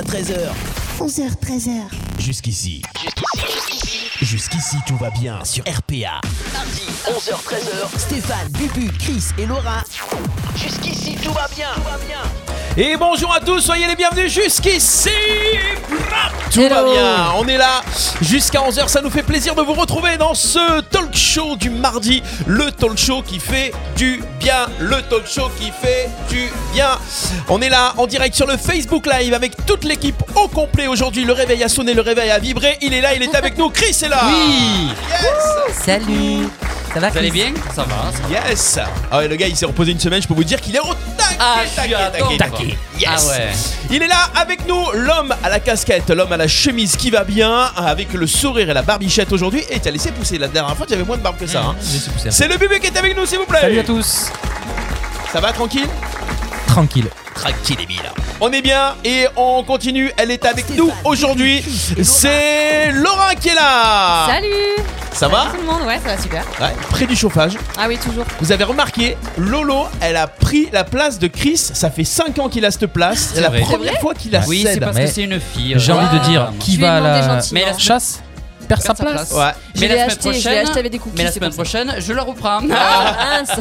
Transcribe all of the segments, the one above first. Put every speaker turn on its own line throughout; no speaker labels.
11h-13h.
11h, 13h.
Jusqu'ici. Jusqu'ici, tout va bien sur RPA. Mardi, 11h-13h, Stéphane, Bubu, Chris et Laura. Jusqu'ici, tout va bien. Tout va bien.
Et bonjour à tous, soyez les bienvenus jusqu'ici Brap, Tout va
Hello.
bien, on est là jusqu'à 11h, ça nous fait plaisir de vous retrouver dans ce talk show du mardi, le talk show qui fait du bien, le talk show qui fait du bien. On est là en direct sur le Facebook Live avec toute l'équipe au complet aujourd'hui, le réveil a sonné, le réveil a vibré, il est là, il est avec nous, Chris est là
Oui
Salut Ça va
Vous allez bien
Ça va, ça
va. Yes Ah ouais, le gars il s'est reposé une semaine, je peux vous dire qu'il est au taquet, taquet, taquet, taquet. Yes
Ah ouais.
Il est là avec nous, l'homme à la casquette, l'homme à la chemise qui va bien, avec le sourire et la barbichette aujourd'hui. Et t'as laissé pousser la dernière fois, j'avais moins de barbe que
Mm.
ça. hein. C'est le bébé qui est avec nous, s'il vous plaît.
Salut à
tous. Ça va tranquille
Tranquille.
Tranquille, Emile. On est bien et on continue. Elle
Oh,
est avec nous aujourd'hui. C'est Laura qui est là.
Salut
Ça va Oh,
Salut tout le monde, ouais, ça va super.
Ouais, près du chauffage.
Ah oui, toujours.
Vous avez remarqué, Lolo, elle a pris la place de Chris. Ça fait 5 ans qu'il a cette place. C'est la
vrai. C'est
première
vrai
fois qu'il a
Oui,
cède.
c'est parce que c'est une fille. euh,
J'ai envie de dire, qui va à la
Mais la
chasse perd sa place.
Je l'ai acheté, je l'ai acheté avec des cookies,
Mais la
c'est
semaine prochaine, je la reprends.
Ah, mince.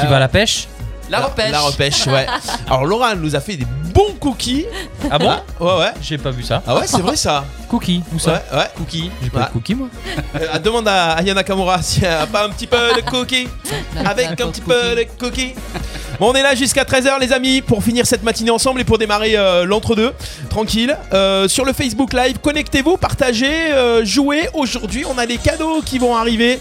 Qui va à la pêche
La repêche.
La repêche, ouais. Alors Laura, elle nous a fait des bons cookies.
Ah bon
Ouais, ouais.
J'ai pas vu ça.
Ah ouais, c'est vrai ça.
Cookie, où ça
Ouais, ouais, cookies.
J'ai pas de cookies moi.
Euh, demande à Ayana Kamura si elle a pas un petit peu de cookies. Avec un petit peu de cookies. Bon, on est là jusqu'à 13h, les amis, pour finir cette matinée ensemble et pour démarrer euh, l'entre-deux. Tranquille. Euh, sur le Facebook Live, connectez-vous, partagez, euh, jouez. Aujourd'hui, on a des cadeaux qui vont arriver.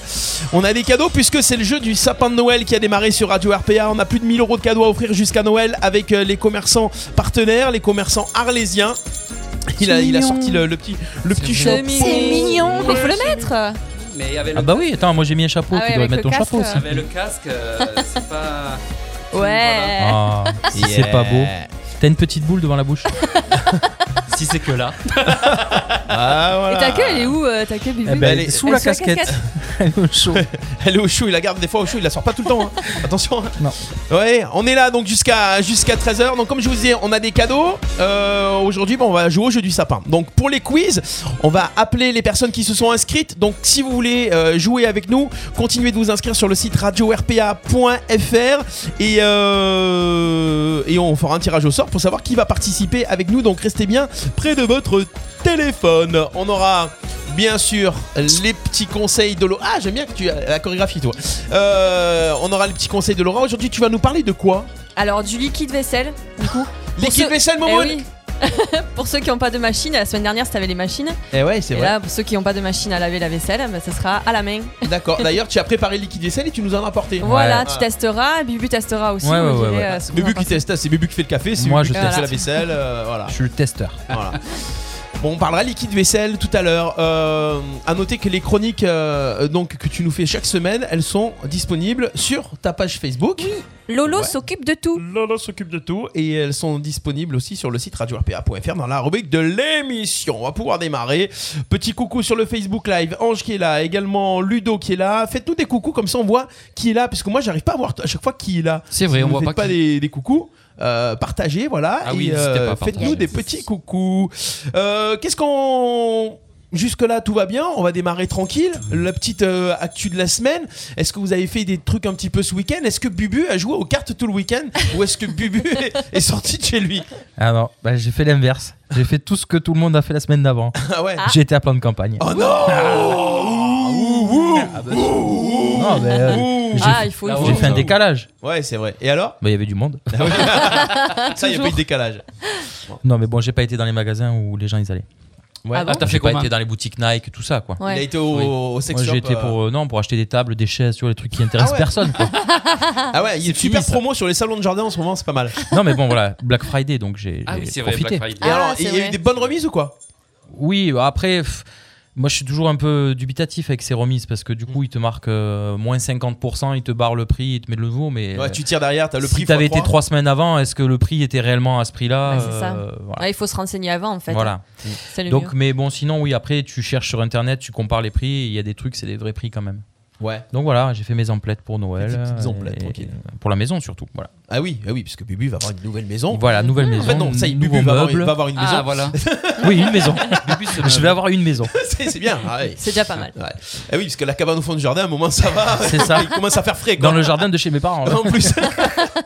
On a des cadeaux puisque c'est le jeu du sapin de Noël qui a démarré sur Radio RPA. On a plus de 1000 euros de cadeaux à offrir jusqu'à Noël avec euh, les commerçants partenaires, les commerçants arlésiens. Il a,
C'est
il a
mignon.
sorti le, le petit, le petit
C'est
chapeau.
mignon. Mais faut le mettre.
Mais avec
Ah
le,
bah oui, attends, moi j'ai mis un
Ah
chapeau,
ouais,
tu devrais
avec
mettre ton
le
chapeau
casque,
aussi.
avec le casque, euh, c'est pas.
Ouais.
hein.
Ah, si c'est pas beau. T'as une petite boule devant la bouche.
Si c'est que là.
Ah, voilà.
Et ta queue, elle est où euh, Ta queue, bébé
Eh ben, elle est sous la casquette. Elle est au chaud.
Elle est au chou, il la garde des fois au chou, il la sort pas tout le temps. hein. Attention. hein.
Non.
Ouais, on est là donc jusqu'à jusqu'à 13h. Donc comme je vous disais, on a des cadeaux. Euh, Aujourd'hui, bon, on va jouer au jeu du sapin. Donc pour les quiz, on va appeler les personnes qui se sont inscrites. Donc si vous voulez euh, jouer avec nous, continuez de vous inscrire sur le site radio-rpa.fr et, euh, et on fera un tirage au sort pour savoir qui va participer avec nous. Donc restez bien près de votre téléphone. On aura bien sûr les petits conseils de Laura. Ah, j'aime bien que tu as la chorégraphie, toi. Euh, on aura les petits conseils de Laura. Aujourd'hui, tu vas nous parler de quoi
Alors, du liquide vaisselle, du coup. Pour
Liquide
ceux-
vaisselle,
Eh
Momo
oui. Pour ceux qui n'ont pas de machine, la semaine dernière, c'était avec les machines.
Eh ouais, c'est
Et
vrai.
là, pour ceux qui n'ont pas de machine à laver la vaisselle, bah, ça sera à la main.
D'accord. D'ailleurs, tu as préparé le liquide vaisselle et tu nous en as apporté.
Voilà,
Ah.
tu testeras, Bubu testera aussi.
Ouais,
vous
ouais,
direz,
ouais,
euh, ce que vous en
Bubu qui
pensez.
teste, c'est Bubu qui fait le café, c'est
Moi,
Bubu
je
qui fait
teste.
la vaisselle, euh, voilà.
Je suis le testeur.
Voilà. Bon, on parlera liquide vaisselle tout à l'heure. Euh, à noter que les chroniques euh, donc que tu nous fais chaque semaine, elles sont disponibles sur ta page Facebook.
Lolo s'occupe de tout.
Lolo s'occupe de tout et elles sont disponibles aussi sur le site radio-rpa.fr dans la rubrique de l'émission. On va pouvoir démarrer. Petit coucou sur le Facebook Live, Ange qui est là, également Ludo qui est là. Faites-nous des coucous comme ça on voit qui est là parce que moi j'arrive pas à voir à chaque fois qui est là.
C'est vrai,
Si
on
vous
voit
faites
pas
pas
qui-
des, des coucous. euh, partagez, voilà.
Ah
et, euh,
oui, n'hésitez pas à partager.
Faites-nous des petits coucous. Euh, Qu'est-ce qu'on. Jusque-là, tout va bien. On va démarrer tranquille. La petite euh, actu de la semaine. Est-ce que vous avez fait des trucs un petit peu ce week-end Est-ce que Bubu a joué aux cartes tout le week-end Ou est-ce que Bubu est, est sorti de chez lui
Alors, bah, j'ai fait l'inverse. J'ai fait tout ce que tout le monde a fait la semaine d'avant.
Ah ouais
J'ai été à plan de campagne.
Oh non
Non, mais, euh, j'ai
Ah,
fait-
il faut.
Ah
il faut.
j'ai fait un décalage.
Ouais, c'est vrai. Et alors Ah
Bah, il y avait du monde.
Ça, il n'y a pas eu de décalage.
Non, mais bon, j'ai pas été dans les magasins où les gens ils allaient.
Ouais.
Ah bon
Ah, t'as
J'ai
fait
pas
comment
été dans les boutiques Nike, tout ça, quoi.
Il a
Ouais.
été au,
Oui.
au sex
Moi, j'ai
shop,
été
euh,
pour euh, non pour acheter des tables, des chaises, tu vois, les trucs qui intéressent
Ah ouais.
personne. quoi.
Ah ouais, il y a une super
fini, ça.
promo sur les salons de jardin en ce moment, c'est pas mal.
non mais bon voilà, Black Friday donc j'ai
Ah oui,
j'ai
c'est vrai,
profité.
Black Friday.
Et
Ah,
alors,
c'est
il y a eu
vrai.
des bonnes remises ou quoi
oui, bah, après pff, moi je suis toujours un peu dubitatif avec ces remises parce que du
Mm.
coup ils te marquent euh, moins 50%, ils te barrent le prix, ils te mettent le nouveau mais euh,
Ouais, tu tires derrière, t'as le prix.
si t'avais
fois
été trois semaines avant, est-ce que le prix était réellement à ce prix-là
Ouais, Bah, c'est ça.
Euh, Voilà.
Ouais, il faut se renseigner avant en fait.
Voilà.
Mm.
C'est le
Donc
mieux.
mais bon sinon oui après tu cherches sur internet, tu compares les prix, et il y a des trucs c'est des vrais prix quand même.
Ouais.
Donc voilà, j'ai fait mes emplettes pour Noël.
Tes petites
euh,
emplettes,
et-
tranquille.
Pour la maison surtout. Voilà,
Ah oui, ah oui, puisque Bubu va avoir une nouvelle maison.
voilà nouvelle maison.
En fait, non, ça, il-
nouveau
Bubu va avoir,
meuble.
va avoir une maison.
Ah, voilà.
Oui, une maison.
Bubu se
Je
meuble.
vais avoir une maison.
c'est c'est bien. Ah, ouais.
C'est déjà pas mal.
Ouais. Ah oui, parce que la cabane au fond du jardin, à un moment, ça va.
C'est ça.
Il commence à faire frais. Quoi.
Dans le jardin de chez mes parents. là.
En plus.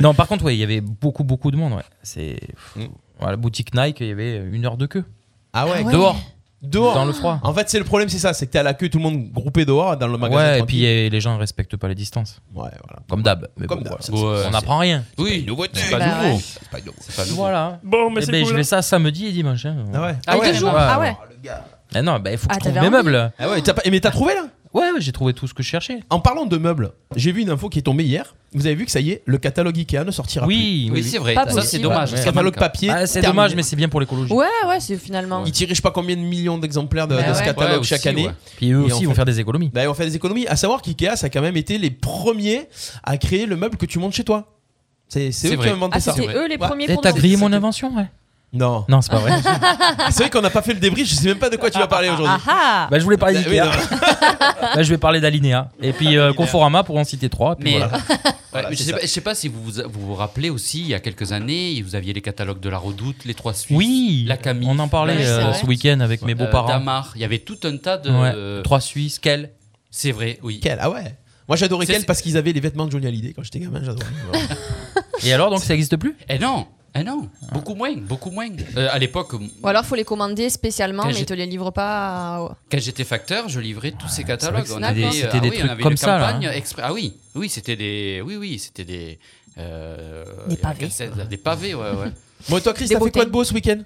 Non, par contre, ouais, il y avait beaucoup, beaucoup de monde. Ouais. C'est
Mm.
voilà, boutique Nike, il y avait une heure de queue
Ah ouais.
ouais.
dehors,
Dehors.
dans le froid.
En fait, c'est le problème, c'est ça, c'est que t'es à la queue, tout le monde groupé dehors dans le magasin.
ouais, et puis
tranquille.
et les gens respectent pas les distances,
Ouais, voilà.
comme d'hab. Mais
Comme
bon,
d'hab,
voilà.
ça,
Ouais.
c'est-
On n'apprend rien.
Oui,
nouveauté.
c'est pas
Bah
nouveau.
ouais.
Eh, C'est pas nouveau.
C'est pas nouveau.
Voilà.
Bon,
Eh ben, je vais ça samedi et dimanche. hein.
Ah ouais.
Ah ouais,
deux jours.
ouais.
Ah ouais.
Oh, le gars.
Eh non, bah, il faut que
Ah,
je trouve
t'avais
mes
envie.
meubles.
Ah ouais, t'as pas- mais t'as trouvé là
Ouais, ouais, j'ai trouvé tout ce que je cherchais.
En parlant de meubles, j'ai vu une info qui est tombée hier. Vous avez vu que ça y est, le catalogue Ikea ne sortira plus.
Oui,
Oui, c'est vrai.
Pas
Ça, c'est
possible.
dommage.
Le
C'est
catalogue
manque, hein.
papier.
Ah, c'est
terminé.
dommage, mais c'est bien pour l'écologie.
Ouais, ouais, c'est finalement.
Il tirait je sais pas combien de millions d'exemplaires de,
Bah
de ce
ouais.
catalogue
Ouais,
chaque
aussi,
année.
ouais.
Puis eux
Et en
aussi, ils vont
fait-
faire des économies.
Bah, on fait des économies. À savoir qu'IKEA, ça a quand même été les premiers à créer le meuble que tu montes chez toi. C'est c'est
C'est
eux
vrai.
qui ont inventé
Ah,
ça.
c'était
Ouais.
eux les
Ouais.
premiers
Eh, T'as
fondants.
grillé
C'est-
mon
c'est-
invention, ouais.
Non.
Non, c'est pas vrai.
C'est vrai qu'on n'a pas fait le débrief, je sais même pas de quoi tu vas parler aujourd'hui.
Ah ah
Bah, je voulais parler
Ah, oui,
d'Ikea.
non.
Là, je vais parler d'Alinéa. Et puis euh, Conforama pour en citer trois. Puis
Mais
voilà.
Voilà,
Ouais, je,
c'est
sais
ça.
pas, je sais pas si vous vous, vous vous rappelez aussi, il y a quelques années, vous aviez les catalogues de la Redoute, les Trois Suisses,
Oui,
la Camille,
on en parlait
Ouais, c'est
euh,
vrai.
ce week-end avec mes
euh,
beaux-parents.
Damar. Il y avait tout un tas de.
Ouais.
euh,
Trois Suisses, quel
C'est vrai, oui.
Quel, ah ouais. Moi j'adorais
C'est-
Quel parce qu'ils avaient les vêtements de Johnny Hallyday quand j'étais gamin, j'adorais.
Et alors, donc, ça n'existe plus
Eh non, eh non, beaucoup moins, beaucoup moins. Euh, à l'époque,
Ou alors faut les commander spécialement,
Quand
mais
j'ai-
ils te les livrent pas. à-
quand j'étais facteur, je livrais tous ces catalogues.
Ah, c'est
On
vrai que
avait,
c'était des- c'était
ah
des
oui, on
trucs
avait
comme
une
ça, là,
campagne
hein.
exprès- Ah oui, oui, c'était des, oui, oui, c'était des. euh,
Des
il y a
pavés.
cassettes, des pavés, ouais, ouais.
Bon, et toi Chris,
Des
t'as fait quoi
bouteilles.
de beau ce week-end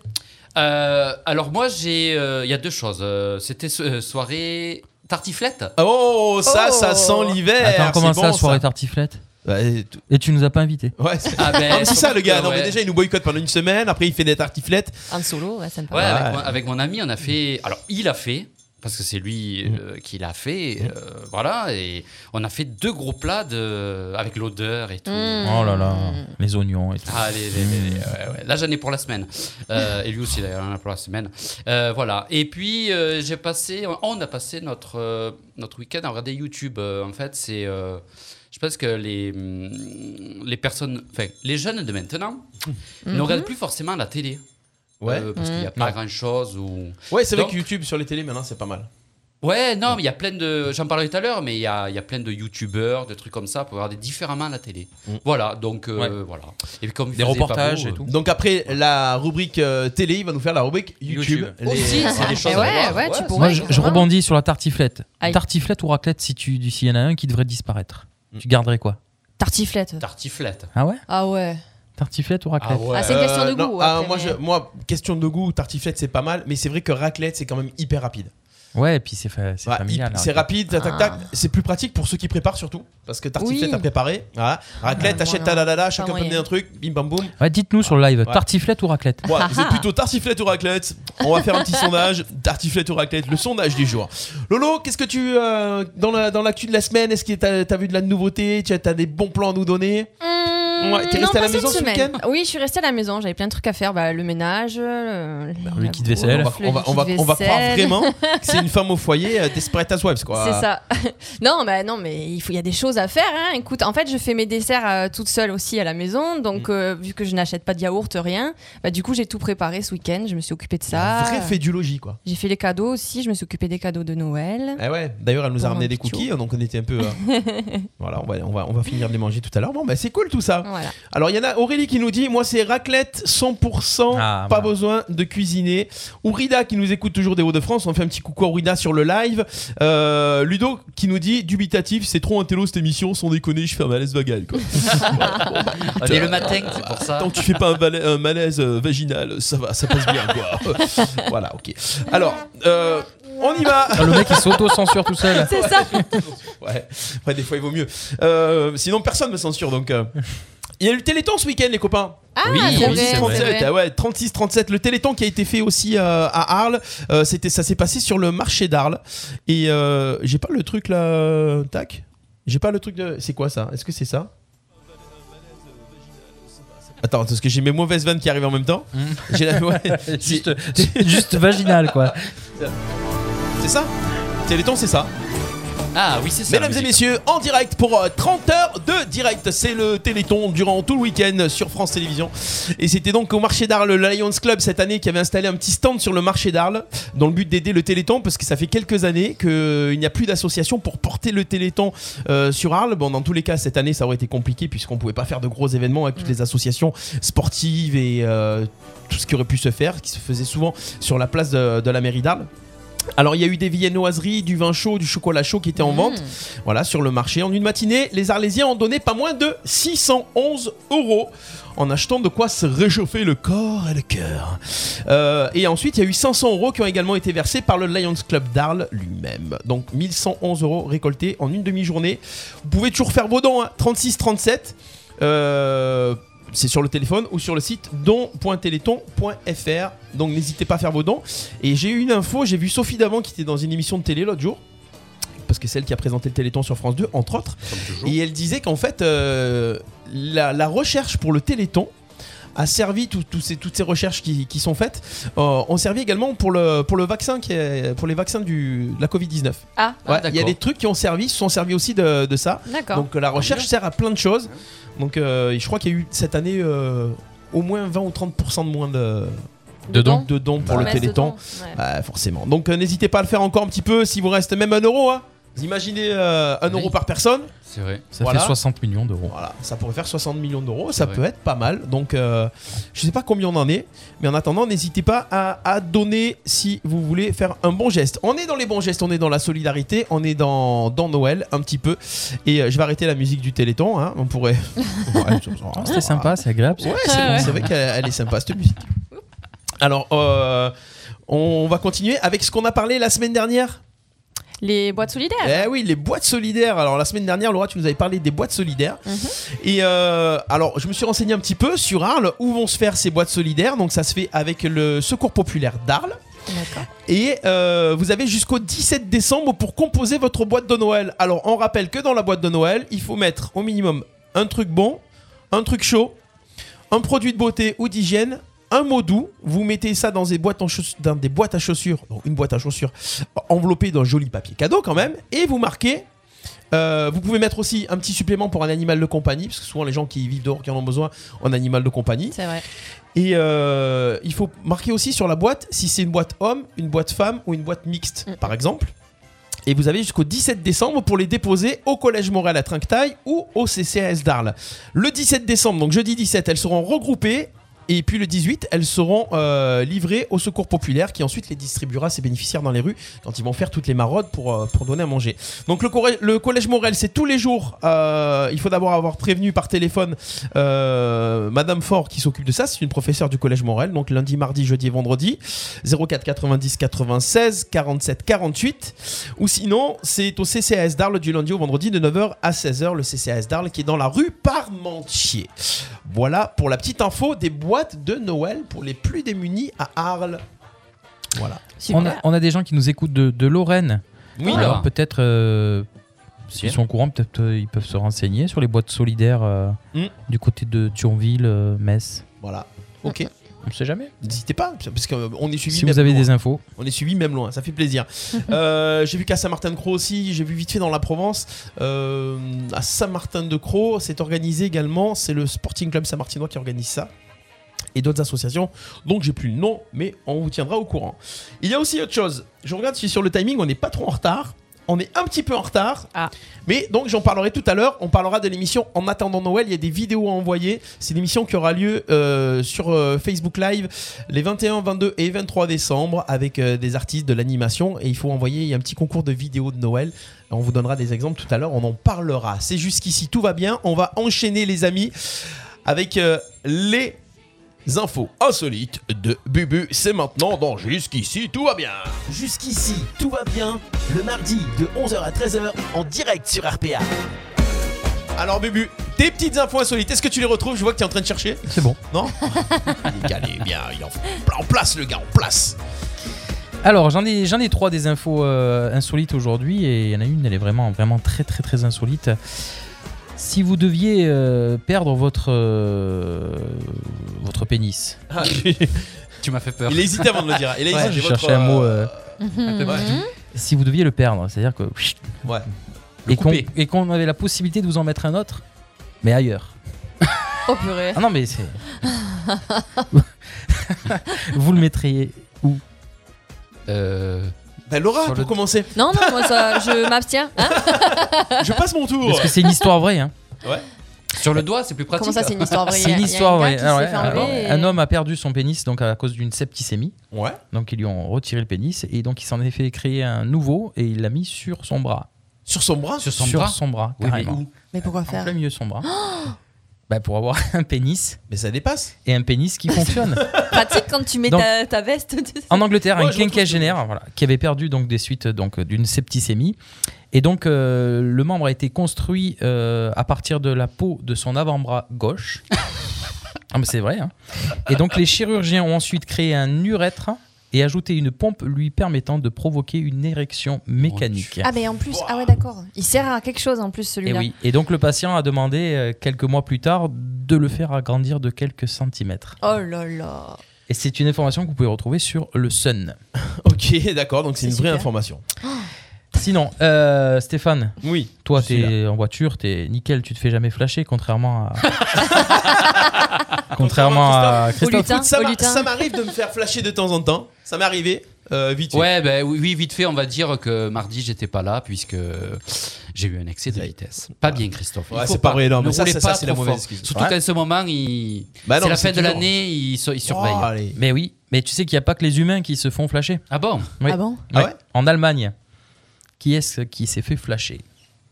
Euh, alors moi, j'ai, euh, il y a deux choses. Euh, C'était so- euh, soirée tartiflette.
Oh, ça,
Oh.
ça sent l'hiver.
Attends, comment
Eh, c'est
ça,
bon,
soirée tartiflette
Ouais, tout-
Et tu nous as pas invités
ouais, c'est
Ah ben,
Ah, mais c'est ça
surtout
le gars.
que,
Non,
ouais.
mais déjà, il nous boycotte pendant une semaine. Après, il fait des tartiflettes.
Un solo, ouais, sympa.
Ouais,
Ah ouais.
Avec, mon, avec mon ami, on a fait. Alors, il a fait. Parce que c'est lui euh, qui l'a fait, euh, voilà. Et on a fait deux gros plats de, avec l'odeur et tout.
Mm.
Oh là là, les oignons et tout.
Ah, les- les- les- les- ouais, ouais. Là, j'en ai pour la semaine. Euh, et lui aussi, d'ailleurs, il en a pour la semaine. Euh, voilà. Et puis, euh, j'ai passé. On a passé notre, euh, notre week-end à regarder YouTube. Euh, en fait, c'est. euh, je pense que les, hum, les personnes. Enfin, les jeunes de maintenant ne regardent plus forcément la télé.
Ouais.
Euh, parce qu'il n'y a
Ouais.
pas grand-chose. Ou...
Ouais, c'est vrai
Donc-
que YouTube sur les télés maintenant, c'est pas mal.
Ouais, non, mais il y a plein de. J'en parlais tout à l'heure, mais il y a, il y a plein de youtubeurs, de trucs comme ça, pour regarder différemment la télé.
Mm.
Voilà, donc euh,
Ouais.
voilà. Et puis comme il
Des
faisait pas
reportages
beau,
et
euh,
tout.
Donc après la rubrique euh, télé, il va nous faire la rubrique YouTube.
YouTube.
Les-
Aussi, c'est
Ouais.
des choses
Eh
à
ouais,
voir.
ouais, tu pourrais.
Moi, je, je
carrément.
rebondis sur la tartiflette.
Aïe.
Tartiflette ou raclette, si tu si y en a un qui devrait disparaître,
Mm.
tu garderais quoi
Tartiflette.
Tartiflette.
Ah ouais
Ah ouais.
Tartiflette ou raclette
Ah, c'est une question de
non,
goût,
ah,
après,
moi,
mais-
je- moi, question de goût, tartiflette, c'est pas mal, mais c'est vrai que raclette, c'est quand même hyper rapide.
Ouais, et puis c'est fa- c'est
Ouais,
familial.
hyp-
hein.
c'est rapide, tac, tac, tac.
Ah.
C'est plus pratique pour ceux qui préparent surtout, parce que tartiflette
Oui.
à préparer. Voilà. Raclette,
Ah,
t'achètes
moi,
ta
non.
la la la, chacun peut
moyen.
mener un truc, bim bam boum.
Ah. Ouais, Dites-nous sur le live,
Ouais.
tartiflette ou raclette
Moi,
Ah,
vous êtes
ah.
plutôt tartiflette ou raclette On va faire un petit sondage. Tartiflette ou raclette, le sondage du jour. Lolo, qu'est-ce que tu. euh, dans la- dans l'actu de la semaine, est-ce que t'as as vu de la nouveauté Tu as, t'as des bons plans à nous donner
Ah,
Mmh,
Ouais, t'es
non,
restée à
pas
la
cette
maison ce
semaine.
week-end
Oui, je suis restée à la maison. J'avais plein de trucs à faire. Bah, le ménage, euh, le,
Bah, le
la
kit vaisselle.
bouffe, le
on, va, on, va,
kit
on va
vaisselle.
croire vraiment que c'est une femme au foyer, euh, Desperate Housewives, quoi.
C'est ça. non, bah non, mais il faut, il y a des choses à faire. hein. Écoute, en fait, je fais mes desserts euh, toute seule aussi à la maison. Donc, euh, vu que je n'achète pas de yaourt, rien, bah, du coup, j'ai tout préparé ce week-end. Je me suis occupée de ça.
Vrai fait du logis, quoi.
J'ai fait les cadeaux aussi. Je me suis occupée des cadeaux de Noël.
Eh ouais. D'ailleurs, elle nous
Pour
a ramené
un
des
Oh, petit
cookies, donc on était un peu. euh, voilà, on va, on, va, on va finir de les manger tout à l'heure. Bon, bah c'est cool tout ça.
Voilà.
Alors, il y en a Aurélie qui nous dit Moi, c'est raclette 100%,
Ah,
pas
voilà.
besoin de cuisiner. Ourida qui nous écoute toujours des Hauts-de-France, on fait un petit coucou à Ourida sur le live. Euh, Ludo qui nous dit Dubitatif, c'est trop un télo cette émission, sans déconner, je fais un malaise vagal. Quoi.
On est le matin, c'est pour ça.
Tant que tu fais pas un, vala- un malaise euh, vaginal, ça va, ça passe bien. Quoi. voilà, ok. Alors, euh, on y va
Ah, Le mec, il s'auto-censure tout seul.
C'est ça.
Ouais, ouais, des fois il vaut mieux. Euh, sinon, personne me censure donc. euh. Il y a eu le Téléthon ce week-end, les copains.
Ah,
Oui,
c'est
oui,
vrai,
c'est
36,
c'est vrai.
37, ah ouais, 36, 37. Le Téléthon qui a été fait aussi euh, à Arles, euh, c'était, ça s'est passé sur le marché d'Arles. Et euh, j'ai pas le truc là, euh, tac. J'ai pas le truc de. C'est quoi ça Est-ce que c'est ça Attends, parce que j'ai mes mauvaises vannes qui arrivent en même temps. J'ai la- ouais, c'est,
Hum. Juste, euh, juste vaginal, quoi.
c'est ça Téléthon, c'est ça.
Ah oui, c'est ça.
Mesdames et messieurs, en direct pour euh, 30 heures de direct. C'est le Téléthon durant tout le week-end sur France Télévisions. Et c'était donc au marché d'Arles, le Lions Club cette année qui avait installé un petit stand sur le marché d'Arles dans le but d'aider le Téléthon parce que ça fait quelques années qu'il n'y a plus d'association pour porter le Téléthon euh, sur Arles. Bon, dans tous les cas, cette année, ça aurait été compliqué puisqu'on pouvait pas faire de gros événements avec
Mm.
toutes les associations sportives et euh, tout ce qui aurait pu se faire, qui se faisait souvent sur la place de, de la mairie d'Arles. Alors il y a eu des viennoiseries, du vin chaud, du chocolat chaud qui étaient en vente, voilà sur le marché. En une matinée, les Arlésiens ont donné pas moins de 611 euros en achetant de quoi se réchauffer le corps et le cœur. Euh, et ensuite, il y a eu 500 euros qui ont également été versés par le Lions Club d'Arles lui-même. Donc 1111 euros récoltés en une demi-journée. Vous pouvez toujours faire vos dons, hein, 36-37. Euh, c'est sur le téléphone ou sur le site don.téléthon.fr. Donc n'hésitez pas à faire vos dons. Et j'ai eu une info, j'ai vu Sophie Davant qui était dans une émission de télé l'autre jour. Parce que c'est elle qui a présenté le Téléthon sur France 2, entre autres. Et elle disait qu'en fait, euh, la, la recherche pour le Téléthon a servi, tout- tout ces- toutes ces recherches qui, qui sont faites, euh, ont servi également pour, le, pour, le vaccin qui est, pour les vaccins du, de la Covid-19.
Ah,
Ah,
Ouais, Il y a
d'accord.
des trucs qui ont servi, se sont servis aussi de, de ça.
d'accord. Ah,
Donc euh, la recherche sert à plein de choses. Donc euh, je crois qu'il y a eu cette année euh, au moins 20 ou 30% de moins de,
Dedans.
de dons pour le
Promesse de
Téléthon.
don, ouais.
Bah, forcément. Donc euh, n'hésitez pas à le faire encore un petit peu s'il vous reste même un euro. Hein. Vous imaginez euh, un
Oui.
euro par personne.
C'est vrai.
Ça
Voilà.
fait 60 millions d'euros.
Voilà, ça pourrait faire 60 millions d'euros. Ça
vrai.
peut être pas mal. Donc euh, je sais pas combien on en est. Mais en attendant, n'hésitez pas à, à donner si vous voulez faire un bon geste. On est dans les bons gestes, on est dans la solidarité, on est dans, dans Noël un petit peu. Et euh, je vais arrêter la musique du Téléthon. hein. On pourrait... Ouais,
C'est sympa, c'est agréable.
Ouais, c'est
Ah
bon,
ouais.
c'est vrai qu'elle elle est sympa cette musique. Alors, euh, on va continuer avec ce qu'on a parlé la semaine dernière.
Les boîtes solidaires.
Eh oui, les boîtes solidaires. Alors la semaine dernière, Laura, tu nous avais parlé des boîtes solidaires.
Mhm.
Et euh, alors, je me suis renseigné un petit peu sur Arles où vont se faire ces boîtes solidaires. Donc ça se fait avec le Secours populaire d'Arles.
D'accord.
Et euh, vous avez jusqu'au 17 décembre pour composer votre boîte de Noël. Alors on rappelle que dans la boîte de Noël, il faut mettre au minimum un truc bon, un truc chaud, un produit de beauté ou d'hygiène, un mot doux. Vous mettez ça dans des boîtes, en chauss- dans des boîtes à chaussures, donc une boîte à chaussures enveloppée d'un joli papier cadeau quand même, et vous marquez. euh, vous pouvez mettre aussi un petit supplément pour un animal de compagnie, parce que souvent les gens qui vivent dehors qui en ont besoin en animal de compagnie.
C'est vrai.
Et euh, il faut marquer aussi sur la boîte si c'est une boîte homme, une boîte femme ou une boîte mixte,
Mm.
par exemple. Et vous avez jusqu'au 17 décembre pour les déposer au Collège Moral à Trinquetail ou au CCAS d'Arles. Le 17 décembre, donc jeudi 17, elles seront regroupées. Et puis le 18, elles seront euh, livrées au secours populaire qui ensuite les distribuera à ses bénéficiaires dans les rues quand ils vont faire toutes les maraudes pour, euh, pour donner à manger. Donc le, coré- le collège Morel, c'est tous les jours. euh, il faut d'abord avoir prévenu par téléphone euh, Madame Fort qui s'occupe de ça, c'est une professeure du collège Morel, donc lundi, mardi, jeudi et vendredi, 04 90 96 47 48. Ou sinon, c'est au CCAS d'Arles du lundi au vendredi de 9h à 16h, le CCAS d'Arles qui est dans la rue Parmentier. Voilà pour la petite info des boîtes de Noël pour les plus démunis à Arles. Voilà.
Super.
On a, on a des gens qui nous écoutent de, de Lorraine.
Oui,
Ah.
Alors peut-être, euh, s'ils
Bien.
sont au courant, peut-être euh, ils peuvent se renseigner sur les boîtes solidaires euh,
Mm.
du côté de Thionville, euh, Metz.
voilà. Ok,
On ne sait jamais.
n'hésitez pas, parce qu'on est suivi.
Si
même
vous avez
loin.
des infos.
On est suivi même loin, ça fait plaisir. Euh, j'ai vu qu'à Saint-Martin-de-Croix aussi, j'ai vu vite fait dans la Provence. Euh, à Saint-Martin-de-Croix, c'est organisé également, c'est le Sporting Club Saint-Martinois qui organise ça. Et d'autres associations, donc j'ai plus le nom, mais on vous tiendra au courant. Il y a aussi autre chose, je regarde si sur le timing on n'est pas trop en retard. On est un petit peu en retard,
Ah.
mais donc j'en parlerai tout à l'heure. On parlera de l'émission En attendant Noël. Il y a des vidéos à envoyer. C'est une émission qui aura lieu euh, sur euh, Facebook Live les 21, 22 et 23 décembre avec euh, des artistes de l'animation et il faut envoyer il y a un petit concours de vidéos de Noël. On vous donnera des exemples tout à l'heure, on en parlera. C'est jusqu'ici, tout va bien. On va enchaîner les amis avec euh, les infos insolites de Bubu. C'est maintenant dans Jusqu'ici, tout va bien.
Jusqu'ici, tout va bien. Le mardi de 11h à 13h en direct sur RPA.
Alors Bubu, tes petites infos insolites, est-ce que tu les retrouves Je vois que tu es en train de chercher.
C'est bon.
Non Il est calé, bien, il en en place le gars, en place.
Alors j'en ai, j'en ai trois des infos euh, insolites aujourd'hui et il y en a une, elle est vraiment, vraiment très très très insolite. Si vous deviez euh, perdre votre, euh, votre pénis,
Tu m'as fait peur.
Il hésitait avant de le dire. Il a
Ouais,
hésité,
je
votre,
cherchais un mot, euh,
ouais.
si vous deviez le perdre, c'est-à-dire que.
Ouais.
Le
Et qu'on
couper.
et qu'on avait la possibilité de vous en mettre un autre, mais ailleurs.
Oh purée.
Ah non, mais c'est. vous le mettriez où
Euh,
Bah, Laura,
Sur
pour
le-
commencer,
Non, non, moi, ça, je m'abstiens. Hein
je passe mon tour.
Parce que c'est une histoire vraie. Hein.
sur le doigt, c'est plus pratique. hein.
Comment ça, c'est une histoire vraie
C'est
Il
une
y a-
histoire
il y a
vraie.
Un, gars qui s'est
Alors,
fait
ouais,
enlever et-
alors, un homme a perdu son pénis donc à cause d'une septicémie.
Ouais.
Donc ils lui ont retiré le pénis et donc il s'en est fait créer un nouveau et il l'a mis sur son bras.
Sur son bras.
Sur son bras Oui, mais
carrément.
où
Mais pourquoi
en
faire
plein milieu de son bras.
Oh,
Bah, pour avoir un pénis
Mais ça dépasse.
et un pénis qui fonctionne.
Pratique quand tu mets
Donc-
ta, ta veste. tu sais.
en Angleterre,
Ouais,
un
je retrouve
quinquagénaire voilà, qui avait perdu donc des suites donc d'une septicémie et donc euh, le membre a été construit euh, à partir de la peau de son avant-bras gauche. ah mais c'est vrai. hein. Et donc les chirurgiens ont ensuite créé un urètre et ajouté une pompe lui permettant de provoquer une érection mécanique.
Ah, mais en plus, ah ouais, d'accord. Il sert à quelque chose en plus
Et
celui-là.
Eh oui. Et donc le patient a demandé euh, quelques mois plus tard de le faire agrandir de quelques centimètres.
Oh là là.
Et c'est une information que vous pouvez retrouver sur le Sun.
Ok, d'accord. Donc c'est une
C'est
vraie
super.
information.
Oh.
Sinon, euh, Stéphane,
Oui.
toi
Je suis
t'es en voiture, t'es nickel, tu te fais jamais flasher, contrairement à contrairement à
Au
Christophe.
lutin,
ça
au
m'a-
lutin.
ça m'arrive de me faire flasher de temps en temps. Ça m'est arrivé. euh, vite fait.
Ouais, ben oui, oui, vite fait, on va dire que mardi, j'étais pas là puisque j'ai eu un excès de
Ouais.
vitesse. Pas bien, Christophe. Il
Ouais,
faut
c'est pas vrai, non,
Ne
mais ça,
roulez
ça, ça,
pas
c'est la
trop
mauvaise
fort.
excuse.
Surtout
Ouais.
qu'à ce moment, il...
Bah non,
c'est la
mais
fin de
toujours-
l'année, il, se- il surveille.
Oh, allez.
Mais oui, mais tu sais qu'il n'y a pas que les humains qui se font flasher.
Ah bon
Oui.
Ah bon
Ah ouais
En Allemagne, qui est-ce qui s'est fait flasher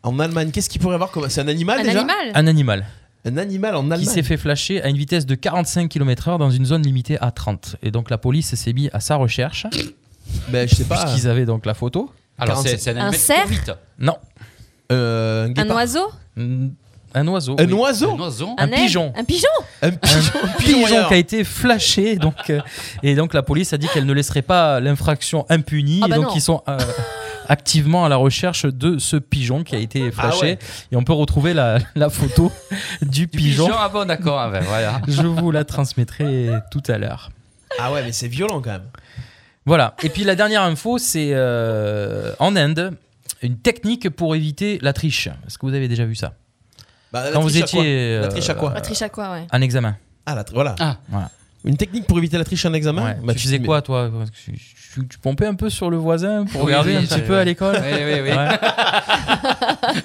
En Allemagne, qu'est-ce qu'il pourrait y avoir comme. C'est un animal
Un
déjà
animal
Un animal
Un animal en
qui
Allemagne.
s'est fait flasher à une vitesse de 45 km/h dans une zone limitée à 30. Et donc la police s'est mise à sa recherche
Ben, je sais pas.
puisqu'ils avaient donc la photo.
Alors, c'est
47.
c'est un animal qui court
cerf
vite.
Non,
Euh, un
Un
guépard.
oiseau
Mm, un oiseau.
Un
oui.
oiseau
Un oiseau
Un
aigle
pigeon.
Un pigeon
Un pigeon
un
pigeon
pigeon
ailleurs.
qui a été flashé donc euh, et donc la police a dit qu'elle ne laisserait pas l'infraction impunie
Ah bah
et donc
non.
ils sont euh, activement à la recherche de ce pigeon qui a
Ah
été flashé
ouais.
et on peut retrouver la, la photo du
Du pigeon.
pigeon.
Ah bon, d'accord, ah ben, voilà.
Je vous la transmettrai tout à l'heure.
Ah ouais, mais c'est violent quand même.
Voilà. Et puis la dernière info, c'est euh, en Inde, une technique pour éviter la triche. Est-ce que vous avez déjà vu ça
Bah, la
Quand vous
triche à quoi
étiez
La
euh,
triche à quoi
La triche à quoi, ouais.
un examen.
Ah, la tri- voilà.
Ah.
Voilà.
Une technique pour éviter la triche à un examen
Ouais.
Bah,
tu faisais
mais-
quoi toi tu, tu- tu pompais un peu sur le voisin pour
Oui,
regarder
oui,
un
ça-
petit peu à l'école
Oui, oui, oui.
Ouais.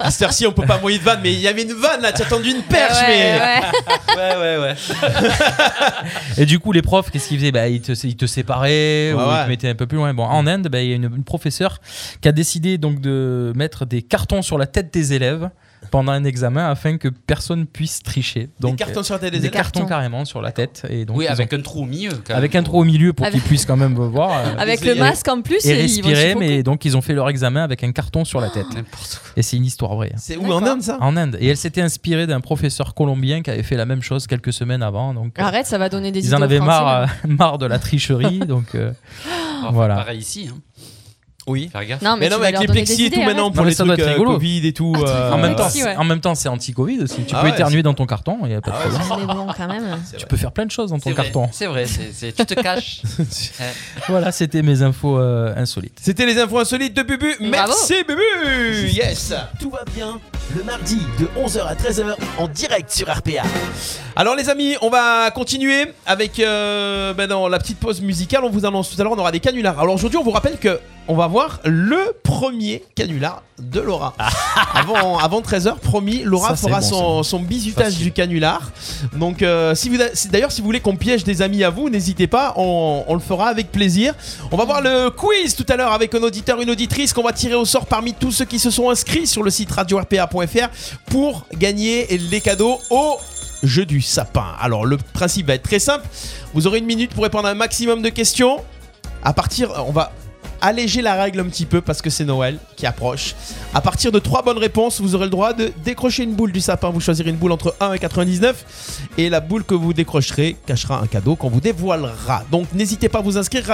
À cette heure-ci, on peut pas envoyer de vanne, mais il y avait une vanne là, t'as tendu une perche,
Ouais,
mais.
ouais.
ouais, ouais, ouais.
Et du coup, les profs, qu'est-ce qu'ils faisaient bah, ils, te, ils te séparaient
Ouais,
ou ils
ouais.
te mettaient un peu plus loin. Bon, en Inde, bah, il y a une, une professeure qui a décidé donc de mettre des cartons sur la tête des élèves pendant un examen afin que personne puisse tricher. Donc,
des cartons sur la tête
euh,
des
des
élèves.
cartons carrément sur la tête. Et donc,
oui,
ils ont-
avec un trou au milieu. quand
avec
même.
un trou au milieu pour
Avec-
qu'ils puissent quand même voir. euh,
Avec
Et-
le masque en plus,
Et
ils vont Ah,
respirer,
suffoquer.
mais donc ils ont fait leur examen avec un carton sur la tête.
N'importe quoi.
Et c'est une histoire vraie. hein.
C'est où en
D'accord.
Inde ça
En Inde. Et elle s'était inspirée d'un professeur colombien qui avait fait la même chose quelques semaines avant. Donc, euh,
Arrête, ça va donner des idées
ils en
aux
avaient
Français, Oh,
marre,
là.
euh, marre de la tricherie. donc, euh,
Enfin,
Voilà.
Pareil ici. Hein.
Oui.
Faire gaffe.
Non, mais,
Mais
tu
non, mais
vas
avec
leur
les
donner
plexis
des
et tout
idées,
maintenant
arrête.
pour
mais
les
ça
trucs
doit être
euh,
rigolo.
Covid et tout. euh,
en, même temps,
si,
c'est-
ouais.
en même temps, c'est anti-Covid aussi. Tu
Ah
peux
ouais,
éternuer dans ton carton, il n'y a pas de
Ah ouais,
problème.
Mais bon, quand même.
c'est
Tu
vrai.
peux faire plein de choses dans ton
C'est vrai,
carton.
C'est vrai, c'est- c'est- tu te caches.
Voilà, c'était mes infos euh, insolites.
C'était les infos insolites de Bubu.
Bravo.
Merci Bubu Yes
Tout va bien le mardi de 11h à 13h en direct sur RPA.
Alors les amis, on va continuer avec euh, ben dans la petite pause musicale. On vous annonce tout à l'heure, on aura des canulars. Alors aujourd'hui, on vous rappelle que on va voir le premier canular de Laura. avant avant 13h, promis, Laura
Ça, c'est
fera
bon,
son, son bisutage
Facile.
du canular. Donc euh, si vous si- d'ailleurs si vous voulez qu'on piège des amis à vous, n'hésitez pas, on, on le fera avec plaisir. On va voir le quiz tout à l'heure avec un auditeur, une auditrice qu'on va tirer au sort parmi tous ceux qui se sont inscrits sur le site radio-rpa.fr pour gagner les cadeaux au jeu du sapin. Alors le principe va être très simple. Vous aurez une minute pour répondre à un maximum de questions. À partir, on va alléger la règle un petit peu parce que c'est Noël qui approche. À partir de trois bonnes réponses, vous aurez le droit de décrocher une boule du sapin. Vous choisirez une boule entre 1 et 99 et la boule que vous décrocherez cachera un cadeau qu'on vous dévoilera. Donc n'hésitez pas à vous inscrire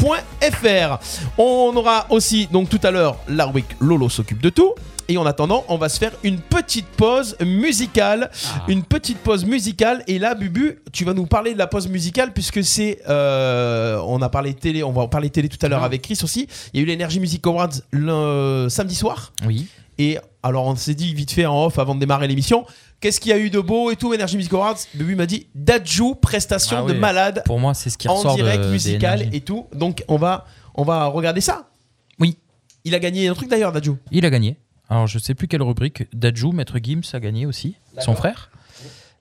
radio-rpa.fr. On aura aussi donc tout à l'heure la rubrique Lolo s'occupe de tout. Et en attendant, on va se faire une petite pause musicale.
Ah.
Une petite pause musicale. Et là, Bubu, tu vas nous parler de la pause musicale puisque c'est. euh, on a parlé télé, on va en parler télé tout à l'heure
Ah.
avec Chris aussi. Il y a eu l'Energy Music Awards le euh, samedi soir.
Oui.
Et alors, on s'est dit vite fait en off avant de démarrer l'émission. Qu'est-ce qu'il y a eu de beau et tout, Energy Music Awards Bubu m'a dit Dajou, prestation
Ah
de
oui.
malade.
Pour moi, c'est ce qui
En
ressort de-
direct
des
musical
NRJ.
et tout. Donc, on va, on va regarder ça.
Oui.
Il a gagné un truc d'ailleurs, Dajou.
Il a gagné. Alors, je sais plus quelle rubrique. Dajou, Maître Gims a gagné aussi, son frère.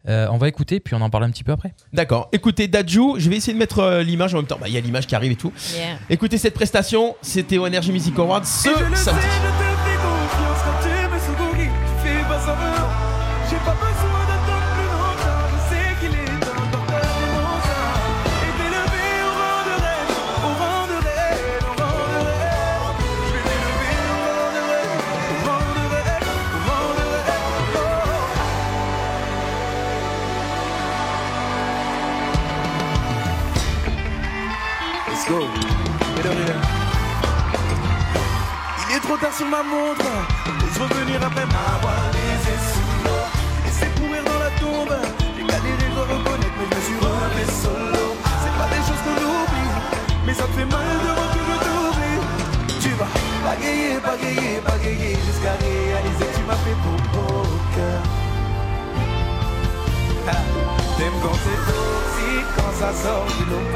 Euh, on va écouter, puis on en parle un petit peu après.
D'accord. Écoutez, Dajou, je vais essayer de mettre euh, l'image en même temps. Bah, Il y a l'image qui arrive et tout.
Yeah.
Écoutez cette prestation, c'était au Energy Music Awards ce samedi.
Let's go. Mesdames, mesdames. Il est trop tard sur ma montre. Et je veux venir après m'avoir laissé sous l'eau. Et c'est pourrir dans la tombe. J'ai galéré de reconnaître, mais je me suis relevé solo. C'est pas des choses qu'on oublie, mais ça te fait mal de reculer d'oubli. Tu vas bagayer, bagayer, bagayer jusqu'à réaliser que tu m'as fait pour beau cœur. Ah, T'aimes quand c'est toxique, quand ça sort du lot.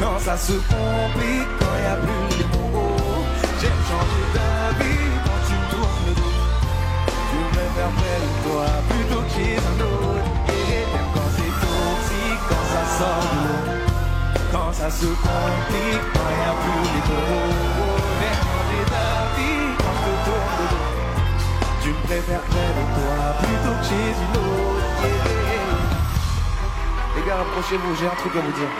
Quand ça se complique, quand y a plus les mots J'aime changer d'avis quand tu me tournes le dos Tu me faire belle toi plutôt que chez un autre Et même quand c'est toxique, quand ça sort de l'eau Quand ça se complique, quand y a plus les mots J'aime changer d'avis quand je te tourne le dos Tu me préfères près de toi plutôt que chez une autre Yeah. Les gars, rapprochez-vous, j'ai un truc à vous dire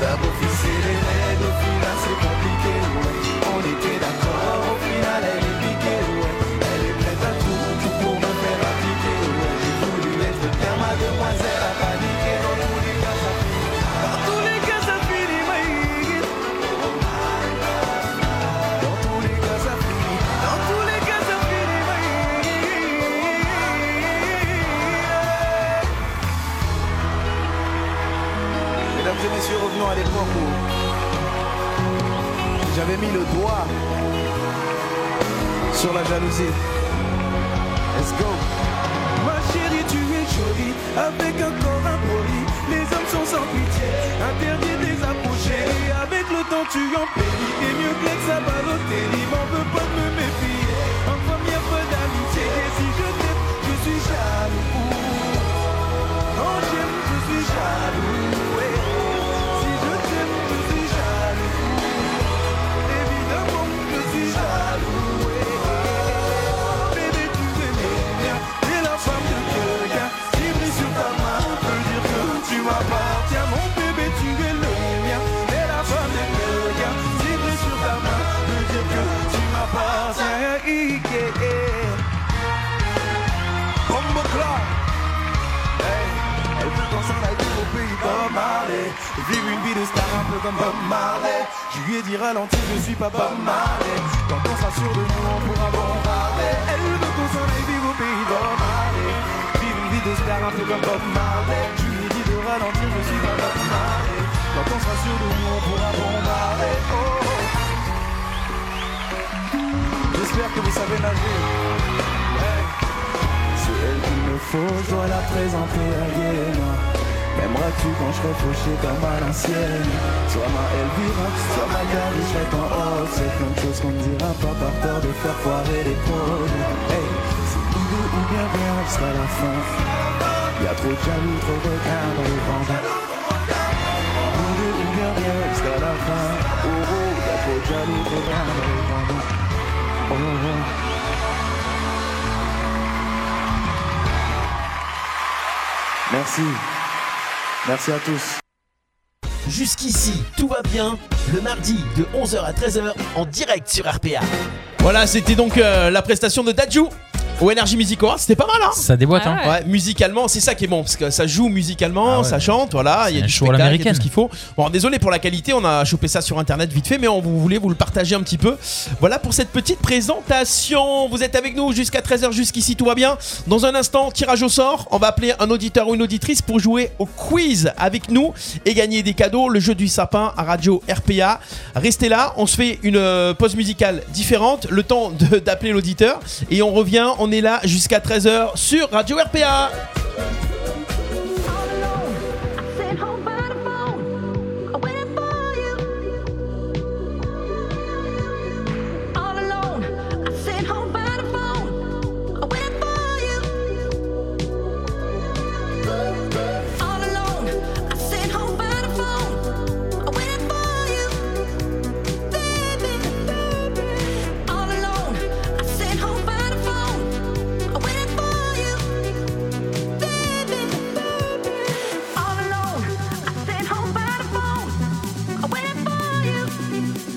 T'as beau fixer les règles, au final c'est compliqué, ouais. On était d'accord, au final elle est piquée, ouais. Elle est prête à tout, tout pour me faire appliquer, ouais. J'ai voulu être le terme à demoiselle à paniquer, dans tous les cas ça finit. Dans tous les cas ça finit, ouais. Dans tous les cas ça finit, dans tous les cas ça finit, ouais. Mesdames et messieurs, revenons à l'époque où j'avais mis le doigt sur la jalousie. Let's go. Ma chérie, tu es jolie, avec un corps impoli. Les hommes sont sans pitié, interdit de les approcher. Et avec le temps, tu en péris. T'es mieux que l'ex à balotelli, m'en veux pas de me méfier. En première fois d'amitié, et si je t'aime, je suis jaloux. Non, j'aime, je suis jaloux. ouais. Si je t'aime, je suis jaloux. Évidemment, je suis jaloux. ouais. Bébé, tu t'aimais bien. T'es la femme de quelqu'un. Qui brille sur ta main peut dire que tu m'appartiens. Mon bébé, tu es le mien. T'es la femme de quelqu'un. Qui brille sur ta main peut dire que tu m'appartiens. Yeah, yeah. Bombe clap. Hey, au plus dans ça, là, tout au pays Bob Marley. Vivre une vie de star un peu comme Bob Marley. Je lui ai dit ralenti, je suis pas Bob Marley. Quand on sera sûr de nous, on pourra bombarder. Elle veut qu'on s'en aille vivre au pays Bob Marley. Vivre une vie de star un peu comme Bob Marley. Je lui ai dit de ralentir, je suis pas Bob Marley. Quand on sera sûr de nous, on pourra bombarder. Oh, oh. J'espère que vous savez nager. Hey. C'est elle qu'il me faut, je dois la présenter à Yéna M'aimeras-tu quand je serai fauché comme à l'ancienne Soit ma Elvira, soit ma Gabi, je serai en haut C'est plein de choses qu'on ne dira pas par peur de faire foirer les pôles Hey, c'est idée ou bien rien jusqu'à la fin Y'a trop de jaloux, trop de requins dans les vents Idée ou bien rien jusqu'à la fin Oh oh, y'a trop de jaloux, trop de requins dans les vents Oh oh Merci. Merci à tous.
Jusqu'ici, tout va bien. Le mardi de 11h à 13h en direct sur RPA.
Voilà, c'était donc euh, la prestation de Dajou. au Energy Music Awards, c'était pas mal, hein
Ça déboîte, Ah hein. Ah
Ouais, musicalement, c'est ça qui est bon, parce que ça joue musicalement, ça chante, voilà, il y a
un
du
show à
spectacle, il y a tout
l'américaine.
ce qu'il faut. Bon, désolé pour la qualité, on a chopé ça sur internet vite fait, mais on vous voulait vous le partager un petit peu. Voilà pour cette petite présentation. Vous êtes avec nous jusqu'à 13h, jusqu'ici, tout va bien. Dans un instant, tirage au sort, on va appeler un auditeur ou une auditrice pour jouer au quiz avec nous et gagner des cadeaux, le jeu du sapin à radio RPA. Restez là, on se fait une euh, pause musicale différente, le temps de- d'appeler l'auditeur, et on revient, on est là jusqu'à 13h sur Radio RPA.
all alone. I sit home by the phone, I wait for you. All alone, I sit home by the phone, I wait for you, baby, baby. All alone, I sit home by the phone, I wait for you, baby, baby. All alone, I sit home by the phone, I wait for you, baby.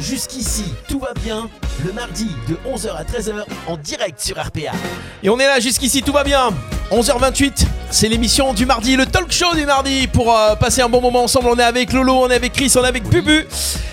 Jusqu'ici, tout va bien. Le mardi de 11h à 13h en direct sur RPA.
Et on est là jusqu'ici, tout va bien. 11h28, c'est l'émission du mardi, le talk show du mardi pour euh, passer un bon moment ensemble. On est avec Lolo, on est avec Chris, on est avec Bubu.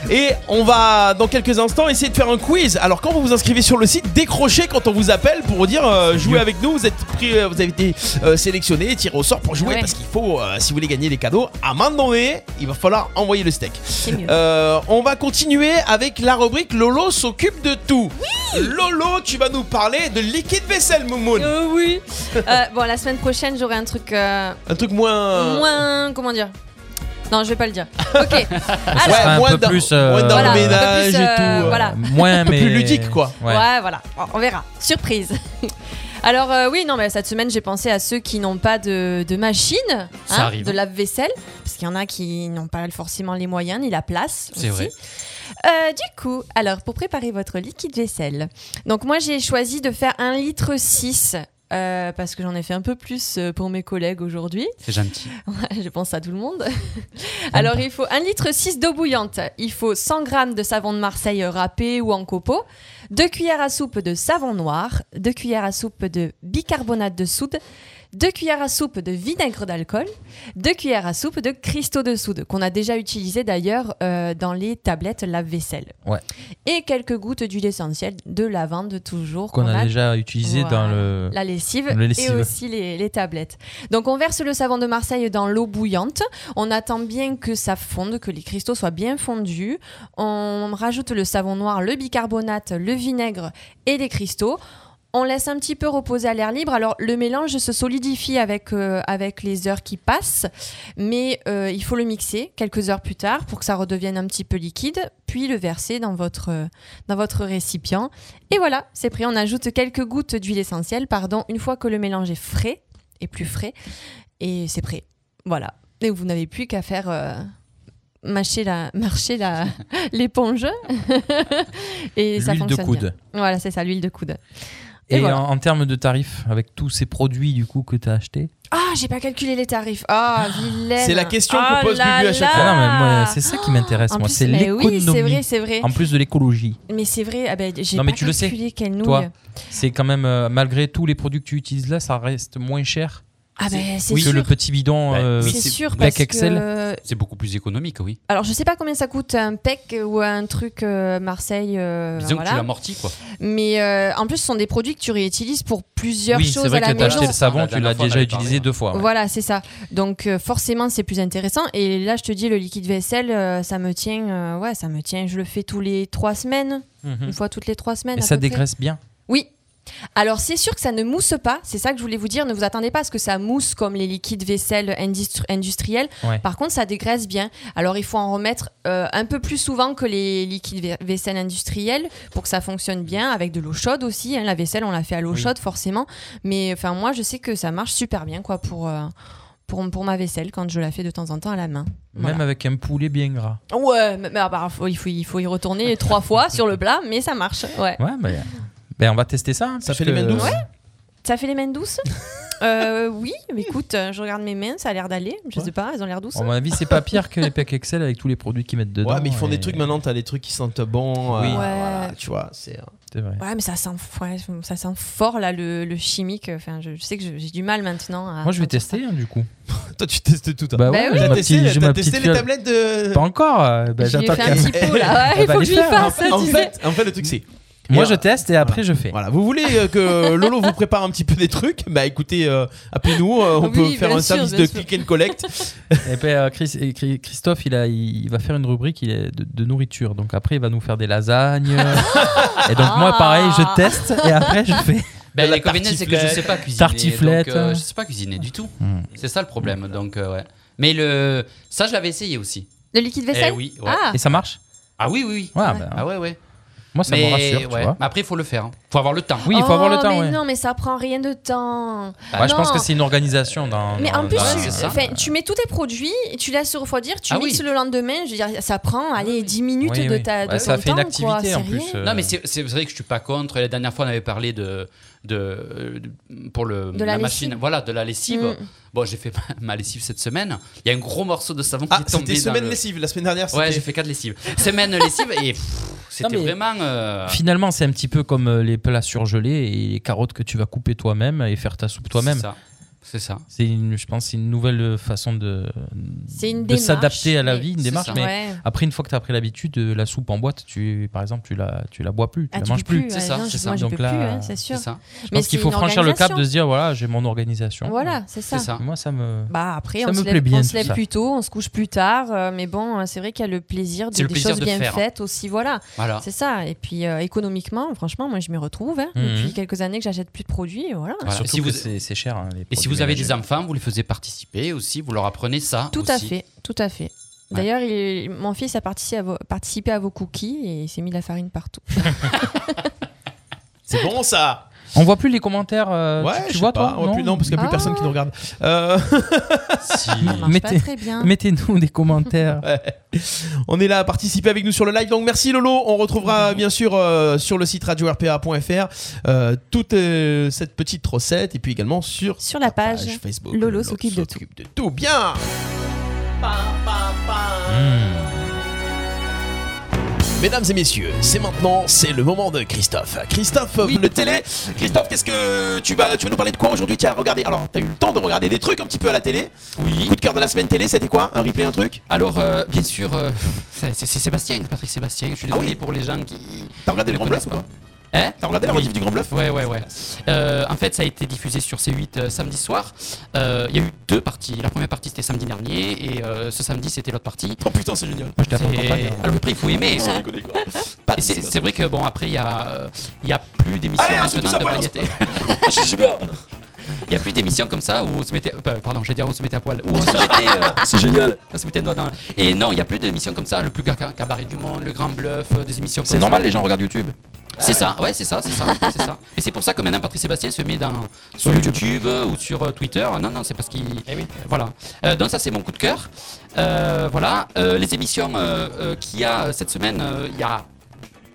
Et on va dans quelques instants essayer de faire un quiz. Alors quand vous vous inscrivez sur le site, décrochez quand on vous appelle pour vous dire euh, jouez avec nous, vous êtes pris, euh, vous avez été euh, sélectionné, tiré au sort pour jouer
Ouais.
parce qu'il faut, euh, si vous voulez gagner les cadeaux, à main donnée, il va falloir envoyer le steak.
mieux.
Euh, on va continuer avec la rubrique Lolo s'occupe de tout. Lolo, tu vas nous parler de liquide vaisselle, Moumoun.
Euh, oui. Euh, bon, la semaine prochaine, j'aurai un truc euh,
Un truc moins.
moins. Comment dire Non, je vais pas le dire. Ok.
Ça sera un
moins
peu
d'un-
plus, euh,
moins d'un
Voilà, un peu
ménage
plus,
et
euh,
tout. euh,
voilà.
Moins,
un peu plus
mais-
ludique, quoi.
Ouais, voilà. Bon, on verra. Surprise. Alors euh, oui, non, mais cette semaine j'ai pensé à ceux qui n'ont pas de, de machine, hein,
Ça arrive.
de lave-vaisselle, parce qu'il y en a qui n'ont pas forcément les moyens ni la place.
C'est
aussi.
vrai.
Euh, du coup, alors pour préparer votre liquide vaisselle, donc moi j'ai choisi de faire 1 litre 6 euh, parce que j'en ai fait un peu plus euh, pour mes collègues aujourd'hui.
C'est gentil.
Ouais, je pense à tout le monde. Alors, il faut 1 litre 6 d'eau bouillante. Il faut 100 g de savon de Marseille râpé ou en copeaux. 2 cuillères à soupe de savon noir. 2 cuillères à soupe de bicarbonate de soude. 2 cuillères à soupe de vinaigre d'alcool. 2 cuillères à soupe de cristaux de soude, qu'on a déjà utilisé d'ailleurs euh, dans les tablettes lave-vaisselle.
Ouais.
Et quelques gouttes d'huile essentielle de lavande, toujours.
Qu'on a déjà utilisé dans le-
La lessive
dans la lessive.
et aussi les, les tablettes. Donc on verse le savon de Marseille dans l'eau bouillante. On attend bien que ça fonde, que les cristaux soient bien fondus. On rajoute le savon noir, le bicarbonate, le vinaigre et les cristaux. On laisse un petit peu reposer à l'air libre. Alors, le mélange se solidifie avec, euh, avec les heures qui passent, mais euh, il faut le mixer quelques heures plus tard pour que ça redevienne un petit peu liquide, puis le verser dans votre, euh, dans votre récipient. Et voilà, c'est prêt. On ajoute quelques gouttes d'huile essentielle, pardon, une fois que le mélange est frais, et plus frais, et c'est prêt. Voilà. Et vous n'avez plus qu'à faire euh, mâcher la, marcher la, l'éponge. et ça
L'huile de
fonctionne bien.
coude.
Voilà, c'est ça, l'huile de coude. Et
Et,
voilà.
en, en termes de tarifs, avec tous ces produits du coup que tu as achetés
Ah, j'ai pas calculé les tarifs. Ah, vilaine.
C'est la question qu'on
Ah
pose
là
Bubu à chaque
là.
fois.
Ah non, mais moi, C'est ça qui m'intéresse,
En
moi.
plus,
C'est
mais
l'économie.
Oui, c'est vrai, c'est vrai.
En plus de l'écologie,
Mais c'est vrai, ah ben, j'ai
Non,
pas
mais tu le sais,
calculé quelle nouille.
toi, c'est quand même, euh, malgré tous les produits que tu utilises là, ça reste moins cher
ah ben, c'est
que
sûr.
le petit bidon.
Ben,
Bah,
euh,
oui,
c'est
c'est-
sûr
Black
parce que-
Excel.
C'est beaucoup plus économique, oui.
Alors, je sais pas combien ça coûte un PEC ou un truc euh, Marseille. euh,
Disons que tu
voilà.
l'amortis, quoi.
Mais euh, en plus, ce sont des produits que tu réutilises pour plusieurs
oui,
choses
c'est vrai
à la
que t'as
maison.
acheté le savon,
La
tu
dernière
l'as
fois, on
déjà
avait parlé,
utilisé
ouais.
deux fois. ouais.
Voilà, c'est ça. Donc euh, forcément, c'est plus intéressant. Et là, je te dis, le liquide vaisselle, euh, ça me tient. euh, ouais, ça me tient. Je le fais tous les trois semaines,
Mhm.
une fois toutes les trois semaines. à
Et ça
peu près.
dégraisse bien.
Oui. Alors c'est sûr que ça ne mousse pas, c'est ça que je voulais vous dire, ne vous attendez pas à ce que ça mousse comme les liquides vaisselle industri- industriels.
Ouais.
Par contre, ça dégraisse bien. Alors il faut en remettre euh, un peu plus souvent que les liquides vai- vaisselle industriels pour que ça fonctionne bien avec de l'eau chaude aussi. hein. La vaisselle, on la fait à l'eau
Oui.
chaude forcément, mais enfin moi je sais que ça marche super bien quoi pour euh, pour, pour ma vaisselle quand je la fais de temps en temps à la main. Voilà.
Même avec un poulet bien gras.
Ouais, mais, mais, ah, bah, faut- il, faut, il faut y retourner trois fois sur le plat, mais ça marche. Ouais.
Ouais, bah, ben, on va tester ça. hein,
Ça
puisque-
fait les mêmes douces
Ça fait les mains douces Euh, Oui, mais écoute, euh, je regarde mes mains, ça a l'air d'aller. Je
Ouais.
sais pas, elles ont l'air douces.
À mon avis, c'est pas pire que les packs Excel avec tous les produits qu'ils mettent dedans.
Ouais, mais ils font
et-
des trucs maintenant, t'as des trucs qui sentent bon.
Oui.
euh,
Ouais.
voilà, tu vois, c'est. euh,
C'est vrai.
Ouais, mais ça sent, ouais, ça sent fort là le, le chimique. Enfin, je, je sais que je- j'ai du mal maintenant. À
Moi, je vais
sentir
tester hein, du coup.
Toi, tu testes tout. hein.
Bah
Bah ouais,
oui.
j'ai
T'as
ma
testé,
petite- j'ai
t'as
ma
testé
petite
les
fiole.
tablettes de.
Pas encore. euh, bah,
ça. J'ai
j'attends
fait
qu'elle-
un petit pot là. Ouais,
Elle
il
va
faut que
les
je lui
faire, hein.
fasse.
En
tu sais.
fait, en fait, le truc c'est.
Moi,
Et,
je
euh,
teste et après, je fais.
Voilà, vous voulez euh, que Lolo vous prépare un petit peu des trucs Bah écoutez, euh, appelez-nous, euh, on
Oui,
peut
bien
faire un
sûr,
service
bien
de
sûr.
click and collect.
Et puis, euh, Chris- et Chris- Christophe, il, a, il va faire une rubrique il est de, de nourriture. Donc après, il va nous faire des lasagnes. et donc moi, pareil,
Ah.
je teste et après, je fais.
Ben,
la
les combinaisons, c'est que je
tartiflette.
sais pas cuisiner.
Tartiflette,
donc, euh,
euh.
je sais pas cuisiner du tout.
Hmm.
C'est ça le problème. Donc, euh, ouais. Mais le... ça, je l'avais essayé aussi.
Le liquide
Eh
vaisselle.
oui, ouais.
Ah,
Et ça marche
Ah oui, oui, oui.
ouais,
Ouais.
bah,
Ah ouais, ouais.
Moi, ça me
Mais,
rassure,
ouais.
tu vois.
Mais après, il faut le faire. hein. Il faut avoir le temps.
Oui, il faut avoir le
Oh,
temps,
Mais
ouais.
non, mais ça prend rien de temps.
Bah, je pense
Non.
que c'est une organisation dans.
Mais en
dans-
plus,
bah,
dans-
tu-
c'est ça.
enfin, tu mets tous tes produits, et tu laisses se refroidir, tu
Ah
mixes
oui.
le lendemain. Je veux dire, ça prend, allez, 10 minutes
Ah Oui,
de
oui.
ta. de
Bah, ça
ton
fait une
temps,
activité
quoi,
en
c'est
plus.
rien.
euh.
Non, mais c'est c'est vrai que je suis pas contre. La dernière fois, on avait parlé de. de, de- pour le,
De la
machine.
lessive.
Voilà, de la lessive.
Mm.
Bon, j'ai fait ma- ma lessive cette semaine. Il y a un gros morceau de savon
Ah,
qui est tombé.
c'était
dans
semaine
le-
lessive, la semaine dernière c'était.
Ouais, j'ai fait quatre lessives. Semaine lessive et pff, c'était
mais-
vraiment. euh,
Finalement, c'est un petit peu comme euh, les plats surgelés et les carottes que tu vas couper toi-même et faire ta soupe toi-même.
C'est ça. C'est ça.
C'est une, je pense, c'est une nouvelle façon de,
C'est une
de
démarche,
s'adapter à la
mais-
vie, une
C'est
démarche.
ça.
Mais
Ouais.
après, une fois que tu as pris l'habitude, euh, la soupe en boîte, tu, par exemple, tu la, tu la bois plus, tu
Ah,
la
tu
manges
peux
plus.
plus,
c'est
ouais,
ça,
non,
c'est
je-
ça.
moi, je
Donc
peux
là,
plus, hein, c'est sûr.
C'est ça.
Je
Mais
pense qu'il
c'est
faut
une
franchir le cap de
organisation.
se dire voilà, j'ai mon organisation.
Voilà, c'est ça.
C'est ça.
Moi, ça me.
Bah après,
Ça
on
me
se
plaît
lève,
bien,
on se
tout
lève
ça.
plus tôt, on se couche plus tard, euh, mais bon, euh, c'est vrai qu'il y a le plaisir de,
C'est le
des
plaisir
choses
de
bien
faire.
faites aussi, voilà,
Voilà.
c'est ça. Et puis euh, économiquement, franchement, moi je m'y retrouve. hein.
Mhm.
Depuis quelques années que j'achète plus de produits, et voilà.
Voilà.
Surtout
Si
que
vous-
c'est c'est cher. hein, les
Et si
produits
vous avez des
ménagers.
enfants, vous les faisiez participer aussi, vous leur apprenez ça.
Tout à
aussi.
fait, tout à fait.
Ouais.
D'ailleurs, il- mon fils a participé à, vos, participé à vos cookies et il s'est mis de la farine partout.
C'est bon ça
On voit plus les commentaires. euh,
Ouais,
tu- tu,
je sais
vois
pas.
toi
on voit plus, non, parce qu'il n'y a plus
Ah.
personne qui nous regarde. Euh,
Si.
Ça marche
Mettez-
pas très bien.
Mettez-nous des commentaires.
on est là à participer avec nous sur le live. Donc merci Lolo. On retrouvera bien sûr euh, sur le site radio-rpa.fr euh, toute euh, cette petite recette et puis également sur
Sur la
Ah,
page,
Facebook.
Lolo s'occupe de tout.
de tout. Bien
Hmm.
Mesdames et messieurs, c'est maintenant, c'est le moment de Christophe. Christophe, le télé. Christophe, qu'est-ce que tu vas, tu vas nous parler de quoi aujourd'hui Tiens, regardez. Alors, t'as eu le temps de regarder des trucs un petit peu à la télé.
Oui.
Coup de cœur de la semaine télé, c'était quoi Un replay, un truc
Alors, euh, bien sûr, euh, c'est c'est Sébastien, Patrick Sébastien. Je suis désolé pour les gens qui.
Ah T'as regardé le Grand Bluff ou pas
Hein
T'as regardé la
Oui.
rediff du Grand Bluff
Ouais, ouais, ouais. Euh, en fait, ça a été diffusé sur C8 euh, samedi soir. Euh, Il y a eu deux parties. La première partie, c'était samedi dernier. Et euh, ce samedi, c'était l'autre partie.
Oh putain, c'est génial.
Je la prends en campagne,
Et-
hein.
Alors, après, il faut aimer.
Sans déconner, quoi.
Et C'est c'est vrai que bon après il y a euh, il y a plus
plus d'émissions
Allez,
maintenant
insulte,
de
ça balance.
variété. Je suis bien. Il n'y a plus d'émissions comme ça où on se mettait. euh, Pardon, je vais dire où on se mettait à poil. Où on se mettait. euh, c'est génial. On se mettait dedans. dans- Et non, il n'y a plus d'émissions comme ça. Le plus car- cabaret du monde, le grand bluff, euh, des émissions comme C'est
ça.
normal, les gens regardent YouTube.
C'est ça, ouais, c'est ça, c'est ça, c'est ça. Et c'est pour ça que maintenant Patrick Sébastien se met dans, sur
YouTube.
YouTube euh, ou sur euh, Twitter. Non, non, c'est parce qu'il. Voilà. Euh, donc, ça, c'est mon coup de cœur. Euh, voilà. Euh, les émissions euh, euh, qu'il y a euh, cette semaine, euh, il y a.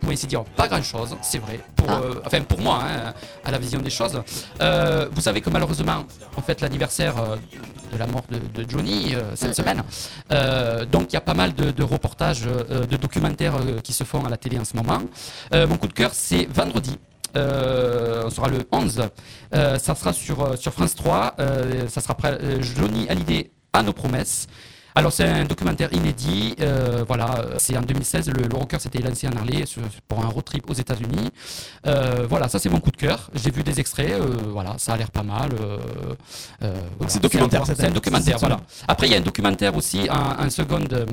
Pour ainsi dire, pas grand chose, c'est vrai. Pour, euh, enfin, pour moi, hein, à la vision des choses. Euh, vous savez que malheureusement, en fait, l'anniversaire euh, de la mort de, de Johnny euh, cette semaine. Euh, donc, il y a pas mal de, de reportages, euh, de documentaires euh, qui se font à la télé en ce moment. Euh, mon coup de cœur, c'est vendredi. Euh, on sera le 11. Euh, ça sera sur, euh, sur France 3. Euh, ça sera après euh, Johnny Hallyday à nos promesses. Alors c'est un documentaire inédit, Euh, voilà, euh, c'est en 2016, le, le rocker s'était lancé en Harley sur- pour un road trip aux États-Unis. Euh, voilà, ça c'est mon coup de cœur. J'ai vu des extraits, euh, voilà, ça a l'air pas mal. euh, euh, voilà.
c'est documentaire,
un-
cette
C'est un
année.
documentaire,
Cette
voilà.
semaine.
Après il y a un documentaire aussi en, en seconde. euh,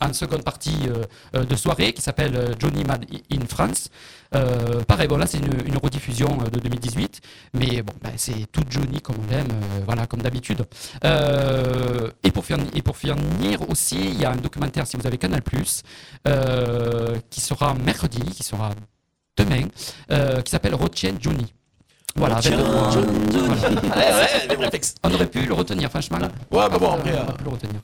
en seconde partie euh, euh, de soirée qui s'appelle euh, Johnny Mad in France. Euh, pareil, bon là c'est une, une rediffusion euh, de 2018, mais bon, ben, c'est tout Johnny comme on l'aime, euh, voilà comme d'habitude. Euh, et pour finir, et pour finir aussi, il y a un documentaire si vous avez Canal euh, qui sera mercredi, qui sera demain, euh, qui s'appelle Retiens Johnny. Voilà, avec deux points. Voilà. On aurait pu le retenir, franchement.
Ouais, bah bon,
Euh, on aurait pu le retenir.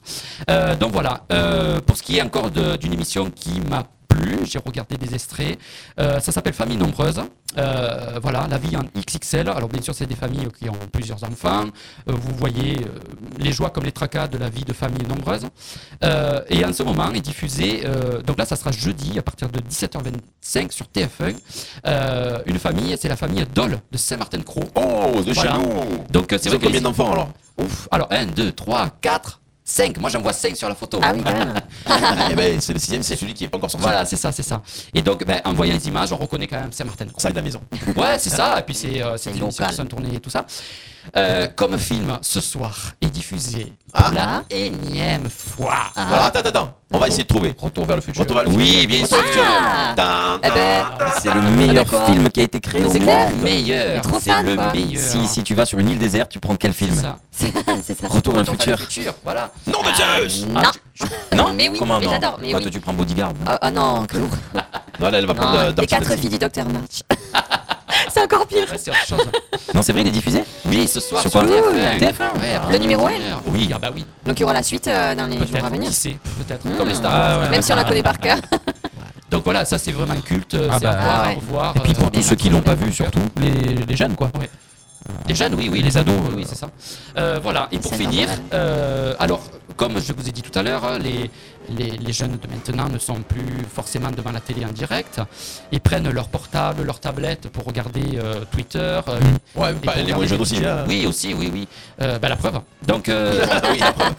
Euh, donc voilà, euh, pour ce qui est encore de- d'une émission qui m'a plu, j'ai regardé des extraits. Euh, ça s'appelle Famille nombreuse. Euh, voilà, la vie en XXL. Alors bien sûr, c'est des familles qui ont plusieurs enfants. Euh, vous voyez euh, les joies comme les tracas de la vie de famille nombreuse. Euh, et en ce moment est diffusé, euh, donc là ça sera jeudi à partir de 17h25 sur TF1, euh, une famille, c'est la famille Doll de Saint-Martin-Croix.
Oh, de
Voilà.
chez nous.
Donc euh, c'est
Ils
vrai
ont
que
combien
les-
d'enfants alors
Ouf, alors 1, 2, 3, 4, 5. Moi j'en vois 5 sur la photo.
Ah
Eh ben, c'est le sixième, c'est celui qui est pas encore sorti.
Voilà, c'est ça, c'est ça. Et donc, ben, en voyant les images, on reconnaît quand même Saint-Martin-Croix.
Ça de la maison.
Ouais, c'est ça. Et puis c'est euh, c'est une émission qui s'en tournée et tout ça. Euh, comme film, ce soir est diffusé pour la énième fois.
Ah. Alors, attends, attends, attends. On va essayer de trouver.
Retour vers le futur.
Retour vers le
Oui,
futur. Ah.
bien
Retour
sûr.
vers le futur. Tan,
Eh ben,
tan. euh, C'est le meilleur
D'accord.
film qui a été créé
Mais
au
c'est
monde.
clair.
Meilleur.
Trop
C'est
fan,
le
quoi.
meilleur. Si, si tu vas sur une île déserte, tu prends quel
C'est
film
ça.
C'est c'est ça.
Retour vers le
Retour
futur.
vers futur. Ah. Voilà.
Non, de Zeus
Non.
Non
Mais oui,
Comment
mais
non
j'adore, mais
Pourquoi
oui.
toi, tu prends Bodyguard
Oh,
Ah,
oh non, que lourd.
Non, là, elle va
Non,
prendre euh,
les
Dirty
quatre
Dancing.
filles du docteur March. c'est encore pire.
Ouais, c'est autre chose.
Non, c'est vrai, il est diffusé
Oui, ce soir
Sur
sur
quoi
TF1.
TF1,
Ouais,
Le Ah, numéro un.
heure. Oui, ah bah oui.
Donc il y aura la suite euh, dans les jours à
Peut-être.
venir.
Qui sait Peut-être. Comme les
Ah
stars.
ouais.
Mmh. Même si on la connaît par cœur.
Donc voilà, ça c'est vraiment culte.
Ah
c'est
bah.
à voir,
Ah
à
ouais.
revoir.
Et puis
euh,
pour tous ceux qui l'ont pas vu, surtout, les, jeunes, quoi.
Les jeunes, oui, oui, les ados, oui, oui, c'est ça. Euh, voilà, et pour
C'est
finir,
normal.
euh, alors, comme je vous ai dit tout à l'heure, hein, les, les, les jeunes de maintenant ne sont plus forcément devant la télé en direct. Ils prennent leur portable, leur tablette pour regarder euh, Twitter. euh,
Ouais, bah,
et pour
les
regarder
moins jeunes
des
aussi.
vidéos. Oui, aussi, oui, oui. Euh, bah, la preuve. Donc, euh, oui, la preuve.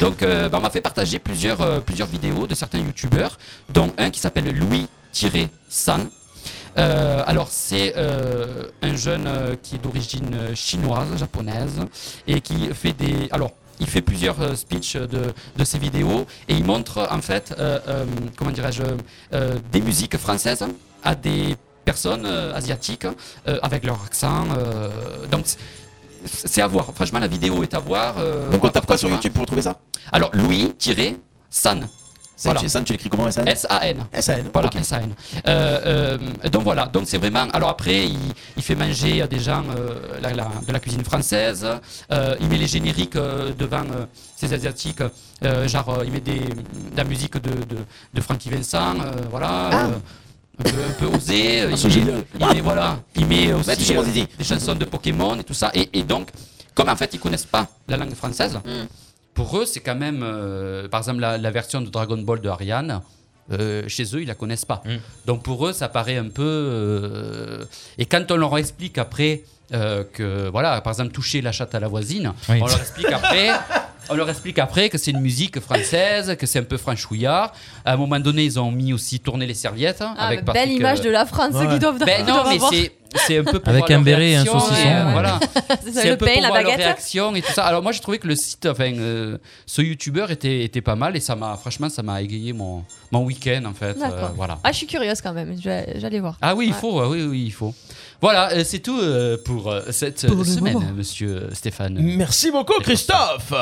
Donc, euh, bah, on m'a fait partager plusieurs, euh, plusieurs vidéos de certains youtubeurs, dont un qui s'appelle Louis-San. Euh, alors c'est euh, un jeune euh, qui est d'origine euh, chinoise, japonaise, et qui fait des... Alors, il fait plusieurs euh, speeches de, de ses vidéos et il montre euh, en fait, euh, euh, comment dirais-je, euh, des musiques françaises à des personnes euh, asiatiques euh, avec leur accent. euh, donc c'est- c'est à voir. Franchement, la vidéo est à voir. euh,
Donc on tape quoi
partagera.
sur YouTube pour trouver ça
Alors Louis-San.
San,
Voilà.
tu- San, tu l'écris comment, S-A-N
S-A-N.
S-A-N.
Voilà, SAN. Euh, euh, donc voilà, donc c'est vraiment. Alors après, il, il fait manger à des gens euh, la- la- de la cuisine française. euh, il met les génériques euh, devant euh, ces asiatiques. euh, genre, euh, il met des, de la musique de, de, de Frankie Vincent. euh, voilà. euh, un peu, un peu osé, euh,
Ah. c'est
il, met,
génial.
il met, voilà, il met euh,
Ouais, tu
aussi
sais, on
euh,
dit.
des chansons de Pokémon et tout ça. Et, et donc, comme en fait ils connaissent pas la langue française,
Mm.
pour eux, c'est quand même, euh, par exemple, la, la version de Dragon Ball de Ariane. euh, chez eux, ils la connaissent pas.
Mm.
Donc pour eux, ça paraît un peu. euh, Et quand on leur explique après euh, que, voilà, par exemple, toucher la chatte à la voisine,
Oui.
on leur explique après. On leur explique après que c'est une musique française, que c'est un peu franchouillard. À un moment donné, ils ont mis aussi tourner les serviettes.
Ah,
avec
belle
Patrick,
image
euh,
de la France,
Ouais.
qu'ils doivent
ben non,
doivent
mais
avoir.
c'est. c'est un peu pour
Avec
voir leur
un béret et un
réaction,
saucisson,
et, euh,
ouais.
voilà.
C'est ça,
C'est
le
un peu
pain,
pour
la
voir leur
baguette.
réaction et tout ça. Alors moi j'ai trouvé que le site, enfin euh, ce youtubeur était, était pas mal et ça m'a franchement ça m'a égayé mon, mon week-end en fait.
D'accord.
Euh, voilà.
Ah, je suis curieuse quand même. Je vais- J'allais voir.
Ah oui, il
Ouais.
faut, ah oui, oui, il faut. Voilà, euh, c'est tout euh, pour euh, cette
Pour le
semaine,
moment.
monsieur Stéphane.
Merci beaucoup, Christophe.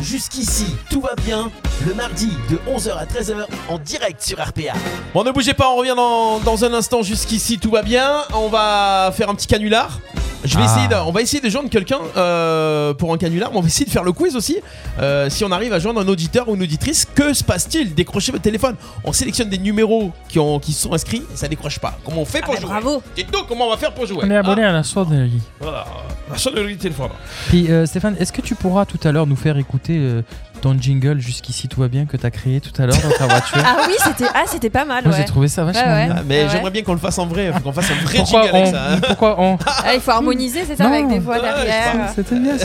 Jusqu'ici, tout va bien. Le mardi de 11h à 13h en direct sur RPA.
Bon, ne bougez pas, on revient dans, dans un instant. Jusqu'ici, tout va bien. On va faire un petit canular. Je vais
Ah.
essayer de- on va essayer de joindre quelqu'un euh, pour un canular, mais on va essayer de faire le quiz aussi. Euh, si on arrive à joindre un auditeur ou une auditrice, que se passe-t-il Décrochez votre téléphone. On sélectionne des numéros qui, ont, qui sont inscrits et ça décroche pas. Comment on fait pour
Ah,
jouer
bravo.
Dites-nous comment on va faire pour jouer.
On est
Ah,
abonné à la sonnerie.
voilà. La sonnerie de téléphone.
Ah,
Puis euh, Stéphane, est-ce que tu pourras tout à l'heure nous faire écouter euh, ton jingle jusqu'ici tout va bien que t'as créé tout à l'heure dans ta voiture
Ah oui, c'était ah, c'était pas mal.
Moi
ouais.
j'ai trouvé ça vachement
Ouais, ouais.
bien.
Ah, mais
Ah ouais.
j'aimerais bien qu'on le fasse en vrai, faut qu'on fasse un vrai
Pourquoi
jingle
on,
avec ça. hein.
Pourquoi on
Ah, il faut harmoniser, c'est ça,
Non.
avec des voix
Ouais, je
derrière.
C'était bien.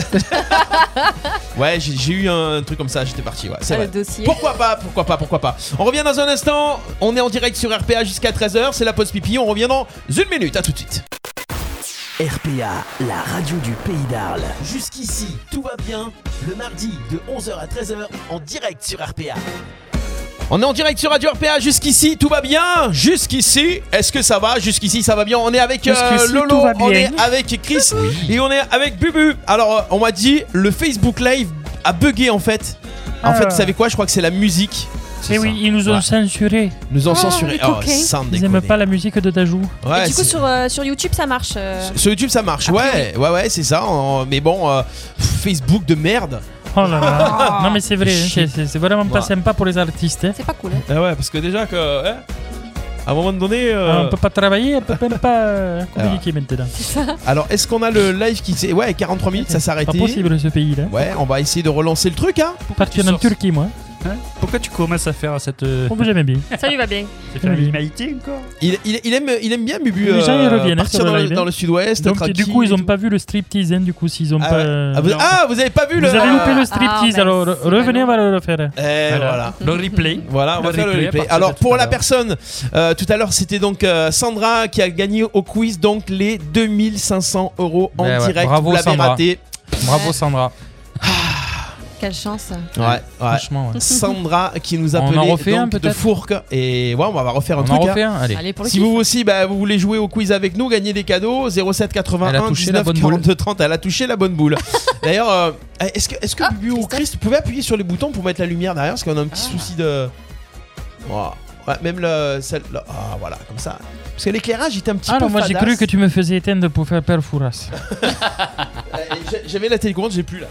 Ouais, j'ai j'ai eu un truc comme ça, j'étais parti, ouais, c'est
Ah,
vrai.
le dossier.
Pourquoi pas, pourquoi pas, pourquoi pas. On revient dans un instant, on est en direct sur RPA jusqu'à 13h, c'est la pause pipi, on revient dans une minute, à tout de suite.
RPA, la radio du pays d'Arles. Jusqu'ici, tout va bien. Le mardi de 11h à 13h en direct sur RPA.
On est en direct sur Radio RPA jusqu'ici, tout va bien Jusqu'ici, est-ce que ça va Jusqu'ici, ça va bien. On est avec euh,
Jusqu'ici,
Lolo,
tout va
on
bien.
est avec Chris et on est avec Bubu. Alors, euh, on m'a dit, le Facebook Live a bugué en fait. En
Ah.
fait, vous savez quoi Je crois que c'est la musique.
Et oui, ils nous ont
Ouais.
censuré.
Nous en
Ah,
censuré.
les
Oh,
coquins.
sans
Ils
déconner.
aiment pas la musique de Dajou.
Ouais,
Et du coup,
c'est-
sur, euh, sur YouTube, ça marche. euh.
Sur YouTube, ça
Ah,
marche, ouais, ouais, ouais, c'est ça. en- Mais bon, euh, Facebook de merde. Bah.
Oh là là. non, mais c'est vrai, hein,
Shit.
c'est- c'est c'est vraiment pas
Ah. Ouais.
sympa pour les artistes. hein.
C'est pas cool. hein.
ouais, parce que déjà que, à un moment donné.
euh,
Ah, on peut pas travailler, on peut même pas euh,
Ah.
communiquer maintenant.
Alors, est-ce qu'on a le live qui s'est, ouais, 43 minutes, ça s'est
Pas
arrêté.
possible ce pays-là.
Ouais, on va essayer de relancer le truc, hein.
Partir en Turquie, moi.
Pourquoi tu commences à faire cette.
Hein On veut jamais bien.
Ça lui va bien.
C'est
faire une
encore
Il, il- il aime, il aime bien Bubu. euh,
Les gens, ils reviennent, hein,
partir
sur le
dans le,
live, hein.
dans le sud-ouest.
Donc,
tranquille
du coup, ils
et
ont
tout.
pas vu le striptease, hein, du coup, s'ils ont
Ah,
pas.
ouais.
euh,
Ah, vous,
non.
ah, vous avez pas vu
Vous
le.
avez loupé le
Ah,
striptease,
mince,
alors re-
c'est pas
revenez, on va le refaire.
Eh, voilà.
Le replay.
Voilà, on
Le
va faire le
replay à
replay.
partir
Alors
de tout
pour
à
la
l'heure.
personne, euh, tout à l'heure c'était donc euh, Sandra qui a gagné au quiz donc les 2500 euros en
Ben ouais,
direct.
bravo,
vous l'avez
Sandra.
raté.
Bravo Sandra.
Quelle chance.
Ouais, ouais.
Franchement, ouais.
Sandra qui nous
On
appelait
en refait
donc,
un,
de
peut-être
Fourques et ouais on va refaire un
on en
truc. hein.
refait un. Allez.
Allez, pour le
Si
kiff.
vous aussi bah, vous voulez jouer au quiz avec nous, gagner des cadeaux 07
Elle a
81
touché la
19
bonne
42 30. Elle a touché la bonne boule. D'ailleurs, euh, est-ce que est-ce que
Ah,
Bubu ou
Christophe.
Chris, vous pouvez appuyer sur les boutons pour mettre la lumière derrière parce qu'on a un petit
Ah.
souci de. Voilà. Ouais, même le celle là. Ah voilà comme ça. Parce que l'éclairage était un
Ah,
petit peu.
Alors, Ah, moi, j'ai
fadasse.
cru que tu me faisais éteindre pour faire peur Fouras.
Euh, j'ai- J'avais la télécommande, j'ai plus là.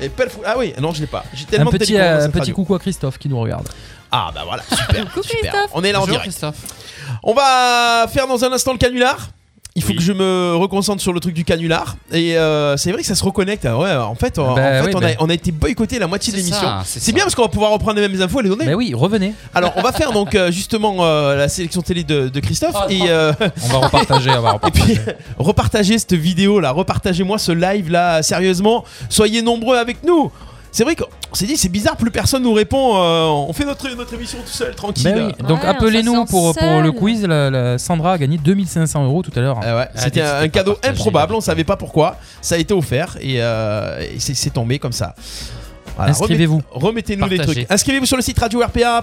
Et pas le fou- Ah oui, non, je l'ai pas. J'ai
Un
tellement de
petit,
télécommandes
euh,
dans cette
petit
radio.
coucou à Christophe qui nous regarde.
Ah bah voilà, super.
Coucou
super.
Christophe.
On est là en
Bonjour,
direct.
Christophe.
On va faire dans un instant le canular. Il faut
Oui.
que je me reconcentre sur le truc du canular. Et euh, c'est vrai que ça se reconnecte. Ah Ouais, en fait, en,
Bah
en fait,
oui,
on, a,
bah.
on a été boycotté la moitié de
C'est
l'émission.
ça, c'est
C'est
ça.
bien parce qu'on va pouvoir reprendre les mêmes infos et les donner.
Mais Bah oui, revenez.
Alors, on va faire donc euh, justement euh, la sélection télé de, de Christophe
Oh, non.
et, euh,
On va repartager. On va
et puis
repartager.
repartagez cette vidéo là, repartagez-moi ce live là, sérieusement. Soyez nombreux avec nous. C'est vrai qu'on s'est dit, c'est bizarre, plus personne nous répond. euh, on fait notre, notre émission tout seul, tranquille.
Ben oui. Donc
Ouais,
appelez-nous
on se sent
pour, pour
seul.
le quiz. La, la Sandra a gagné 2500 euros tout à l'heure.
Ah ouais,
Ah, dites,
c'était un,
c'était pas
cadeau
partagé,
improbable,
là.
on savait pas pourquoi. Ça a été offert et, euh, et c'est c'est tombé comme ça. Voilà,
Inscrivez-vous.
remet- Remettez-nous les
Partagez.
trucs. Inscrivez-vous sur le site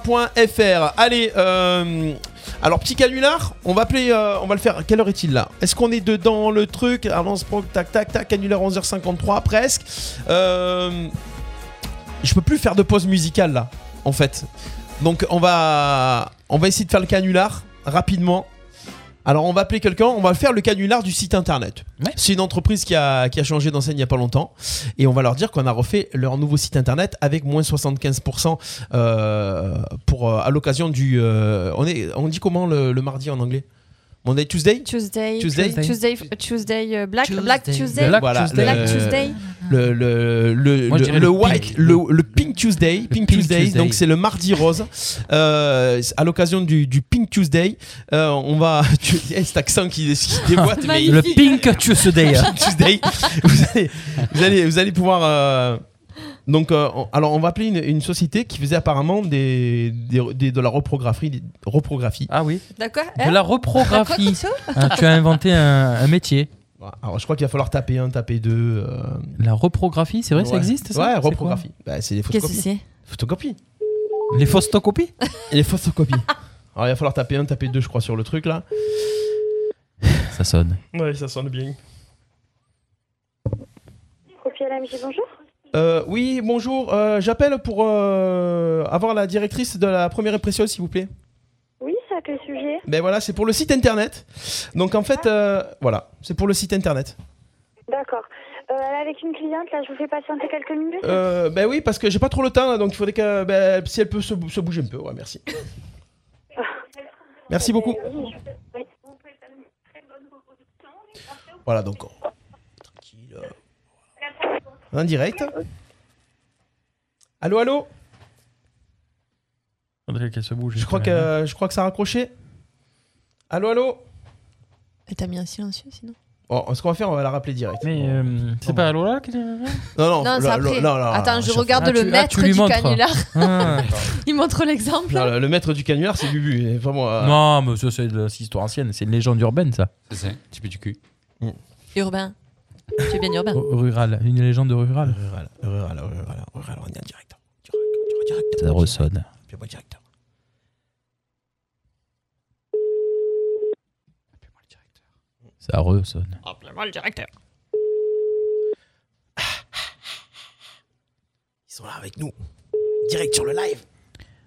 radio-rpa.fr. Allez, euh, alors petit canular, on va appeler, euh, on va le faire. Quelle heure est-il là Est-ce qu'on est dedans le truc Avance, proc, tac, tac, tac. Canular 11h53 presque. Euh, je peux plus faire de pause musicale là, en fait. Donc on va, on va essayer de faire le canular rapidement. Alors on va appeler quelqu'un, on va faire le canular du site internet.
Ouais.
C'est une entreprise qui a, qui a changé d'enseigne il n'y a pas longtemps. Et on va leur dire qu'on a refait leur nouveau site internet avec moins 75% euh, pour, euh, à l'occasion du... euh, on, est, on dit comment le, le mardi en anglais Monday Tuesday
Tuesday.
Tuesday
Tuesday. Tuesday, euh, Black, Black
Tuesday.
Tuesday.
Black
Voilà,
Tuesday.
le-
Black Tuesday.
le, le, le,
Moi, je
le,
dirais
le
le
white,
pink.
le, le Pink Tuesday, Pink,
Pink
Tuesday,
Tuesday.
donc c'est le mardi rose. Euh, à l'occasion du, du Pink Tuesday, euh, on va. Tu, eh, cet accent qui, qui déboîte, mais
Le Pink Tuesday.
Pink Tuesday, vous allez, vous allez, vous allez pouvoir. euh, Donc, euh, on- alors, on va appeler une, une société qui faisait apparemment des, des- des- de la reprographie. des- reprographie.
Ah oui.
De quoi hein
De la reprographie. Ah, tu as inventé un, un métier.
Alors, je crois qu'il va falloir taper un, taper deux. euh,
La reprographie, c'est vrai, ça
ouais.
existe ça
Ouais,
C'est quoi
reprographie. Bah, c'est des
Qu'est-ce que
photocopies.
c'est
Photocopies.
Les photocopies
Les photocopies. Alors, il va falloir taper un, taper deux, je crois, sur le truc là.
Ça sonne.
Ouais, ça sonne bien.
Profil LMJ, bonjour.
Euh, oui, bonjour. euh, J'appelle pour euh, avoir la directrice de la première et précieuse, s'il vous plaît.
Oui, c'est à quel sujet
Ben voilà, c'est pour le site internet. Donc en fait, euh, voilà, c'est pour le site internet.
D'accord. Euh, elle est avec une cliente, là, je vous fais patienter quelques minutes.
Euh, ben oui, parce que j'ai pas trop le temps, là, donc il faudrait que ben, si elle peut se, bou- se bouger un peu. Ouais, merci. Euh, merci beaucoup.
Euh,
Voilà, donc oh, tranquille. euh, En direct. Allô, allô.
Faudrait qu'elle se bouge.
Je crois que je crois que ça a raccroché. Allô, allô.
Et T'as mis un silencieux sinon
Bon, ce qu'on va faire, on va la rappeler direct.
Mais euh, c'est pas à Lola qui
Non, non,
Non,
le-
c'est
le-
après.
non, non,
Attends,
non,
je
chauffe.
regarde
Ah,
le
tu- ah,
maître
tu lui
du
montres.
canular.
Ah.
Il montre l'exemple.
Non, le- le maître du canular, c'est Bubu. et Pas moi.
Non, mais ça, c'est de la- c'est histoire ancienne. C'est une légende urbaine, ça.
C'est ça, tu peux du cul.
Urbain. Tu es bien urbain.
Oh.
Ru- Rurale. Une légende rurale.
Rural, rural, rural, rural, on est en direct.
Ça ressonne.
Appelez-moi direct.
Ça ressonne.
Ils sont là avec nous. Direct sur le live.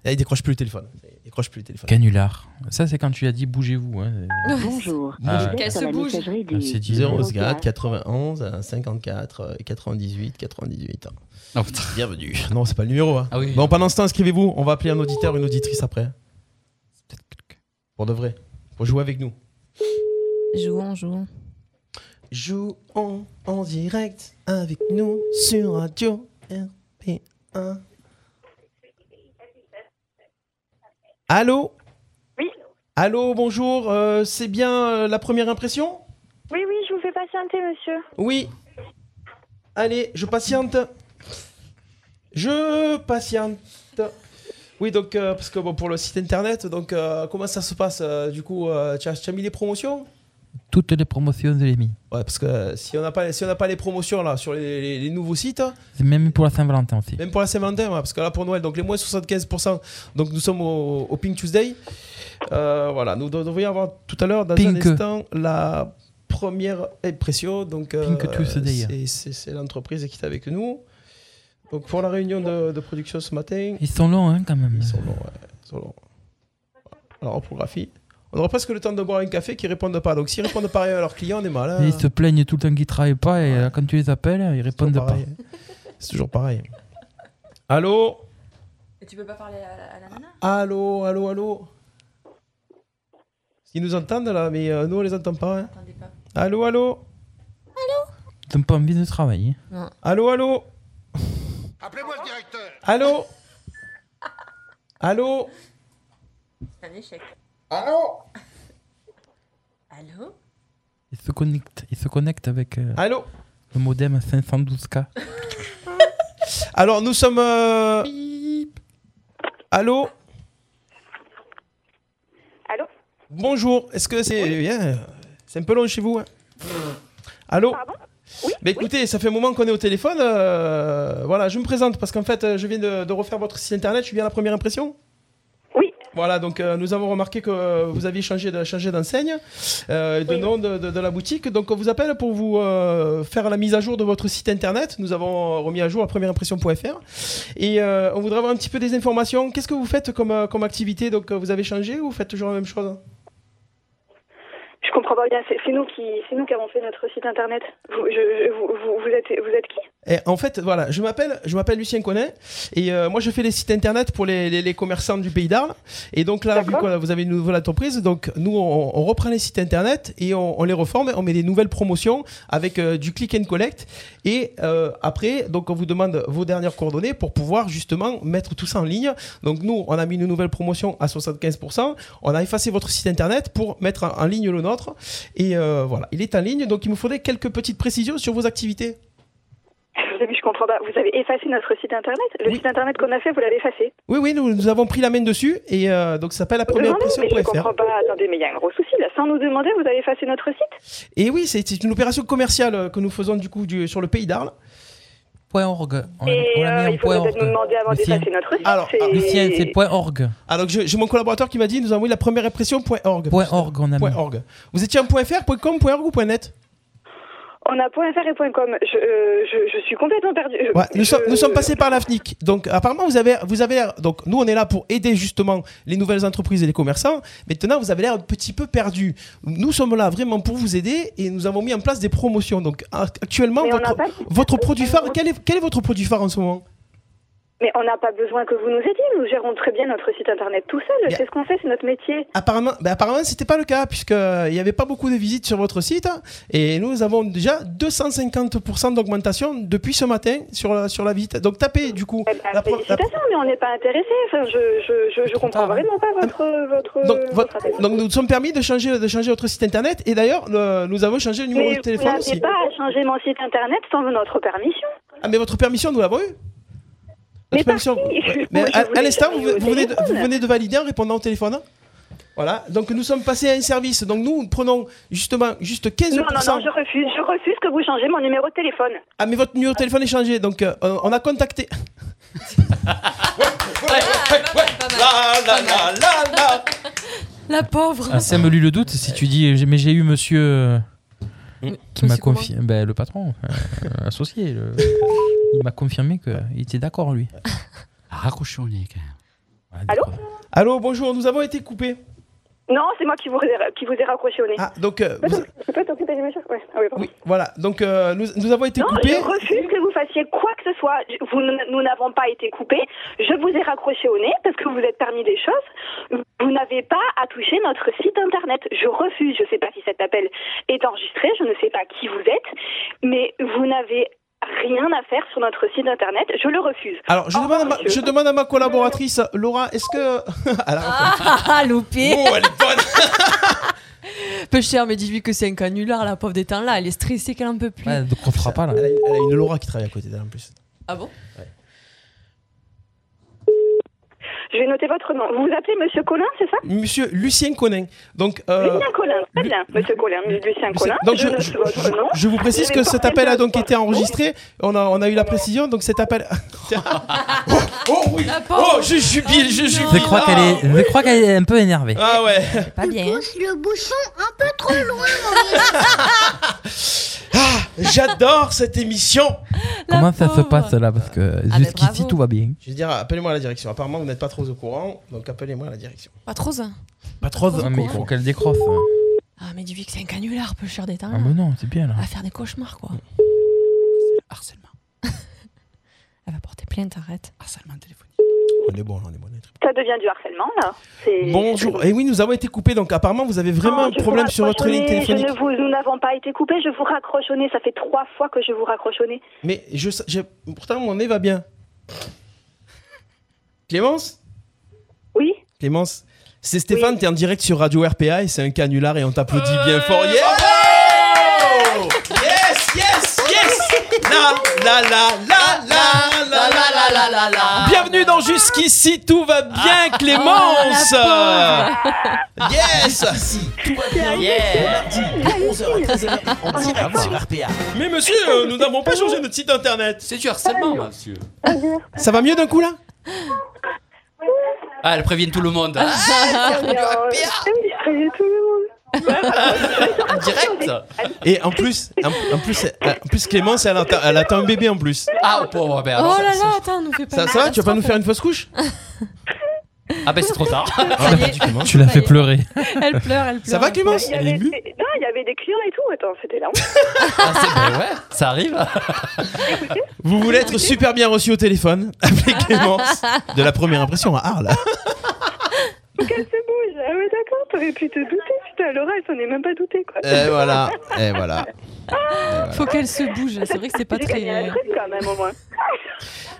Là, Eh, il décroche plus le téléphone. Il décroche plus le téléphone.
Canular. Ça, c'est quand tu as dit bougez-vous. hein.
Bonjour.
Ah, ouais.
Qu'elle se bouge.
Ah,
Ah, C'est dit.
0 91 54 euh, 98 98.
Non, putain.
Bienvenue. Non, c'est pas le numéro. hein.
Ah oui.
Bon, pendant ce temps, inscrivez-vous. On va appeler un auditeur, une auditrice après. Pour de vrai. Pour jouer avec nous.
Jouons, jouons.
Jouons en direct avec nous sur Radio RP1. Allô
Oui.
Allô, bonjour, euh, c'est bien euh, la première impression
Oui, oui, je vous fais patienter, monsieur.
Oui. Allez, je patiente. Je patiente. Oui, donc, euh, parce que bon, pour le site internet, donc, euh, comment ça se passe euh, Du coup, euh, tu as- tu as mis les promotions
Toutes les promotions de l'EMI.
Ouais, parce que euh, si on n'a pas, si on n'a pas les promotions là sur les, les- les nouveaux sites,
C'est même pour la Saint-Valentin aussi.
même pour la Saint-Valentin, ouais, parce que là pour Noël, donc les moins 75%, donc nous sommes au, au Pink Tuesday. Euh, voilà, nous devrions avoir tout à l'heure, dans
Pink.
un instant, la première impression. Donc, euh,
Pink Tuesday.
c'est- C'est c'est l'entreprise qui est avec nous. Donc pour la réunion de, de production ce matin,
Ils sont longs, hein, quand même.
ils sont longs, ouais, ils sont longs. Alors, reprographie. On aura presque le temps de boire un café qui répondent pas. Donc s'ils répondent pas à leurs clients, on est mal. hein.
Et Ils se plaignent tout le temps qu'ils travaillent pas et euh, quand tu les appelles, ils répondent pas.
pareil. C'est toujours pareil. Allô
Et tu peux pas parler à, la nana
Allô, allô, allô Ils nous entendent là, mais euh, nous on les entend pas. hein.
Attendez pas.
Allô, allô
Ils n'ont pas envie de travailler.
Allô, allô Appelez-moi le directeur Allô Allô
C'est un échec. Allô Allô
Ils se connectent, ils se connectent avec euh,
Allô
le modem 512K.
Alors nous sommes. euh, Allô
Allô
Bonjour, est-ce que c'est. bien C'est un peu long chez vous. hein. Allô
Pardon
Bah écoutez, ça fait un moment qu'on est au téléphone. euh, voilà, je me présente parce qu'en fait, euh, je viens de, de refaire votre site internet. Je suis bien à la première impression
Oui.
Voilà, donc euh, nous avons remarqué que euh, vous aviez changé de- changé d'enseigne, euh, de
Oui.
nom de, de- de la boutique. Donc on vous appelle pour vous euh, faire la mise à jour de votre site internet. Nous avons euh, remis à jour la première impression.fr. Et euh, on voudrait avoir un petit peu des informations. Qu'est-ce que vous faites comme, euh, comme activité Donc euh, vous avez changé ou vous faites toujours la même chose
Je comprends pas bien, c'est c'est nous, qui- c'est nous qui avons fait notre site internet. Vous, je- je- vous, vous- vous êtes, vous êtes qui
Eh, en fait, voilà, je m'appelle, je m'appelle Lucien Connet et euh, moi je fais les sites internet pour les, les- les commerçants du pays d'Arles. Et donc là, vu
D'accord.
que euh, vous avez une nouvelle entreprise, donc nous on, on reprend les sites internet et on, on les reforme, on met des nouvelles promotions avec euh, du click and collect. Et euh, après, donc on vous demande vos dernières coordonnées pour pouvoir justement mettre tout ça en ligne. Donc nous, on a mis une nouvelle promotion à 75%. On a effacé votre site internet pour mettre en, en ligne le nôtre. Et euh, voilà, il est en ligne. Donc il me faudrait quelques petites précisions sur vos activités.
Vous début, je comprends pas. Vous avez effacé notre site internet Le site internet qu'on a fait, vous l'avez effacé.
Oui, oui, nous, nous avons pris la main dessus et euh, donc ça s'appelle la première
non, non, mais je
impression.fr.
comprends pas. Attendez, mais il y a un gros souci là. Sans nous demander, vous avez effacé notre site
Et oui, c'est c'est une opération commerciale euh, que nous faisons du coup du- sur le pays d'Arles.
Point org.
Et euh, il faut peut-être nous demander avant d'effacer notre site.
Alors,
c'est-
.org.
Alors, j'ai j'ai mon collaborateur qui m'a dit nous avons eu la première impression.org.
.org, on a mis.
.org. Vous étiez un .fr, .com, .org ou .net
On a .fr et .com. Je, euh, je, je suis complètement perdue. Je-
Ouais, nous,
je-
sommes, nous sommes passés par la FNIC. Donc, apparemment, vous avez, vous avez l'air. Donc, nous, on est là pour aider justement les nouvelles entreprises et les commerçants. Maintenant, vous avez l'air un petit peu perdu. Nous sommes là vraiment pour vous aider et nous avons mis en place des promotions. Donc, a- actuellement,
Mais on
votre,
n'a pas-
votre produit phare, quel est, quel est votre produit phare en ce moment
Mais on n'a pas besoin que vous nous aidiez. Nous gérons très bien notre site internet tout seul. C'est ce qu'on fait, c'est notre métier.
Apparemment, bah, apparemment c'était pas le cas puisque euh, il n'y avait pas beaucoup de visites sur votre site et nous avons déjà 250% d'augmentation depuis ce matin sur la, sur la visite. Donc, tapez du
Eh ben,
coup. la pro- la-
Félicitations, mais on n'est pas intéressé. Enfin, je, je, je, je comprends vraiment pas votre. votre...
hein. Donc, vo- donc nous nous sommes permis de changer, de changer votre site internet et d'ailleurs le- nous avons changé le numéro
Mais
de
vous
téléphone
n'avez
aussi.
pas à changer mon site internet sans notre permission.
Ah mais votre permission nous l'avons eu. Mais, permission, ouais. Mais
Moi, je
à,
voulais
à l'instant vous,
changer au
vous venez de,
téléphone.
vous venez de valider en répondant au téléphone. Voilà, donc nous sommes passés à un service. Donc nous, nous prenons justement juste 15%.
Non, non, non, je refuse. Je refuse que vous changez mon numéro de téléphone.
Ah mais votre numéro de téléphone est changé, donc euh, on on a contacté.
La pauvre.
Ah, ça me lui le doute si tu dis j'ai- mais j'ai eu monsieur euh, qui m'a confié ben, le patron euh, euh, associé le- il m'a confirmé que il était d'accord lui
raccrochons les quand même
Allô
Allô, bonjour, nous avons été coupés.
Non, c'est moi qui vous, ai- qui vous ai raccroché au nez.
Ah, donc. euh, vous-
Je peux t'occuper du machin Ouais. Ah oui, pardon.
voilà, donc euh, nous, nous avons été
Non,
coupés.
je refuse que vous fassiez quoi que ce soit. Je- Vous, nous n'avons pas été coupés. Je vous ai raccroché au nez parce que vous êtes permis des choses. Vous n'avez pas à toucher notre site internet. Je refuse. Je ne sais pas si cet appel est enregistré. Je ne sais pas qui vous êtes. Mais vous n'avez rien à faire sur notre site internet. Je le refuse.
Alors, je, demande à ma, je demande à ma collaboratrice, Laura, est-ce que. Elle a
Ah, ah, ah, loupé
Oh, elle est
Peu cher, mais dis-lui que c'est un canular, la pauvre des temps là. Elle est stressée qu'elle en peut plus.
donc on fera pas là.
Elle a, elle a une Laura qui travaille à côté d'elle en plus.
Ah bon
Je vais noter votre nom. Vous vous appelez Monsieur Colin, c'est ça
Monsieur Lucien Conin. Donc, euh,
Lucien Colin. Très bien, Monsieur Colin. Lucien Colin.
donc
je,
je,
note
je-
votre nom.
je vous précise
Je
que
vais
cet
porter
appel a
plainte
donc
contre
été
vous.
enregistré. On a, on a eu la précision, donc cet appel. oh oui
La pauvre.
Oh, je jubile, je jubile
je crois qu'elle est je crois qu'elle est un peu énervée
Ah ouais
Pas bien.
le bouchon un peu trop loin,
Ah, J'adore cette émission
comment ça se passe là parce que jusqu'ici
bravo.
tout va bien
Je veux dire, appelez-moi à la direction. Apparemment, vous n'êtes pas trop au courant, donc appelez-moi à la direction.
Pas trop ça.
Pas trop
Non, mais il faut qu'elle décroche hein.
Ah, mais dis-lui que c'est un canular, peu cher des temps
ah
là.
mais non c'est bien là
Elle va faire des cauchemars, quoi.
harcèlement
Elle va porter plainte, arrête.
harcèlement téléphonique
On est bon, on est bon. on est très
Ah, Ça devient du harcèlement, là. C'est-
bon. Bonjour. Et oui, nous avons été coupés, donc apparemment, vous avez vraiment
Non,
un
je vous
problème sur votre
raccroche au
ligne
nez,
téléphonique.
je ne vous- nous n'avons pas été coupés, je vous raccroche au nez. Ça fait trois fois que je vous raccroche au nez.
Mais je, sais- j'ai- pourtant, mon nez va bien. Clémence
Oui
Clémence C'est Stéphane, t'es en direct sur Radio RPA et c'est un canular et on t'applaudit bien
Euh,
fort. Yeah Oh Yes, yes, yes La, la, la, la, la, la, la, la, la, la, la. Bienvenue dans Jusqu'ici, tout va bien,
Ah.
Clémence
Oh,
Yes
Tout va bien. Yeah. Mardi, 11h à 13h, en direct sur RPA.
Mais monsieur, euh, nous n'avons pas changé notre site internet.
C'est du harcèlement, monsieur.
Ça va mieux d'un coup là
Ah, elle prévient tout le monde.
Ah,
En direct
Et en plus, en, en plus, elle- en plus Clémence, elle, attend- elle attend un bébé en plus.
Ah, oh, pauvre, ben alors,
Oh
ça-
là là, attends, nous fais pas
Ça, ça va Tu vas pas nous faire une fausse couche
Ah, ben c'est trop tard.
Ça y est,
tu l'as fait pleurer
Elle pleure, elle pleure.
Ça va Clémence
Il y avait- Non, il y avait des clients et tout. Attends, c'était là.
Ah, c'est- ben ouais, ça arrive.
Vous voulez être super bien reçu au téléphone Appelez Clémence de la première impression à Arles.
Qu'elle se bouge. Ah ouais, d'accord, t'aurais pu te douter. Putain, Laura, elle s'en est même pas doutée, quoi.
Et Eh, voilà, et voilà.
Faut qu'elle se bouge, c'est vrai que c'est pas
J'ai
très.
gagné un truc, quand même, au moins.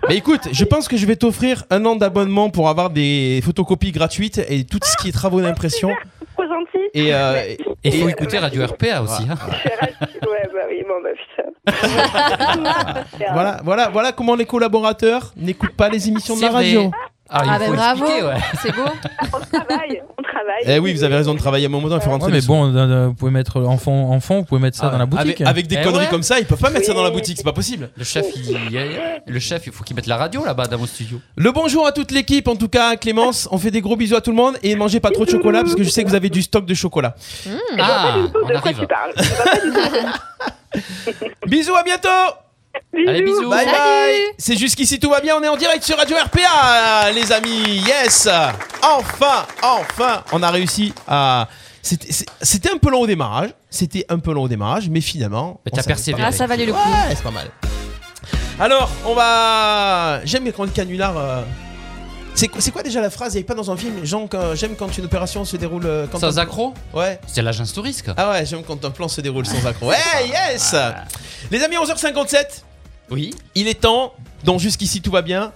Mais écoute, je pense que je vais t'offrir un an d'abonnement pour avoir des photocopies gratuites et tout ce qui est travaux d'impression.
Trop gentil.
Et, euh, et-
Et faut écouter Radio RPA aussi. hein.
Ouais, bah oui, bon, bon, bah putain.
Voilà, voilà, voilà comment les collaborateurs n'écoutent pas les émissions de
C'est
la radio.
vrai. Ah, il Ah, faut ben bravo. expliquer, ouais.
C'est beau.
On travaille, on travaille.
Eh oui, vous avez raison de travailler à un moment donné, il faut rentrer.
Ouais, mais
le-
bon, euh, euh, vous pouvez mettre en fond, en fond, vous pouvez mettre ça dans la boutique.
Avec, avec
Eh
des conneries comme ça, ils peuvent pas mettre ça dans la boutique, c'est pas possible.
Eh Le chef, il, le chef, il faut qu'il mette la radio là-bas dans mon studio.
Le bonjour à toute l'équipe, en tout cas à Clémence. On fait des gros bisous à tout le monde et mangez pas trop de chocolat parce que je sais que vous avez du stock de chocolat.
Ah, on arrive.
bisous, à bientôt
Allez, bisous.
Bye
Salut.
bye C'est jusqu'ici, tout va bien, on est en direct sur Radio RPA, les amis Yes Enfin, enfin, on a réussi à... C'était c'est- c'était un peu long au démarrage, c'était un peu long au démarrage, mais finalement...
Mais
on
t'as
s'arrête
persévéré.
pas.
Ah, ça valait le coup.
Ouais, c'est pas mal. Alors, on va... J'aime quand le canular... euh, C'est quoi, c'est quoi déjà la phrase Il n'y avait pas dans un film Jean, quand- J'aime quand une opération se déroule... euh, Quand
Sans
un-
accro
Ouais.
C'est l'agence touriste. Ah.
Ah ouais, j'aime quand un plan se déroule sans accro. Ouais, yes Les amis, 11h57.
Oui.
Il est temps, donc jusqu'ici tout va bien,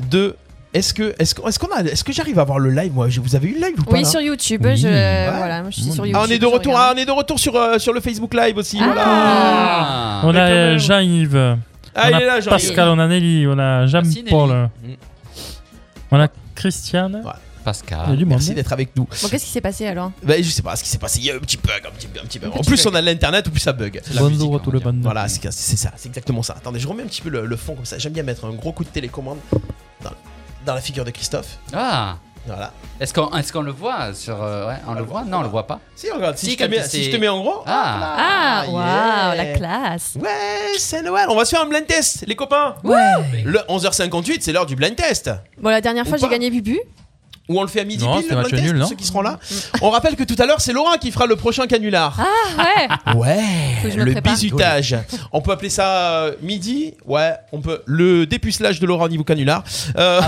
de. Est-ce que, est-ce que, est-ce qu'on a, est-ce que j'arrive à voir le live moi Je- Vous avez eu le live ou pas
Oui,
là
sur YouTube. Je, Voilà, moi, je suis sur YouTube.
Ah, on est de
je
retour,
regarde. Ah.
ah, on est de retour sur, euh, sur le Facebook Live aussi. voilà.
Ah.
On a euh, Jean-Yves.
Ah,
on
il
a
est là, Jean-Yves.
Pascal, on a Nelly, on a Jean-Paul.
Nelly.
On a Christiane. Il y a
Pascal,
du monde.
hein.
merci d'être avec nous.
Bon, qu'est-ce qui s'est passé alors
Bah, je sais pas ce qui s'est passé, il y a eu un petit bug, un petit bug, un petit bug.
Un
En
petit
plus,
bug.
on a l'internet, ou plus ça bug. C'est la musique. hein.
Bonjour à tout le monde.
Voilà, c'est c'est ça, c'est exactement ça. Attendez, je remets un petit peu le, le fond comme ça. J'aime bien mettre un gros coup de télécommande dans, dans la figure de Christophe.
Ah.
Voilà. Ah,
Est-ce qu'on est-ce qu'on le voit sur euh, ouais, on le voit Non, on le voit pas.
Si, regarde, si, je te
quand
mets-
c'est-
si je te mets en gros.
Ah.
Ah,
Ah,
waouh,
yeah.
la classe.
Ouais, c'est Noël. On va se faire un blind test, les copains.
Ouais.
Le 11h58, c'est l'heure du blind test.
Bon, la dernière fois, j'ai gagné Bubu.
Ou on le fait à midi
Non,
pile,
c'était
le
match
blind test,
nul,
pour
non
ceux qui seront là. on rappelle que tout à l'heure, c'est Laura qui fera le prochain canular.
Ah, ouais. Faut que
Ouais,
je me
le
prépare.
bisutage. On peut appeler ça euh, midi. Ouais, on peut. Le dépucelage de Laura au niveau canular. Euh,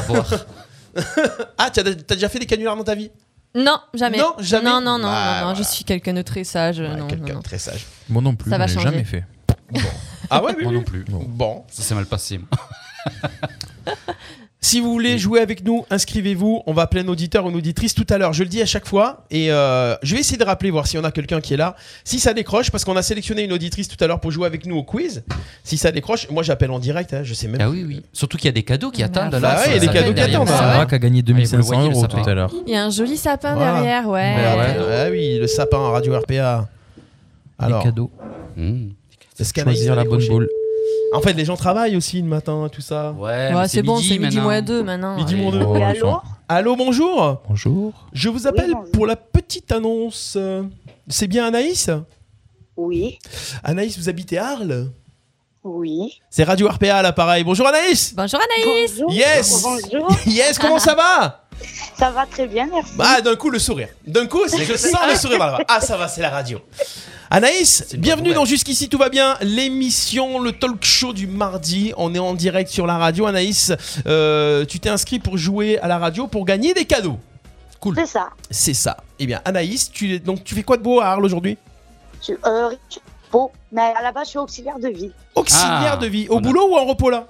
ah, t'as t'as déjà fait des canulars dans ta vie
Non, jamais.
Non, jamais.
Non, non, non,
Bah,
non, non, je suis quelqu'un de très sage. non, non, non.
Très sage.
Moi non plus,
Ça va
je l'ai
changer.
jamais fait.
Ah ouais, oui,
Moi
oui.
non plus.
Bon.
Ça s'est mal passé. moi.
Si vous voulez jouer avec nous, inscrivez-vous. On va appeler un auditeur ou une auditrice tout à l'heure. Je le dis à chaque fois. Et euh, je vais essayer de rappeler, voir si on a quelqu'un qui est là. Si ça décroche, parce qu'on a sélectionné une auditrice tout à l'heure pour jouer avec nous au quiz. Si ça décroche, moi j'appelle en direct. hein, je sais même. Ah oui,
oui. Surtout qu'il y a des cadeaux qui attendent.
Bah
là,
ouais,
sur
il
la
y a des
table
cadeaux qui
derrière.
attendent,
Ah
hein.
ouais.
Sarah qui Ah, a gagné
Ah, vous le
2500
voyez, le
euros tout
sapin.
à l'heure.
Il y a un joli sapin
Voilà.
derrière, Ben ouais.
Ben
Euh,
Ah ouais, ah oui, le sapin à Radio RPA. Alors.
cadeaux.
Est-ce
Faut
qu'Anaïs
choisir
va
la bonne
décrocher
boule.
En fait, les gens travaillent aussi le matin, tout ça.
Ouais,
Ouais, mais c'est c'est bon, midi c'est midi maintenant. moins deux maintenant.
Midi
Ouais.
moins deux.
Oh, Et ils sont- allô
Allô, bonjour.
Bonjour.
Je vous appelle pour la petite annonce. C'est bien Anaïs
Oui,
Anaïs, vous habitez Arles
oui.
C'est Radio RPA à l'appareil. Bonjour Anaïs
Bonjour Anaïs
Yes
Bonjour.
Yes, comment ça va
Ça va très bien, merci.
Ah, d'un coup le sourire. D'un coup, c'est- je sens le sourire. voilà. Ah, ça va, c'est la radio. Anaïs, bienvenue dans Jusqu'ici tout va bien, l'émission, le talk show du mardi. On est en direct sur la radio. Anaïs, euh, tu t'es inscrit pour jouer à la radio pour gagner des cadeaux. Cool.
C'est ça.
C'est ça. Eh bien, Anaïs, tu, donc, tu fais quoi de beau à Arles aujourd'hui
Je, euh, je suis beau, mais à la base, je suis auxiliaire de vie.
Auxiliaire
Ah,
de vie. Au boulot ou en repos là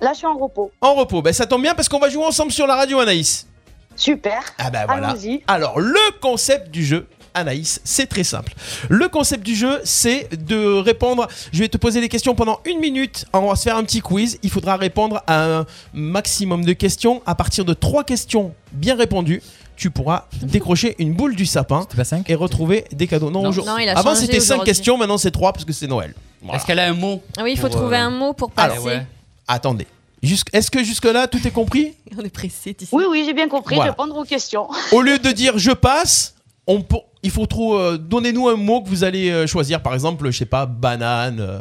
Là, je suis en repos.
En repos. Ben, ça tombe bien parce qu'on va jouer ensemble sur la radio, Anaïs.
Super.
Ah ben voilà.
Allons-y.
Alors, le concept du jeu. Anaïs, c'est très simple. Le concept du jeu, c'est de répondre. Je vais te poser des questions pendant une minute. On va se faire un petit quiz. Il faudra répondre à un maximum de questions. À partir de trois questions bien répondues, tu pourras décrocher une boule du sapin et retrouver des cadeaux. Non,
Non.
aujourd'hui-
Non, il a
avant
changé
c'était cinq
aujourd'hui.
questions, maintenant c'est trois parce que c'est Noël. Est-ce
qu'elle a un mot
Ah oui, il faut
Pour,
trouver
euh,
un mot pour passer.
Alors, attendez. Jusqu- Est-ce que jusque-là, tout est compris
Ah, On est pressé d'ici.
Oui, oui, j'ai bien compris.
Voilà.
Je vais répondre aux questions.
Au lieu de dire je passe, on peut- il faut trop euh, donnez-nous un mot que vous allez euh, choisir. Par exemple, je sais pas, banane, euh,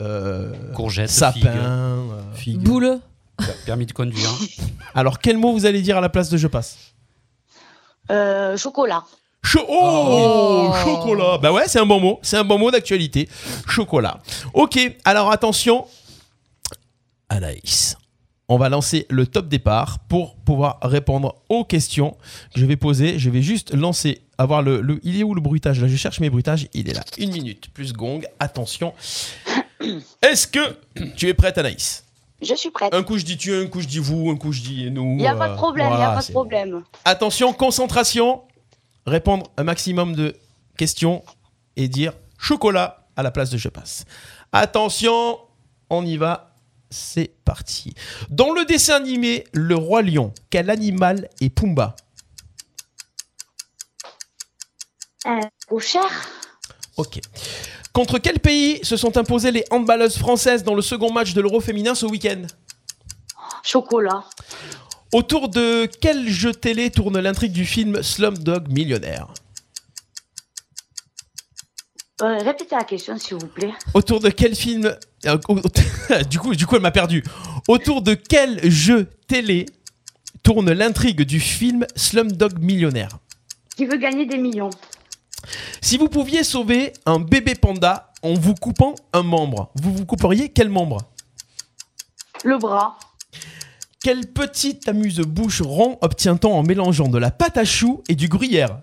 euh,
Courgette, figue.
sapin, euh,
boule.
Permis de conduire.
Alors quel mot vous allez dire à la place de je passe
Euh, chocolat.
Cho- oh, chocolat. Bah ouais, c'est un bon mot. C'est un bon mot d'actualité. Chocolat. Ok. Alors attention, Anaïs. On va lancer le top départ pour pouvoir répondre aux questions que je vais poser. Je vais juste lancer, avoir le, le- il est où le bruitage là Je cherche mes bruitages. Il est là. Une minute plus gong. Attention. Est-ce que tu es prête, Anaïs
Je suis prête.
Un coup je dis tu, un coup je dis vous, un coup je dis nous.
Il n'y a pas
euh,
de problème, il n'y
voilà,
a pas de
c'est-
problème.
Attention, concentration. Répondre un maximum de questions et dire chocolat à la place de je passe. Attention, on y va. C'est parti. Dans le dessin animé Le Roi Lion, quel animal est Pumba
Euh, trop cher.
Ok. Contre quel pays se sont imposées les handballeuses françaises dans le second match de l'Euro féminin ce week-end
Chocolat.
Autour de quel jeu télé tourne l'intrigue du film Slumdog Millionnaire
Euh, répétez la question, s'il vous plaît.
Autour de quel film euh, au- au- du, coup, du coup, elle m'a perdu. Autour de quel jeu télé tourne l'intrigue du film Slumdog Millionnaire
Qui veut gagner des millions
Si vous pouviez sauver un bébé panda en vous coupant un membre, vous vous couperiez quel membre
Le bras.
Quel petit amuse-bouche rond obtient-on en mélangeant de la pâte à choux et du gruyère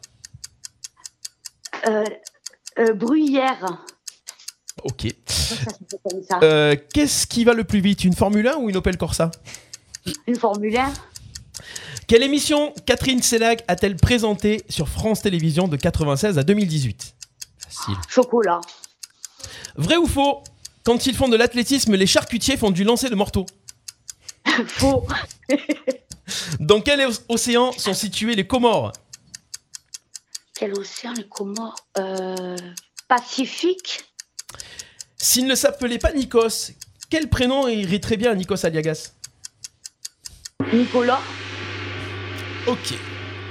Euh, euh, bruyère.
Ok.
Ça, ça s'appelle comme ça.
Euh, Qu'est-ce qui va le plus vite, une Formule 1 ou une Opel Corsa
Une formulaire.
Quelle émission Catherine Sénac a-t-elle présentée sur France Télévisions de 96 à 2018
Chocolat.
Vrai ou faux Quand ils font de l'athlétisme, les charcutiers font du lancer de morteau.
faux.
Dans quel o- océan sont situés les Comores
Quel océan, les Comores euh, Pacifique.
S'il ne s'appelait pas Nikos, quel prénom irait très bien à Nikos Aliagas
Nicolas.
Ok.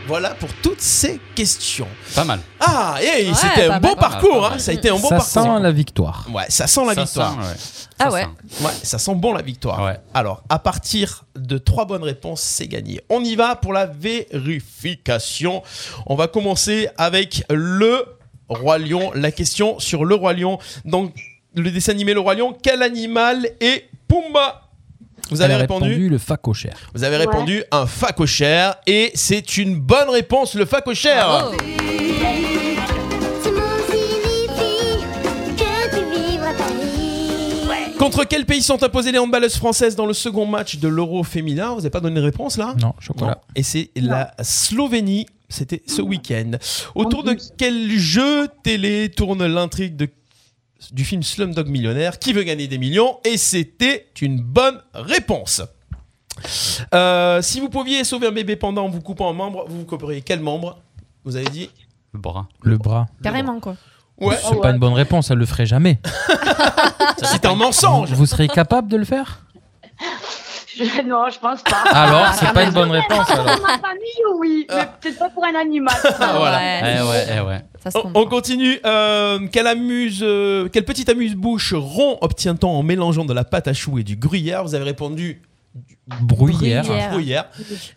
Voilà pour toutes ces questions.
Pas mal.
Ah, hey,
Ouais,
c'était
pas
un beau
mal, pas mal,
parcours,
pas
hein.
mal.
ça a été un bon
Ça
parcours.
sent la victoire.
Ouais, ça sent la
Ça
victoire.
sent, ouais.
Ah ouais.
Ouais, ça sent bon la victoire. Alors, à partir de trois bonnes réponses, c'est gagné. On y va pour la vérification. On va commencer avec le roi lion. La question sur le roi lion. Dans le dessin animé Le roi lion, quel animal est Pumba Vous avez
Elle a
répondu,
le facochère.
Vous avez répondu un facochère et c'est une bonne réponse, le facochère.
Oh.
Contre quel pays sont imposées les handballeuses françaises dans le second match de l'Euro féminin Vous n'avez pas donné de réponse là Non,
chocolat.
Et c'est la Slovénie. C'était ce week-end. Autour de quel jeu télé tourne l'intrigue de- du film Slumdog Millionnaire Qui veut gagner des millions Et c'était une bonne réponse. Euh, si vous pouviez sauver un bébé panda en vous coupant un membre, vous vous couperiez quel membre Vous avez dit
Le bras.
Le bras.
Carrément, quoi.
Ouais.
Ah
C'est pas une bonne réponse, elle le ferait jamais.
C'est un mensonge.
Vous serez capable de le faire
Je- Non, je pense pas. Ah,
Alors, c'est pas une bonne réponse, alors.
Pour ma famille, oui,
Ah.
mais peut-être pas pour un animal.
Ouais. Eh ouais, eh ouais.
On, Oh, on continue. Euh, quelle amuse, euh, quelle petite amuse-bouche rond obtient-on en mélangeant de la pâte à choux et du gruyère Vous avez répondu du-
Bruyère.
Bruyère. Bruyère.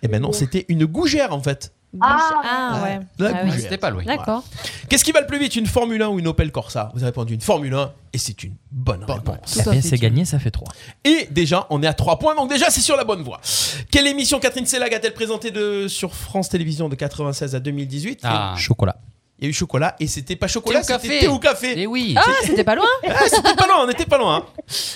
Et ben non, c'était une gougère en fait.
Ah, ouais.
La
Ah ouais.
gougère.
D'accord.
Qu'est-ce qui va le plus vite, une Formule 1 ou une Opel Corsa Vous avez répondu une Formule 1 et c'est une bonne réponse.
Eh bien, c'est gagné, ça fait 3.
Et déjà, on est à 3 points, donc déjà, c'est sur la bonne voie. Quelle émission Catherine Sélag a-t-elle présentée de, sur France Télévisions de 96 à 2018
Ah. Chocolat.
Il y a eu chocolat et c'était pas chocolat,
Thé au
c'était
café.
thé au café. Et
oui.
Ah, c'était pas loin.
c'était pas loin, on était pas loin. hein.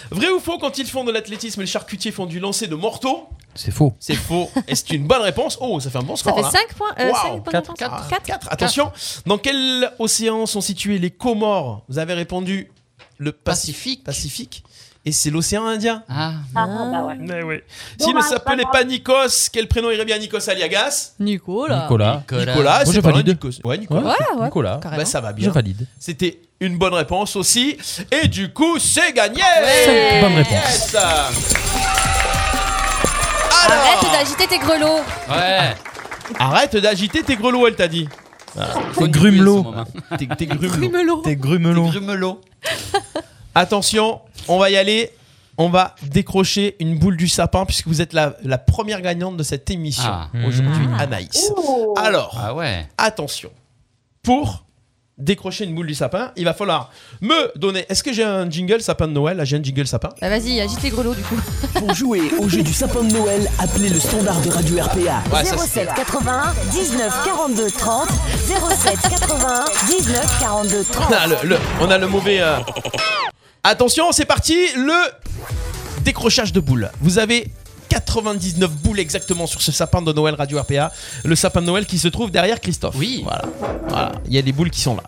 Vrai ou faux, quand ils font de l'athlétisme, les charcutiers font du lancer de morteau
C'est faux.
C'est faux. Et c'est une bonne réponse. Oh, ça fait un bon
Ça
score.
fait
là.
5 points. euh,
Waouh.
cinq bonnes
Quatre.
réponses.
Ah,
Quatre.
quatre. Attention, dans quel océan sont situés les Comores Vous avez répondu le Pacifique. Pacifique. Et c'est l'océan Indien.
Ah,
bah ouais.
Mais oui. S'il ne
Dommage,
s'appelait
dommage.
pas Nikos, quel prénom irait bien à Nikos Aliagas
Nicolas.
Nicolas,
Moi,
c'est
je
pas loin,
valide.
Nikos. Ouais, Nicolas.
Ouais, ouais,
Nicolas.
Bah, ça va bien.
Je valide.
C'était une bonne réponse aussi. Et du coup, c'est gagné
C'est une bonne réponse.
Yes
Arrête d'agiter tes grelots.
Ouais.
Arrête d'agiter tes grelots, elle t'a dit.
Tes grumelots.
Tes tes grumelots.
Grumelot.
Tes grumelots.
Attention, on va y aller. On va décrocher une boule du sapin puisque vous êtes la, la première gagnante de cette émission
Ah.
aujourd'hui,
Mmh.
Ah.
Anaïs. Alors,
Ah ouais.
attention. Pour décrocher une boule du sapin, il va falloir me donner. Est-ce que j'ai un jingle sapin de Noël Là, j'ai un jingle sapin.
Bah, vas-y, agite les grelots du coup.
Pour jouer au jeu du sapin de Noël, appelez le standard de Radio RPA.
Ouais, ça,
07 81 19 42 30 07 81 19 42 30
On a Ah, le, le- on a le mauvais. euh. Attention, c'est parti, le décrochage de boules. Vous avez 99 boules exactement sur ce sapin de Noël Radio RPA, le sapin de Noël qui se trouve derrière Christophe. Oui. Voilà. Voilà, il y a des boules qui sont là.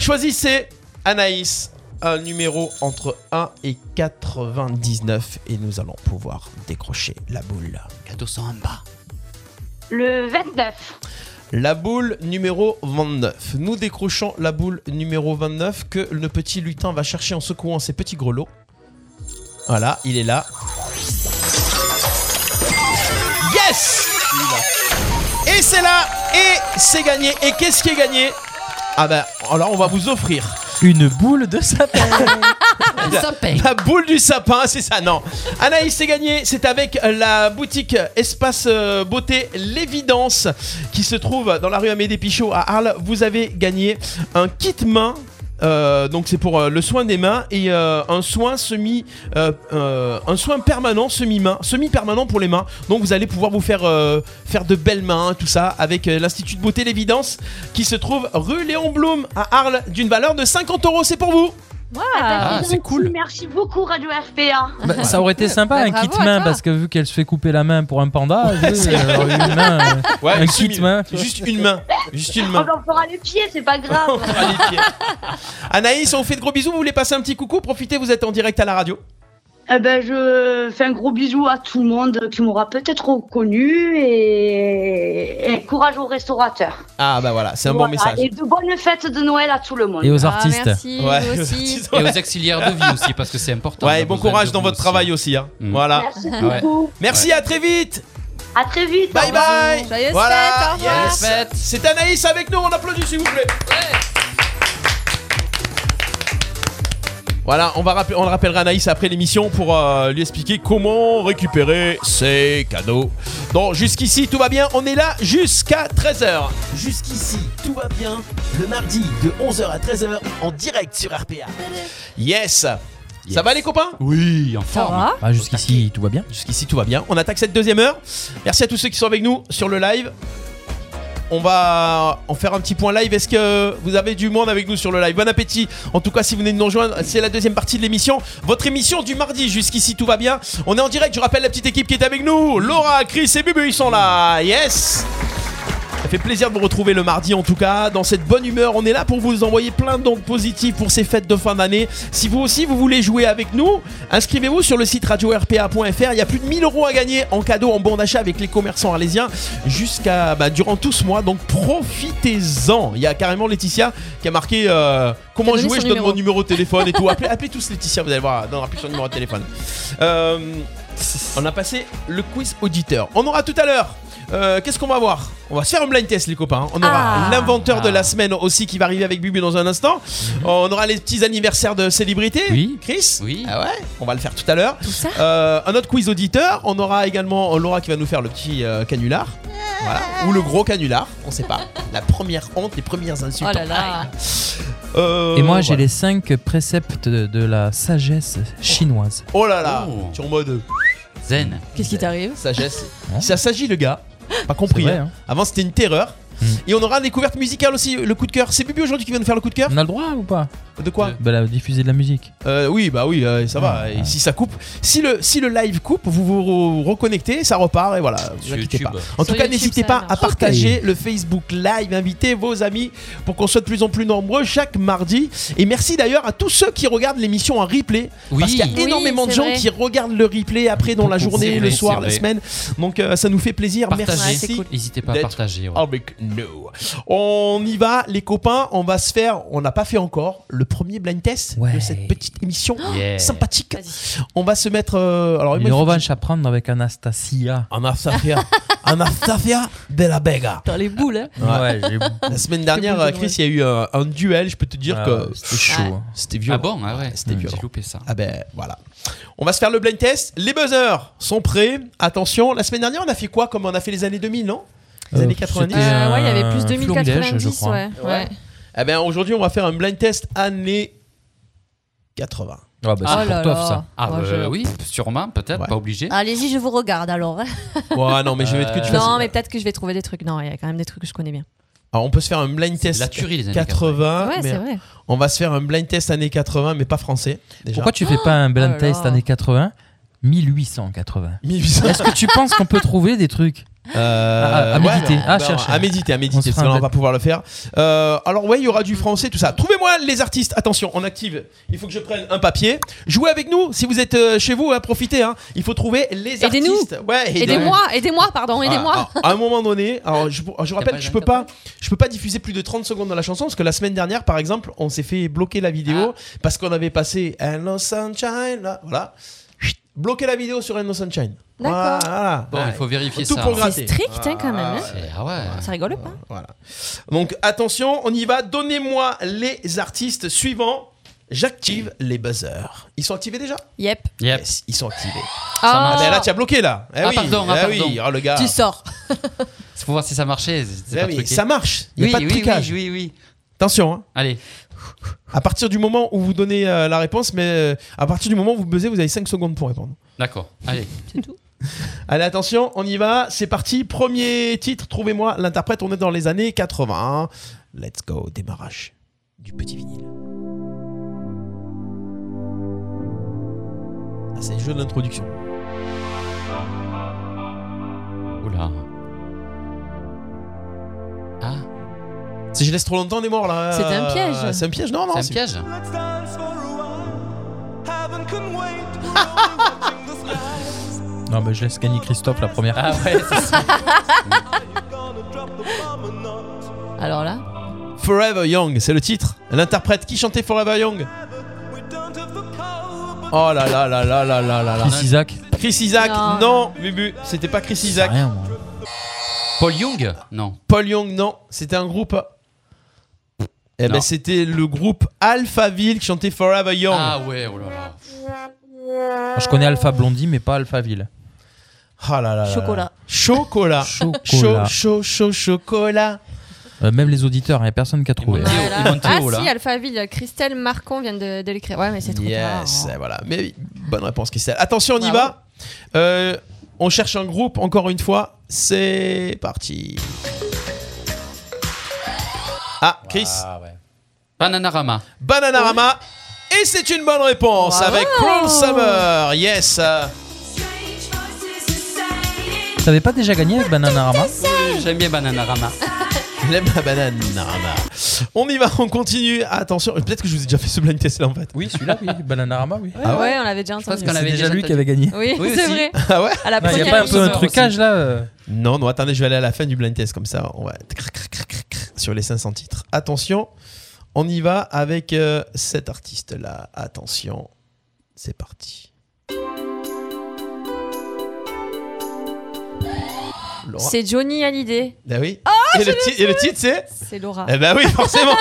Choisissez Anaïs un numéro entre 1 et 99 et nous allons pouvoir décrocher la boule. Cadeau en bas.
Le 29.
La boule numéro 29. Nous décrochons la boule numéro 29 que le petit lutin va chercher en secouant ses petits grelots. Voilà, il est là. Yes Et c'est là Et c'est gagné Et qu'est-ce qui est gagné Ah ben, alors on va vous offrir...
Une boule de sapin.
La, la boule du sapin, c'est ça, non. Anaïs, c'est gagné. C'est avec la boutique Espace euh, Beauté L'Évidence qui se trouve dans la rue Amédée Pichot à Arles. Vous avez gagné un kit main. euh, donc c'est pour euh, le soin des mains et euh, un soin semi euh, euh, un soin permanent semi main semi permanent pour les mains donc vous allez pouvoir vous faire euh, faire de belles mains tout ça avec euh, l'institut de beauté l'évidence qui se trouve rue Léon Blum à Arles d'une valeur de 50 euros c'est pour vous
Ah,
c'est
cool. Merci beaucoup Radio RPA.
Bah, ça aurait été sympa
Ah Bah,
un
bravo
kit
à
main
toi.
parce que vu qu'elle se fait couper la main pour un panda, euh, je veux,
c'est
elle aurait eu une main, euh,
Ouais,
un
une
kit
semi-
main.
Juste une main. Juste une main.
On en fera les pieds, c'est pas grave.
Anaïs, on vous fait de gros bisous. Vous voulez passer un petit coucou Profitez, vous êtes en direct à la radio.
Eh ben, je fais un gros bisou à tout le monde qui m'aura peut-être reconnu et... et courage aux restaurateurs.
Ah bah voilà, c'est un
Voilà,
bon message.
Et de bonnes fêtes de Noël à tout le monde.
Et aux Ah, artistes. merci, Ouais. vous
Et aux auxiliaires de vie aussi, parce que c'est important. hein,
Ouais, bon courage dans votre travail aussi. hein.
Mm.
Voilà.
Merci beaucoup.
Merci, à très vite.
À très vite.
Bye bye. Voilà, yes.
Joyeuses fêtes.
C'est Anaïs avec nous. On applaudit s'il vous plaît. Voilà, on, va rappeler- on le rappellera à Anaïs après l'émission pour euh, lui expliquer comment récupérer ses cadeaux. Donc jusqu'ici, tout va bien, on est là jusqu'à 13h.
Jusqu'ici, tout va bien. Le mardi de 11h à 13h en direct sur RPA.
Yes. Ça va les copains Oui, en
forme. va
Ah, jusqu'ici tout va bien. Jusqu'ici tout va bien. On attaque cette deuxième heure. Merci à tous ceux qui sont avec nous sur le live. On va en faire un petit point live. Est-ce que vous avez du monde avec nous sur le live Bon appétit. En tout cas, si vous venez de nous rejoindre, c'est la deuxième partie de l'émission. Votre émission du mardi. Jusqu'ici tout va bien. On est en direct. Je rappelle la petite équipe qui est avec nous. Laura, Chris et Bubu, ils sont là. Yes. Ça fait plaisir de vous retrouver le mardi en tout cas, dans cette bonne humeur. On est là pour vous envoyer plein d'ondes positives pour ces fêtes de fin d'année. Si vous aussi vous voulez jouer avec nous, inscrivez-vous sur le site radio-rpa.fr. Il y a plus de 1000 euros à gagner en cadeau, en bon d'achat avec les commerçants arlésiens jusqu'à bah, durant tout ce mois. Donc profitez-en. Il y a carrément Laetitia qui a marqué euh, comment
Qui a donné
jouer,
son
je donne mon
numéro.
numéro de téléphone et tout. Appelez, appelez tous Laetitia, vous allez voir, on appuie sur le numéro de téléphone. Euh, on a passé le quiz auditeur. On aura tout à l'heure. euh, Qu'est-ce qu'on va voir On va se faire un blind test, les copains. On aura
Ah.
l'inventeur de la semaine aussi qui va arriver avec Bubu dans un instant. On aura les petits anniversaires de célébrités. Oui. Chris Oui. Ah ouais On va le faire tout à l'heure. Euh, un autre quiz auditeur. On aura également euh, Laura qui va nous faire le petit euh, canular. Voilà. Ou le gros canular. On sait pas. La première honte, les premières insultes.
Oh là là.
Euh,
Et moi j'ai
voilà.
les 5 préceptes de, de la sagesse chinoise.
Oh là là Tu es en mode. Zen.
Qu'est-ce qui t'arrive
Sagesse. Ça s'agit le gars. Pas compris.
Hein C'est vrai, Hmm.
hein. Avant c'était une terreur. Et on aura une découverte musicale aussi, le coup de cœur. C'est Bubu aujourd'hui qui vient nous faire le coup de cœur
On a le droit ou pas
De quoi
Bah la diffuser de Ah, la musique.
Euh, oui, bah oui, euh, ça va. Et si ça coupe, si le, si le live coupe, vous vous re- reconnectez, ça repart et voilà. Vous inquiétez pas. En
Sur
tout cas,
YouTube,
n'hésitez
ça
pas
marche.
à partager
Ok.
le Facebook Live, invitez vos amis pour qu'on soit de plus en plus nombreux chaque mardi. Et merci d'ailleurs à tous ceux qui regardent l'émission en replay. Parce qu'il y a
Oui,
énormément de
c'est
gens
vrai.
qui regardent le replay après dans la
Beaucoup.
journée,
C'est
le
vrai,
soir,
c'est
la
vrai.
semaine. Donc euh, ça nous fait plaisir.
Partagez.
Merci.
N'hésitez pas à
d'être
partager. ouais.
avec nous. On y va, les copains. On va se faire. On n'a pas fait encore le premier blind test de cette petite émission
Yeah.
sympathique. On va se mettre. euh, alors,
Une
moi, il faut que
revanche à prendre avec Anastasia.
Anastasia. Anastasia de la Vega.
Dans les boules. hein.
Ouais, j'ai-
La semaine dernière,
Comme le
Chris, il y a eu euh, un duel. Je peux te dire
Ah
que
ouais, c'était chaud, hein.
C'était violent.
Ah bon, ah ouais.
C'était
Mmh,
violent.
j'ai loupé ça.
Ah ben voilà. On va se faire le blind test. Les buzzers sont prêts. Attention. La semaine dernière, on a fait quoi Comme on a fait les années 2000, non Les
Euh,
années 90.
c'était Euh, ouais, il y avait plus un 2090, florilège, je crois. ouais,
ouais.
Ah ben aujourd'hui, on va faire un blind test années 80.
Ah bah, c'est Oh pour là toi, là. ça.
Ah
Moi,
bah,
je-
oui, sûrement, peut-être, pas obligé.
Allez-y, je vous regarde alors.
Ouais, non, mais je vais être que
Euh,
tu fasses.
non, mais peut-être que je vais trouver des trucs. Non, il y a quand même des trucs que je connais bien.
Alors, on peut se faire un blind test
la tuerie, les années
80.
Ouais,
mais
c'est vrai.
On va se faire un blind test années 80, mais pas français. déjà.
Pourquoi tu fais
Ah,
pas un blind
Oh là
test
là.
années 80 1880.
1880.
Est-ce que tu penses qu'on peut trouver des trucs Ah,
Euh,
À- à
ouais,
méditer,
alors,
à
bah,
chercher.
À méditer, à
On
méditer,
se
parce
fera
que là,
un
on va pouvoir le faire. Euh, alors, ouais, il y aura du français, tout ça. Trouvez-moi les artistes. Attention, on active. Il faut que je prenne un papier. Jouez avec nous. Si vous êtes euh, chez vous, hein, profitez. hein. Il faut trouver les
Aidez-nous.
artistes. Ouais, aidez-
Aidez-moi, aidez-moi, pardon,
Voilà.
aidez-moi.
Alors, Ah, à un moment donné, alors je, je vous rappelle
pas
que je peux pas, je peux pas diffuser plus de 30 secondes dans la chanson parce que la semaine dernière, par exemple, on s'est fait bloquer la
Ah.
vidéo parce qu'on avait passé Hello Sunshine, là, voilà, Chut, bloquer la vidéo sur Hello Sunshine.
D'accord.
Voilà.
Bon, il faut vérifier
Tout
ça,
pour
hein.
C'est
gratter.
strict, hein, quand même, hein.
C'est- ah ouais.
Ça rigole pas.
Voilà. Donc attention, on y va. Donnez-moi les artistes suivants. J'active les buzzers. Ils sont activés déjà
Yep.
Yes, ils sont activés.
Ah.
Ça marche. Ah, ben là, tu as bloqué là. Eh
ah,
oui,
pardon, ah,
eh
pardon.
oui, ah, le gars.
Tu sors.
C'est pour voir si ça marchait. c'est
Eh
pas
oui,
truqué.
ça marche. Il n'y a
Oui,
pas de
oui,
trucage.
Oui, oui,
Attention. hein.
Allez.
À partir du moment où vous donnez euh, la réponse, mais euh, à partir du moment où vous buzzez, vous avez 5 secondes pour répondre.
oui. D'accord. Allez.
Allez, attention, on y va. C'est parti. Premier titre, trouvez-moi l'interprète. On est dans les années 80. Let's go, démarrage du petit vinyle. Ah, c'est le jeu de l'introduction.
Oula. Ah.
Si je laisse trop longtemps, on est mort là.
C'est un piège.
Euh, C'est un piège, non, non.
C'est un piège.
Ah.
Non, mais je laisse gagner Christophe la première.
Ah ouais, c'est ça.
Alors là,
Forever Young, c'est le titre. L'interprète qui chantait Forever Young Oh là là là là là là là là.
Chris Isaac.
Chris Isaac,
Non.
non, Bubu, c'était pas Chris Isaac.
Paul Young Non.
Paul Young, non, c'était un groupe. Eh ben
Non.
c'était le groupe Alphaville qui chantait Forever Young.
Ah ouais, oh là là.
Je connais Alpha Blondie, mais pas Alphaville.
Ah là là.
Chocolat.
Chocolat.
Chocolat.
Chaud, chaud, chaud, chocolat.
Euh, même les auditeurs, il n'y a personne qui a trouvé.
voilà. Ah si, Alphaville, Christelle Marcon vient de, de l'écrire. Ouais, mais c'est trop tard. hein.
Yes, eh, voilà. Mais oui, bonne réponse, Christelle. Attention, on y va. Euh, on cherche un groupe, encore une fois. C'est parti. Ah, Chris.
Bananarama.
Bananarama. Et c'est une bonne réponse
Wow.
avec Cruel Summer. Yes. euh,
T'avais pas déjà gagné avec Bananarama
J'aime bien Bananarama.
Il aime la banane. On y va, on continue. Attention, peut-être que je vous ai déjà fait ce blind test là en fait.
Oui, celui-là, oui. Bananarama, oui.
Ouais, Ah ouais, on l'avait déjà entendu.
qu'on C'est l'avait déjà déjà lui entendu. qui avait gagné.
Oui,
Oui,
c'est
aussi.
vrai.
Ah ouais
À la première émission.
là
Non, non, attendez, je vais aller à la fin du blind test comme ça. On va crac, crac, crac, crac, crac, sur les 500 titres. Attention, on y va avec euh, cet artiste là. Attention, c'est parti. Laura.
C'est Johnny Hallyday.
Ah oui.
Ah,
et,
je
le
le
ti- et le titre c'est
C'est Laura.
Eh ben oui, forcément.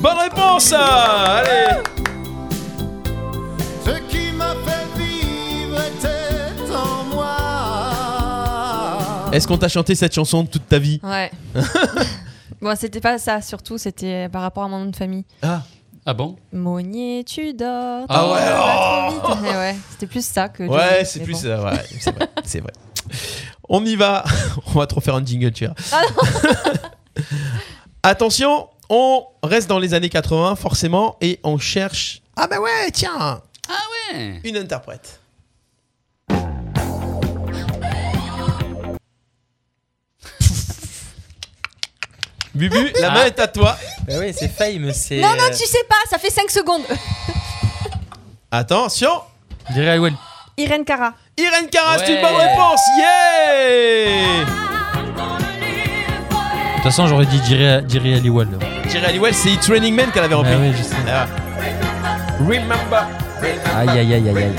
Bonne réponse. hein. Allez.
Ce qui m'a fait vivre était en moi.
Est-ce qu'on t'a chanté cette chanson toute ta vie
Ah. Ouais. bon, c'était pas ça, surtout, c'était par rapport à mon nom de famille.
Ah.
Ah bon
Monier, tu dors.
Ah ouais, Oh.
tu vas trop vite. Eh ouais, c'était plus ça que.
Ouais,
Johnny,
c'est
mais
plus
bon.
ça, ouais, c'est vrai, c'est vrai. On y va. On va trop faire un jingle, tu vois.
Ah
Attention, on reste dans les années 80 forcément et on cherche Ah bah ouais, tiens.
Ah ouais.
une interprète. Bubu, la main
Ah.
est à toi.
Bah oui, c'est Fame, c'est. euh,
non, non, tu sais pas, ça fait 5 secondes.
Attention. Ah,
Dirait Will.
Irène Cara.
Irène Cara,
c'est une bonne
réponse. Yeah
De toute façon, j'aurais dit Dirait Dirait Halliwell.
Jerry Halliwell, c'est It's Raining Men qu'elle avait repris.
oui, je sais.
Ah. Remember.
Aïe, aïe, aïe, aïe, aïe.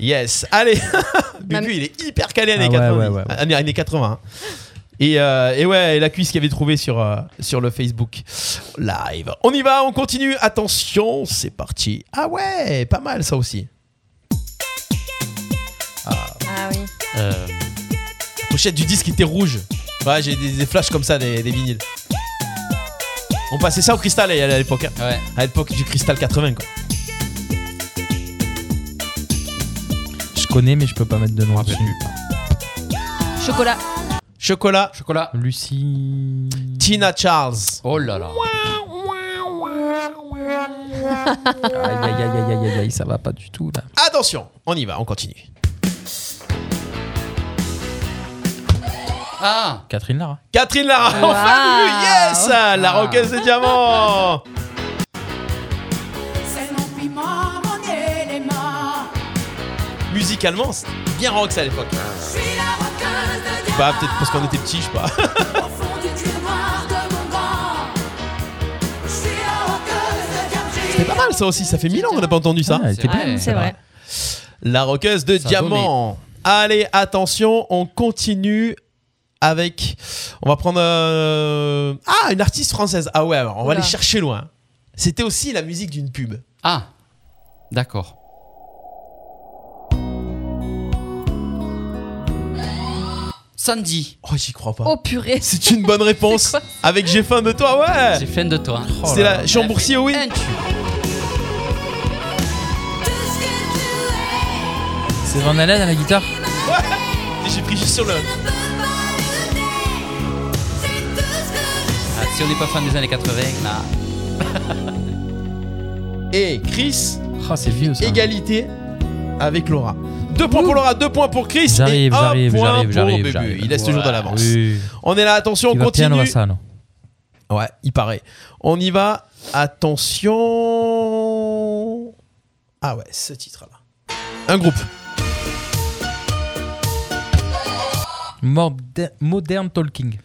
Yes. Allez. Bubu, il est hyper calé années
Ah ouais,
90.
ouais, ouais,
Années- années 80. hein. Et, euh, et ouais, et la cuisse qu'il avait trouvée sur, euh, sur le Facebook live. On y va, on continue. Attention, c'est parti. Ah ouais, pas mal ça aussi.
Ah oui.
La euh, pochette du disque était rouge. Ouais, j'ai des, des flashs comme ça, des, des vinyles. On passait ça au cristal à à l'époque. hein. À l'époque du cristal 80, quoi.
Je connais, mais je peux pas mettre de nom dessus.
Chocolat.
Chocolat.
Chocolat.
Lucie.
Tina Charles.
Oh là là.
Aïe, aïe, aïe, aïe, aïe, aïe, aïe, ça va pas du tout là.
Attention, on y va, on continue.
Ah
Catherine Lara.
Catherine Lara,
Wow.
enfin lui, yes
Ah.
La roqueuse des diamants
C'est mon piment, mon élément.
Musicalement, c'est bien rock ça à l'époque.
Je suis la roqueuse de
Je sais Pas peut-être parce qu'on était petits, je sais pas.
Au fond du cuir noir de mon gant. Je suis la roqueuse de Diabji.
C'était pas mal ça aussi, ça fait mille ans qu'on n'a pas entendu ça.
elle était bonne, Ouais, c'est vrai.
La roqueuse de
Ça a
diamant. Allez, attention, on continue avec. On va prendre. euh, Ah, une artiste française. Ah ouais, alors, on va
Oula.
aller chercher loin. C'était aussi la musique d'une pub.
Ah, d'accord. Sandy.
Oh, j'y crois pas.
Oh purée.
C'est une bonne réponse. Avec J'ai faim de toi, ouais. Oh
J'ai faim de toi.
C'est la Chambourcy, oui.
C'est Van Halen à la guitare
J'ai pris juste sur le.
Ah, si on n'est pas fan des années 80, là.
Et Chris.
Ah, c'est vieux ça.
Égalité avec Laura. Deux points pour Laura, deux points pour Chris.
J'arrive,
et un
j'arrive,
point
j'arrive,
pour
j'arrive,
Bébu.
j'arrive.
Il laisse toujours de
Voilà,
l'avance.
oui.
On est là, attention, on
Il va
continue.
piano ça, non
Ouais, il paraît. On y va. Attention. Ah ouais, ce titre-là. Un groupe.
Morde- Modern Talking.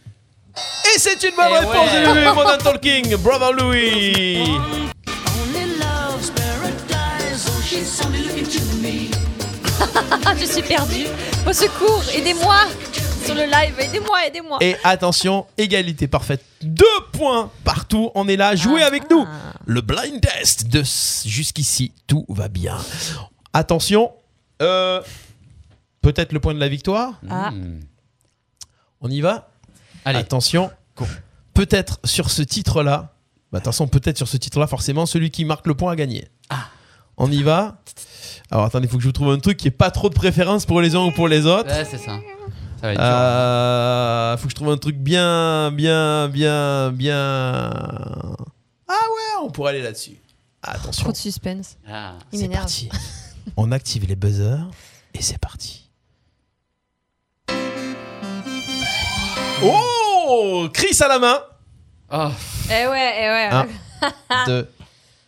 Et c'est une bonne réponse
ouais.
de Louis Modern Talking. Bravo Louis.
Je suis perdue. Au secours, aidez-moi sur le live, aidez-moi, aidez-moi.
Et attention, égalité parfaite. Deux points partout. On est là. Jouez avec nous. Le blind test de s- jusqu'ici. Tout va bien. Attention. euh, Peut-être le point de la victoire.
Ah.
Hmm.
On y va Allez. Attention. Peut-être sur ce titre-là. Bah, attention, peut-être sur ce titre-là, forcément, celui qui marque le point a gagné. On y va. Alors attendez, il faut que je vous trouve un truc qui est pas trop de préférence pour les uns ou pour les autres.
Ouais, c'est ça. Ça va être dur.
Euh, faut que je trouve un truc bien, bien, bien, bien. Ah ouais, on pourrait aller là-dessus. Ah, Attention.
Trop de suspense.
Ah,
Il
c'est
m'énerve.
parti. On active les buzzers et c'est parti. Oh Chris à la main
Ah.
Eh ouais, eh ouais.
1, 2,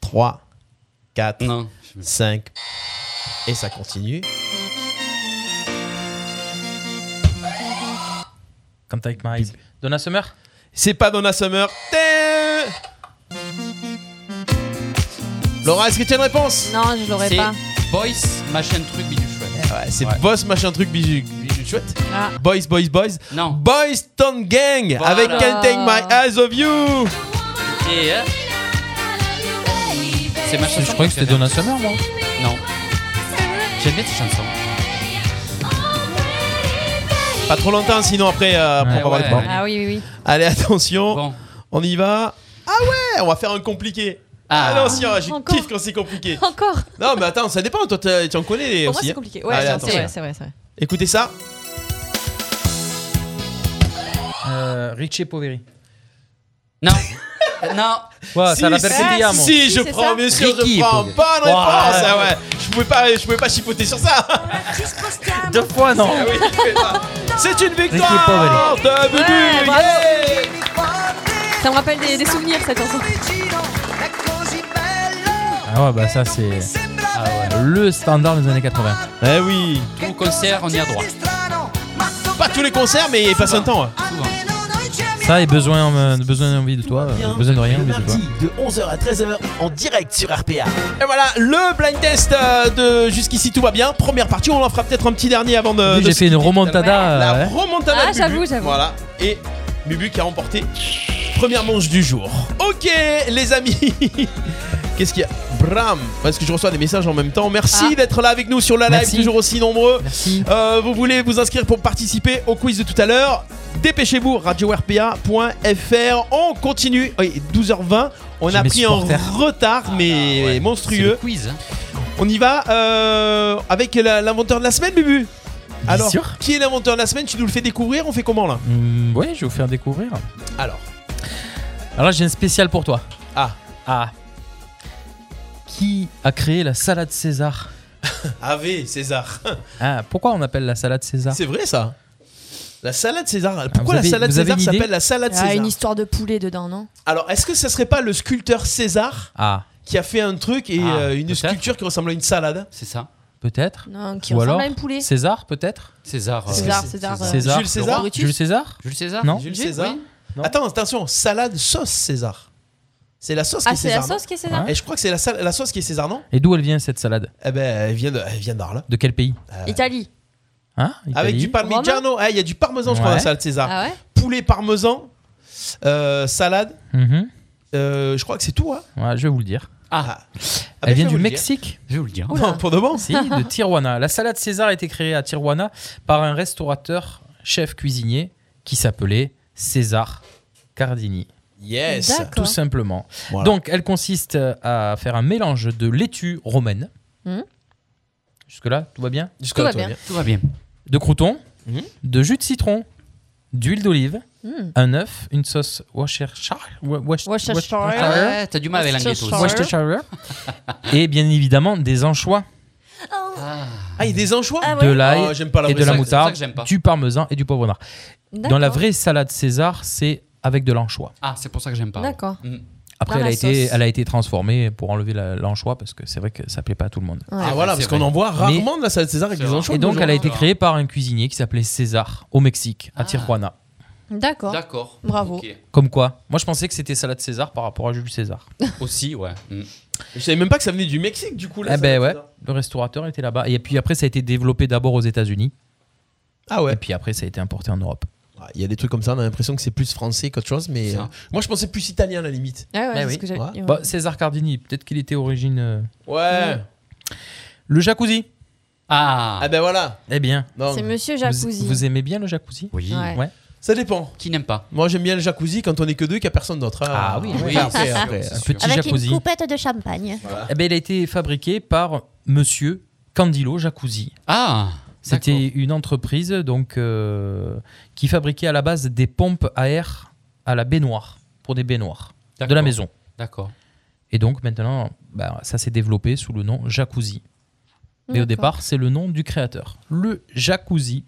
3, 4, 5. Et ça continue.
Comme avec my eyes. Donna Summer
C'est pas Donna Summer. Té- Laura, est-ce que tu as une réponse
Non, je l'aurais
C'est
pas.
Boys, machin truc, bidule chouette.
Eh Ouais, c'est boss machin truc bijou, bijou chouette.
Ah.
Boys, boys, boys.
Non.
Boys Town Gang
Voilà.
avec Can't Take My Eyes of You.
Et, euh, C'est ma chanson.
Je croyais que c'était Donna
préférée.
Summer, moi.
Non. J'aime bien cette chanson.
Pas trop longtemps, sinon après, euh, après, on va avoir les points.
Ah oui, oui, oui.
Allez, attention. On y va. Ah ouais, on va faire un compliqué. Ah, non, si, je kiffe quand c'est compliqué.
Encore
Non, mais attends, ça dépend. Toi, t'as- tu en connais les
Pour moi,
aussi.
c'est
hein.
compliqué. Ouais,
Allez,
c'est
attention.
vrai, c'est vrai, c'est vrai.
Écoutez ça.
Euh,
Ah,
Richie Poveri.
Non. non.
Ouais, ça l'appelle Célia,
si,
moi.
si, je prends, bien sûr,
Ricky
je prends.
Poveri.
Bonne
Ouais.
réponse. Ah ouais. Je pouvais pas, je pouvais pas chipoter sur ça.
Deux fois, non.
Ah oui, je pouvais pas. C'est une victoire
Poveri.
de Bubu.
Ouais, bravo.
yeah.
Ça me rappelle des, des souvenirs, cette chanson.
Ah ouais, bah ça, c'est le standard des années 80.
Ah Eh oui.
bah.
Tout concert, on y a droit.
Pas tous les concerts, mais il passe un temps. hein.
Ça et besoin, euh, besoin d'envie de toi. euh, besoin de rien, envie de toi.
De 11h à 13h en direct sur RPA.
Et voilà, le blind test euh, de jusqu'ici tout va bien. Première partie, on en fera peut-être un petit dernier avant de.
Oui,
de
J'ai
se
fait une
quitter.
remontada.
La
euh, ouais.
remontada
Ah,
de Bubu.
j'avoue, j'avoue.
Voilà. Et Bubu qui a remporté première manche du jour. Ok, les amis. Qu'est-ce qu'il y a Bram, parce que je reçois des messages en même temps. Merci
Ah.
d'être là avec nous sur la
Merci.
live, toujours aussi nombreux. Euh, vous voulez vous inscrire pour participer au quiz de tout à l'heure Dépêchez-vous, radio-rpa.fr. On continue. Oui, 12h20. On
J'ai
a
mes
pris un
supporters.
retard,
Ah
mais
bah
monstrueux.
C'est le quiz. hein.
On y va euh, avec la- l'inventeur de la semaine, Bubu. Alors,
sûr.
qui est l'inventeur de la semaine Tu nous le fais découvrir On fait comment là
Hmm, ouais, je vais vous faire découvrir.
Alors.
Alors là, j'ai un spécial pour toi.
Ah.
Ah. Qui a créé la salade César
Ave César.
Ah, Pourquoi on appelle la salade César
C'est vrai ça La salade César. Pourquoi
avez-
la salade
Ah, vous avez
César
une idée
s'appelle la salade
Il y a
César
Ah, une histoire de poulet dedans, non
Alors, est-ce que ça serait pas le sculpteur César
Ah,
qui a fait un truc et euh, une sculpture qui ressemble à une salade
C'est ça.
peut-être.
Non, qui
Ou
ressemble
alors
à un poulet.
César, peut-être
César.
euh,
César, César, euh,
César.
Jules César
Brutus Jules César
Jules César
Non.
Jules César. Attends, attention, salade sauce César. C'est la sauce
Ah,
qui est
c'est la
César. non
sauce qui est César
Et je crois que c'est la, sal- la sauce qui est César, non
Et d'où elle vient cette salade
Eh ben, elle vient de- elle vient d'Arles. Euh, Ah
De quel pays
Italie.
Hein
Avec
Italie
du parmigiano. Ah, Il y a du parmesan, je crois, dans
Ouais.
la salade César.
Ah ouais
Poulet parmesan, euh, salade.
Mhm.
Euh, je crois que c'est tout. Hein.
Ouais, je vais vous le dire.
Ah.
ben,
Elle vient
je vais
du
vous le dire.
Mexique.
Je vais vous le dire.
Non, pour de bon.
Si, de Tijuana. La salade César a été créée à Tijuana par un restaurateur chef cuisinier qui s'appelait César Cardini.
Yes. D'accord.
Tout simplement.
Voilà.
Donc, elle consiste euh, à faire un mélange de laitue romaine.
Mhm.
Jusque-là, tout va bien
Hmm. Jusque-là, Tout va tout va bien. bien. Tout va bien.
De croutons,
Hmm.
Mhm.
de jus de citron, d'huile d'olive,
Mhm.
un œuf, une sauce Worcestershire. Wa- Wash-
Worcestershire.
Worcestershire.
Ouais, Ah, t'as du mal avec l'anglais, toi aussi.
Worcestershire. Et bien évidemment, des anchois,
Ah, il y a des anchois
de l'ail
Oh, J'aime pas la
et de la
moutarde.
moutarde, du parmesan et du poivre noir. Dans
D'accord.
la vraie salade César, c'est avec de l'anchois.
Ah, c'est pour ça que j'aime pas.
D'accord.
Mm.
Après,
Dans
elle
la
a, été,
sauce.
elle a été transformée pour enlever la- l'anchois parce que c'est vrai que ça plaît pas à tout le monde.
Ah, voilà, parce qu'on en voit rarement de la salade César avec des anchois.
Et donc, elle a été
aujourd'hui.
créée par un cuisinier qui s'appelait César au Mexique,
Ah.
à Tijuana.
D'accord.
D'accord.
Bravo.
Comme quoi Moi, je pensais que c'était salade César par rapport à Jules César.
Aussi, ouais. Mm.
Je savais même pas que ça venait du Mexique, du coup. la
Eh ben
salade
ouais,
César.
le restaurateur était là-bas. Et puis après, ça a été développé d'abord aux États-Unis.
Ah ouais.
Et puis après, ça a été importé en Europe.
Ah, Il y a des trucs comme ça, on a l'impression que c'est plus français qu'autre chose, mais
Ça.
euh, moi je pensais plus italien à la limite.
Ah ouais,
Eh
c'est
oui.
ce que j'ai.
Ouais.
Bah, César Cardini, peut-être qu'il était origine. euh,
Ouais.
Le jacuzzi.
Ah.
Ah ben voilà.
Eh bien.
C'est monsieur
Vous-
jacuzzi.
Vous, aimez bien le jacuzzi
Oui.
Ouais.
Ça dépend.
Qui n'aime pas
Moi j'aime bien le jacuzzi quand on est que deux, qu'il n'y a personne d'autre. hein.
Ah oui, oui,
après,
c'est sûr,
après,
c'est
après.
sûr. Petit
Avec
jacuzzi.
une coupette de champagne.
Eh ben, il a été fabriqué par Monsieur Candilo Jacuzzi.
Ah.
C'était une entreprise donc euh, qui fabriquait à la base des pompes à air à la baignoire pour des baignoires de la
D'accord.
maison.
D'accord.
Et donc maintenant, bah, ça s'est développé sous le nom Jacuzzi. Mais au
D'accord.
départ, c'est le nom du créateur, le Jacuzzi.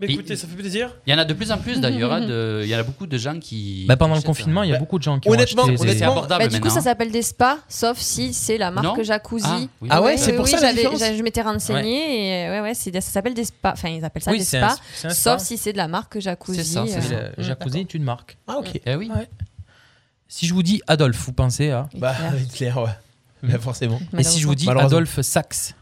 Mais écoutez, ça fait plaisir.
Il y en a de plus en plus d'ailleurs. hein, de- Il y en a beaucoup de gens qui.
Bah, pendant le
qui achètent,
confinement, il y a
hein.
beaucoup de gens qui ont acheté des-
c'est abordable
Bah, du coup,
maintenant.
hein.
ça s'appelle des spas, sauf si c'est la marque
Non
jacuzzi.
Ah, oui. Ah ouais, c'est pour ça la
j'avais-
différence
j'a- Je m'étais renseigné et euh, ouais, ouais, c'est des- ça s'appelle des spas. Enfin, ils appellent ça
Oui,
des
c'est un-
spas,
c'est un spa.
sauf si c'est de la marque jacuzzi.
C'est ça, c'est
euh,
ça.
mm,
Le Jacuzzi est une marque.
Ah ok.
Eh oui.
Si je vous dis Adolphe, vous pensez à
Bah Hitler, ouais. Mais forcément.
Et si je vous dis
Malheureusement.
Adolphe Sax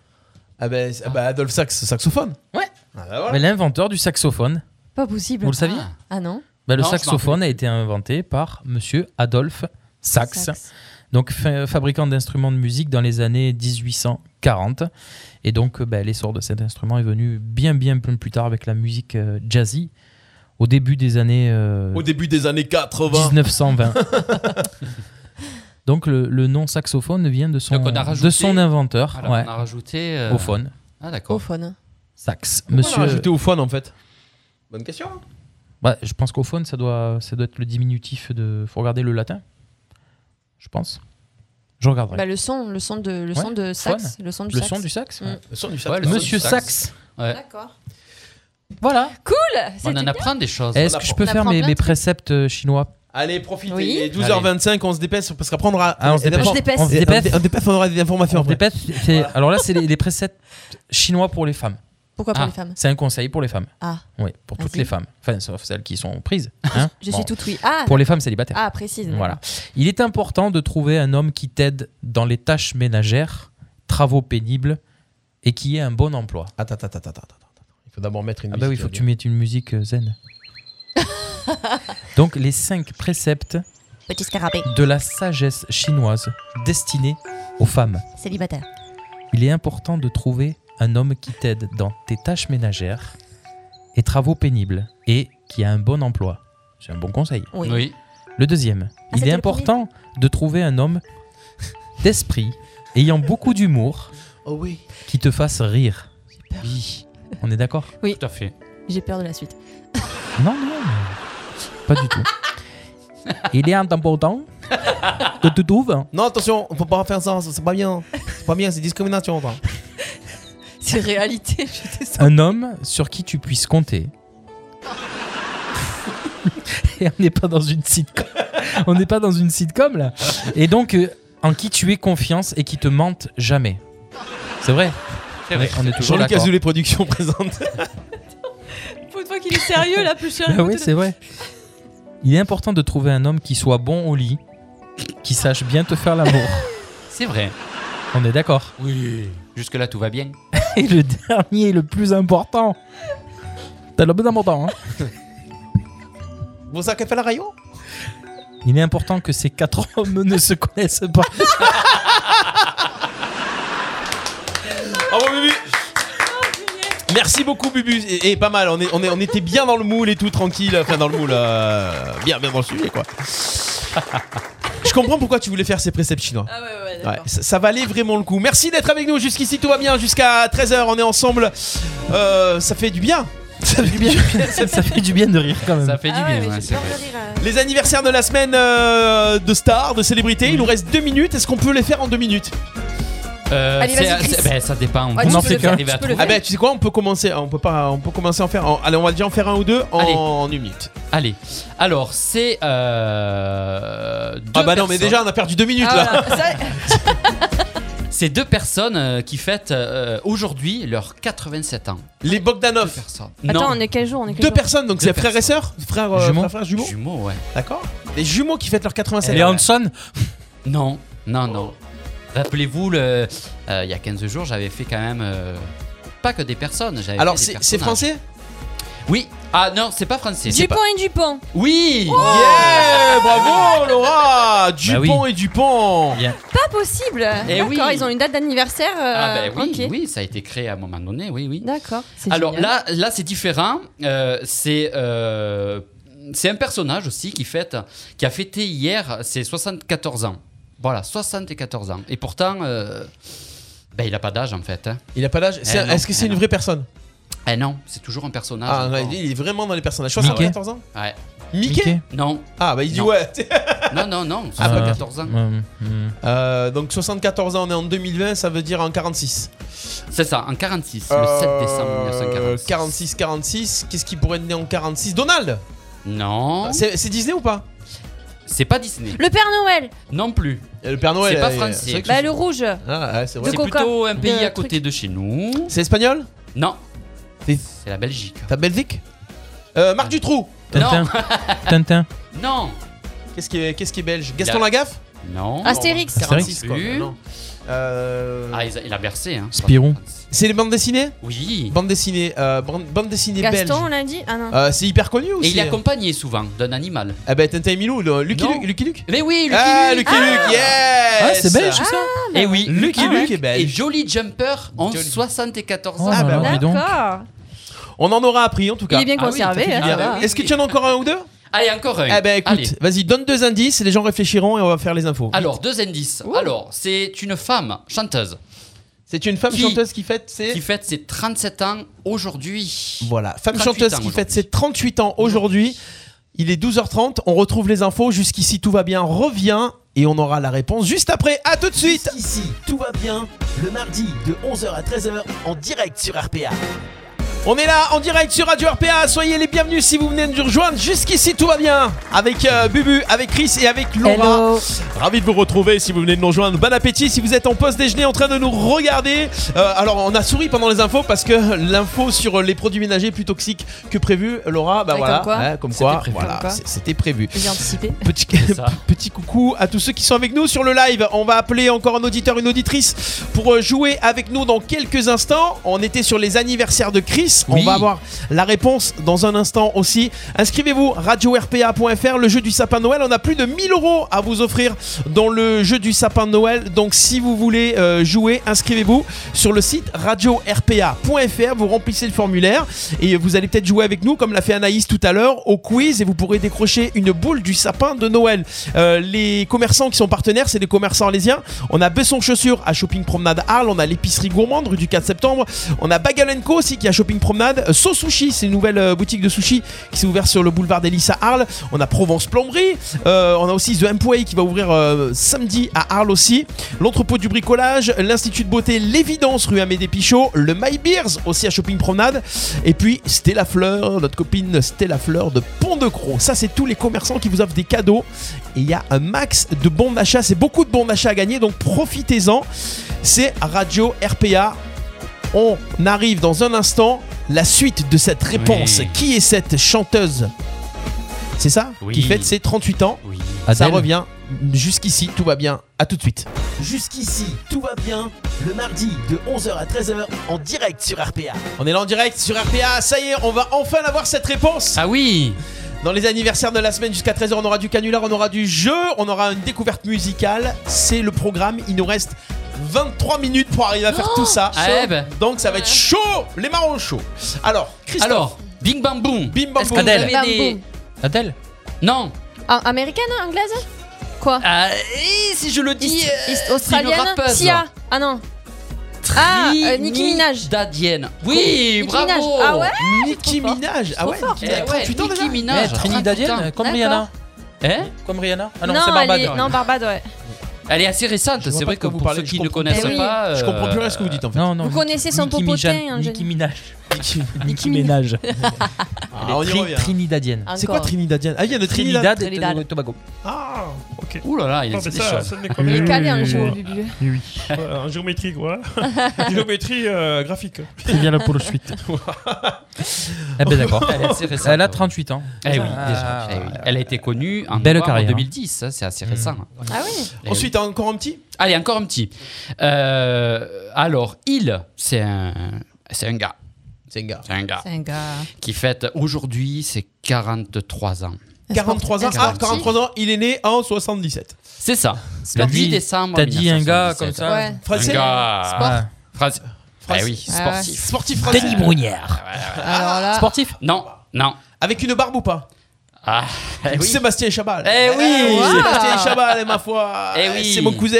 Ah ben c'est- ah ben, Adolphe Sax, saxophone.
Ouais.
Ah bah voilà.
Mais L'inventeur du saxophone.
Pas possible.
Vous le saviez
Ah non.
Bah, le saxophone a été inventé par monsieur Adolphe Sax,
Sax.
donc fa- fabricant d'instruments de musique dans les années 1840. Et donc, euh, bah, l'essor de cet instrument est venu bien, bien plus plus tard avec la musique euh, jazzy, au début des années euh,
Au début des années 80.
1920. donc, le, le nom saxophone vient de son,
Donc, on a
de
rajouté-
son inventeur,
Voilà,
ouais.
On a rajouté. euh,
au phone.
Ah d'accord.
Au phone.
Sax.
Pourquoi on a rajouté au
phone en fait
Bonne question. hein.
Ouais, je pense qu'au phone, ça doit, ça doit être le diminutif de. Faut regarder le latin. Je pense. Je regarderai.
Bah, le son, le son de, le son
Ouais,
de sax,
phone.
le son du
Le
sax.
son du sax, ouais.
Mm.
Le son du
Ouais, le son
Monsieur
du
Sax.
Ouais.
D'accord.
Voilà.
Cool.
Ah,
On
c'était
en
bien.
apprend des choses.
Est-ce que je peux faire mes, mes préceptes euh, chinois
Allez, profitez.
Oui.
Il est 12h25, on se dépêche parce qu'après on aura.
Ah, on se dépêche.
d'abord-
On se dépêche.
On dépêche, on aura des informations.
On
après.
répète, c'est- Alors là, c'est les, les préceptes chinois pour les femmes. Ah,
Pourquoi pour les femmes
C'est un conseil pour les femmes.
Ah.
Oui, pour toutes
Vas-y.
les femmes. Enfin, sauf celles qui sont prises. hein.
Je suis toute oui. Ah.
Pour les femmes célibataires.
Ah, précise, d'accord.
Voilà. Il est important de trouver un homme qui t'aide dans les tâches ménagères, travaux pénibles et qui ait un bon emploi.
Attends, attends, attends, attends. Il faut d'abord mettre une
Ah bah oui,
musique,
il faut que
là,
tu mettes une musique euh, zen. Donc les cinq préceptes
Petit scarabée.
de la sagesse chinoise destinés aux femmes.
Célibataire.
Il est important de trouver un homme qui t'aide dans tes tâches ménagères et travaux pénibles et qui a un bon emploi. C'est un bon conseil.
Oui. Oui.
Le deuxième, il
c'était
est
le
important de trouver un homme d'esprit ayant beaucoup d'humour
Oh oui.
qui te fasse rire. Oui. On est d'accord
Oui.
Tout à fait.
J'ai peur de la suite.
Non, non, non. pas du tout. Il est important de te trouver
Non, attention, on peut pas faire ça, ça, c'est pas bien. C'est pas bien, c'est discrimination. quoi.
C'est réalité. Je désolée.
un homme sur qui tu puisses compter, Et on n'est pas dans une sitcom. on n'est pas dans une sitcom là. Et donc, euh, en qui tu es confiance et qui te mente jamais. C'est vrai.
C'est vrai.
On est- on est toujours
Jean-Luc
d'accord.
Azoulay Productions présente.
Pour une fois qu'il est sérieux, là, plus cher.
Bah oui, c'est vrai. Il est important de trouver un homme qui soit bon au lit, qui sache bien te faire l'amour.
C'est vrai.
On est d'accord.
Oui. Jusque-là, tout va bien.
Et le dernier, le plus important. T'as le plus important. Hein.
Vous avez fait la rayon
Il est important que ces quatre hommes ne se connaissent pas.
Au revoir, Bubu. Merci beaucoup Bubu et, et pas mal on, est, on, est- on était bien dans le moule et tout tranquille enfin dans le moule euh, bien bien dans le sujet quoi je comprends pourquoi tu voulais faire ces préceptes chinois Ah Ouais, ça, ça valait vraiment le coup merci d'être avec nous jusqu'ici tout va bien jusqu'à 13h on est ensemble Euh, ça fait du bien ça fait du bien
ça fait du bien de rire quand même
ça fait du bien ouais, c'est vrai.
les anniversaires de la semaine euh, de stars de célébrités il nous reste deux minutes est-ce qu'on peut les faire en deux minutes
Euh,
Allez,
c'est-
vas-y, Chris.
c'est- ben, ça dépend.
on en fait qu'un.
qu'arriver à
Ah
trouver.
ben tu sais quoi, on peut commencer, on peut pas, on peut commencer à en faire. en- allez, on va déjà en faire un ou deux en, en une minute.
Allez. Alors, c'est. euh, deux
Ah bah non, mais
personnes.
déjà on a perdu deux minutes là.
C'est deux personnes euh, qui fêtent euh, aujourd'hui leurs 87 ans.
Les Bogdanov. Deux
personnes.
Attends,
non.
on est quel jour on est quel
Deux
jour
personnes, donc
Deux
c'est frère et
personnes.
sœur, frère, euh,
Jumeaux.
frère, frère, jumeaux.
Jumeaux, ouais.
D'accord. Les jumeaux qui fêtent leurs 87.
Les
ans.
Hanson Ah, Non, non, non. Rappelez-vous, le, euh, il y a 15 jours, j'avais fait quand même. euh, pas que des personnes. j'avais
Alors,
fait des
c'est- c'est
personnages.
français
Oui. Ah non, c'est pas français. c'est
Dupont
pas-
et Dupont.
Oui
Oh!
Bah
Yeah, bravo Laura, Dupont et Dupont.
Pas possible.
Eh
D'accord,
oui.
ils ont une date d'anniversaire. euh,
Ah ben
bah
oui,
ok.
oui, ça a été créé à un moment donné, oui, oui.
D'accord. c'est
Alors
génial.
là, là c'est différent. Euh, c'est euh, c'est un personnage aussi qui fête, qui a fêté hier ses 74 ans. Voilà, 74 ans. Et pourtant, euh, ben, il a pas d'âge en fait. hein.
Il a pas d'âge. C'est-
Eh non,
Est-ce que c'est
eh
une
non.
vraie personne
Eh non, c'est toujours un personnage.
Ah,
encore.
ouais, il est vraiment dans les personnages.
Mickey
74 ans
Ouais.
Mickey Mickey
Non.
Ah bah il dit
Non.
ouais.
Non, non, non.
Ah, pas
74 ans.
Euh, donc 74 ans, on est en 2020, ça veut dire en 46.
C'est ça, en 46, le 7 décembre 1946.
46, 46, qu'est-ce qui pourrait être né en 46 Donald Euh,
Non.
C'est c'est Disney ou pas
C'est pas Disney.
Le Père Noël.
Non plus.
Le Père Noël.
C'est pas
euh,
français.
vrai que
Bah,
c'est-
le rouge.
Ah, ouais, c'est vrai.
C'est plutôt un pays
de
à côté de chez nous.
C'est espagnol
Non.
C'est
la Belgique.
La Belgique euh, Marc Dutroux
Tintin.
Tintin.
Non.
Qu'est-ce qui, est- qu'est-ce qui est belge Gaston
La-
Lagaffe
Non.
Astérix.
Astérix. 46, quoi.
Plus.
Non. Euh,
Ah, il a, il a bercé. Hein.
Spirou.
C'est les bandes dessinées
Oui.
Bande dessinée, euh, bande, bande dessinée belge.
Gaston, on l'a dit. Ah non.
Euh, c'est hyper connu aussi.
Et il est accompagné souvent d'un animal.
Ah bah Tintin et Milou, le- Lucky
Non.
Luke, Lucky Luke.
Mais oui, Lucky
Ah,
Luke.
Lucky Luke, yes
Ah, c'est belge, ça
Et oui,
Lucky
Ah ouais.
Luke est belge.
Et Jolly Jumper en 74
Oh
ans.
Ah, bah, oui.
D'accord.
On en aura appris en tout cas.
Il est bien Ah oui, conservé, ça fait du hein, bien. ça va.
Est-ce que tu en as encore un ou deux
Allez, Ah, encore un.
Eh ben écoute,
Allez.
vas-y, donne deux indices, les gens réfléchiront et on va faire les infos.
Alors, deux indices. Alors, c'est une femme chanteuse.
C'est une femme chanteuse qui fête ses...
Qui fête ses 37 ans aujourd'hui.
Voilà, femme
38
chanteuse
ans
qui fête ses 38 ans aujourd'hui. Il est 12h30, on retrouve les infos. Jusqu'ici, tout va bien, revient et on aura la réponse juste après. À tout de suite
Ici, tout va bien. Le mardi de 11h à 13h en direct sur RPA.
On est là en direct sur Radio RPA. Soyez les bienvenus si vous venez de nous rejoindre. Jusqu'ici, tout va bien. Avec euh, Bubu, avec Chris et avec Laura. Ravi de vous retrouver si vous venez de nous rejoindre. Bon appétit si vous êtes en pause déjeuner en train de nous regarder. Euh, alors, on a souri pendant les infos parce que l'info sur les produits ménagers est plus toxiques que prévu. Laura, bah
Ouais,
voilà.
comme quoi.
hein, comme
C'était
quoi,
prévu.
voilà,
Comme quoi.
c'est- c'était prévu.
J'ai anticipé.
Petit, petit coucou à tous ceux qui sont avec nous sur le live. On va appeler encore un auditeur, une auditrice pour euh, jouer avec nous dans quelques instants. On était sur les anniversaires de Chris. On va avoir la réponse dans un instant aussi. Inscrivez-vous radio-rpa.fr, le jeu du sapin de Noël. On a plus de 1000 euros à vous offrir dans le jeu du sapin de Noël. Donc si vous voulez euh, jouer, inscrivez-vous sur le site radio-rpa.fr. Vous remplissez le formulaire et vous allez peut-être jouer avec nous comme l'a fait Anaïs tout à l'heure au quiz et vous pourrez décrocher une boule du sapin de Noël. Euh, les commerçants qui sont partenaires, c'est les commerçants arlésiens. On a Besson Chaussures à Shopping Promenade Arles, on a l'épicerie gourmande rue du 4 septembre, on a Bagel Co aussi qui a Shopping promenade. Euh, So Sushi, c'est une nouvelle euh, boutique de sushi qui s'est ouverte sur le boulevard d'Elisa à Arles. On a Provence Plomberie. Euh, on a aussi The Employee qui va ouvrir euh, samedi à Arles aussi. L'entrepôt du bricolage, l'Institut de beauté L'Évidence, rue Amédée Pichot. Le My Beers aussi à Shopping Promenade. Et puis Stella Fleur, notre copine Stella Fleur de Pont-de-Croix. Ça, c'est tous les commerçants qui vous offrent des cadeaux. Et il y a un max de bons d'achat. C'est beaucoup de bons d'achat à gagner, donc profitez-en. C'est Radio RPA. On arrive dans un instant. La suite de cette réponse.
Oui.
Qui est cette chanteuse C'est ça
Oui.
Qui fête ses 38 ans. Ça
Adèle
revient. Jusqu'ici, tout va bien. À tout de suite.
Jusqu'ici, tout va bien. Le mardi de 11h à 13h en direct sur RPA.
On est là en direct sur RPA, ça y est, on va enfin avoir cette réponse
Ah oui
Dans les anniversaires de la semaine jusqu'à 13h, on aura du canular, on aura du jeu, on aura une découverte musicale, c'est le programme, il nous reste 23 minutes pour arriver à faire tout ça.
Ah ouais, bah.
Donc ça va être chaud, les marrons chauds. Alors, Christophe.
Alors, bing bam boum.
Bing bam
Est-ce
boum.
que vous avez
Bam,
des-
boum.
Adèle
Non.
Ah, américaine, hein, anglaise Quoi
Si je le dis.
australienne
c'est une rappeuse.
Sia Ah non. Ah, euh, Nicki Minaj.
Dadienne. Oui,
Nicki
bravo.
Minaj. Ah ouais
Nicki Minaj. Ah ouais, Nicki Minaj, 38 ans déjà
Nicki Minaj.
Eh, Trinidadienne, comme
D'accord.
Rihanna.
Hein
Comme Rihanna Ah
non,
Eh non, c'est
elle
Barbade.
est- non, Barbade, ouais.
Elle est assez récente,
vois
c'est
pas
vrai que
de quoi vous
pour
parlez,
ceux
je
qui ne
comprends
connaissent
plus rien.
pas. euh,
Je comprends
euh,
plus rien à ce que vous dites, en fait. Non,
non.
Vous connaissez son
Nicki
popotin,
Minaj-
hein,
Nicki
Jenny.
Minaj.
Nicki
Nicki
Minaj.
Minaj. Elle est
Ah,
Ah,
on y
tri-
revient.
Trinidadienne.
C'est quoi Trinidadienne Ah, il y a de Trinidad.
Trinidad et
Trinidad.
Tobago.
Ah,
ok.
Ouh là là, il
Non,
existe
mais
des
ça,
choses.
ça n'est
Il est calé en
Euh,
géobibu.
Oui. Voilà, en géométrie, quoi. Géométrie euh, graphique.
C'est bien la poursuite. Eh ben d'accord.
Elle est assez récente.
Elle a 38 ans.
Eh oui,
Ah,
déjà. eh oui. Elle a été connue en,
Belle
novembre
carrière.
2010, hein, c'est assez
Mm.
récent.
Ah oui
Eh oui.
Mmh.
Ah,
Ensuite, encore un petit
Allez, encore un petit. Euh, alors, il, c'est un, c'est un gars.
C'est un gars.
C'est un gars.
C'est un gars.
Qui fête aujourd'hui ses 43 ans.
43 ans.
Un
Ah,
sportif.
43 ans, il est né en 77.
C'est ça.
T'as
Le
dit-
10 décembre.
t'as dit un gars
1977.
comme ça Ouais. Français
Un gars.
Sport
Français. Eh oui,
Ah ouais.
sportif.
Sportif français. Denis Brunière.
Alors là.
Sportif Non, non.
Avec une barbe ou pas
Ah, eh oui.
Sébastien Chabal.
Eh oui.
Wow. Sébastien
Wow.
Chabal, ma foi.
Eh oui.
C'est mon cousin.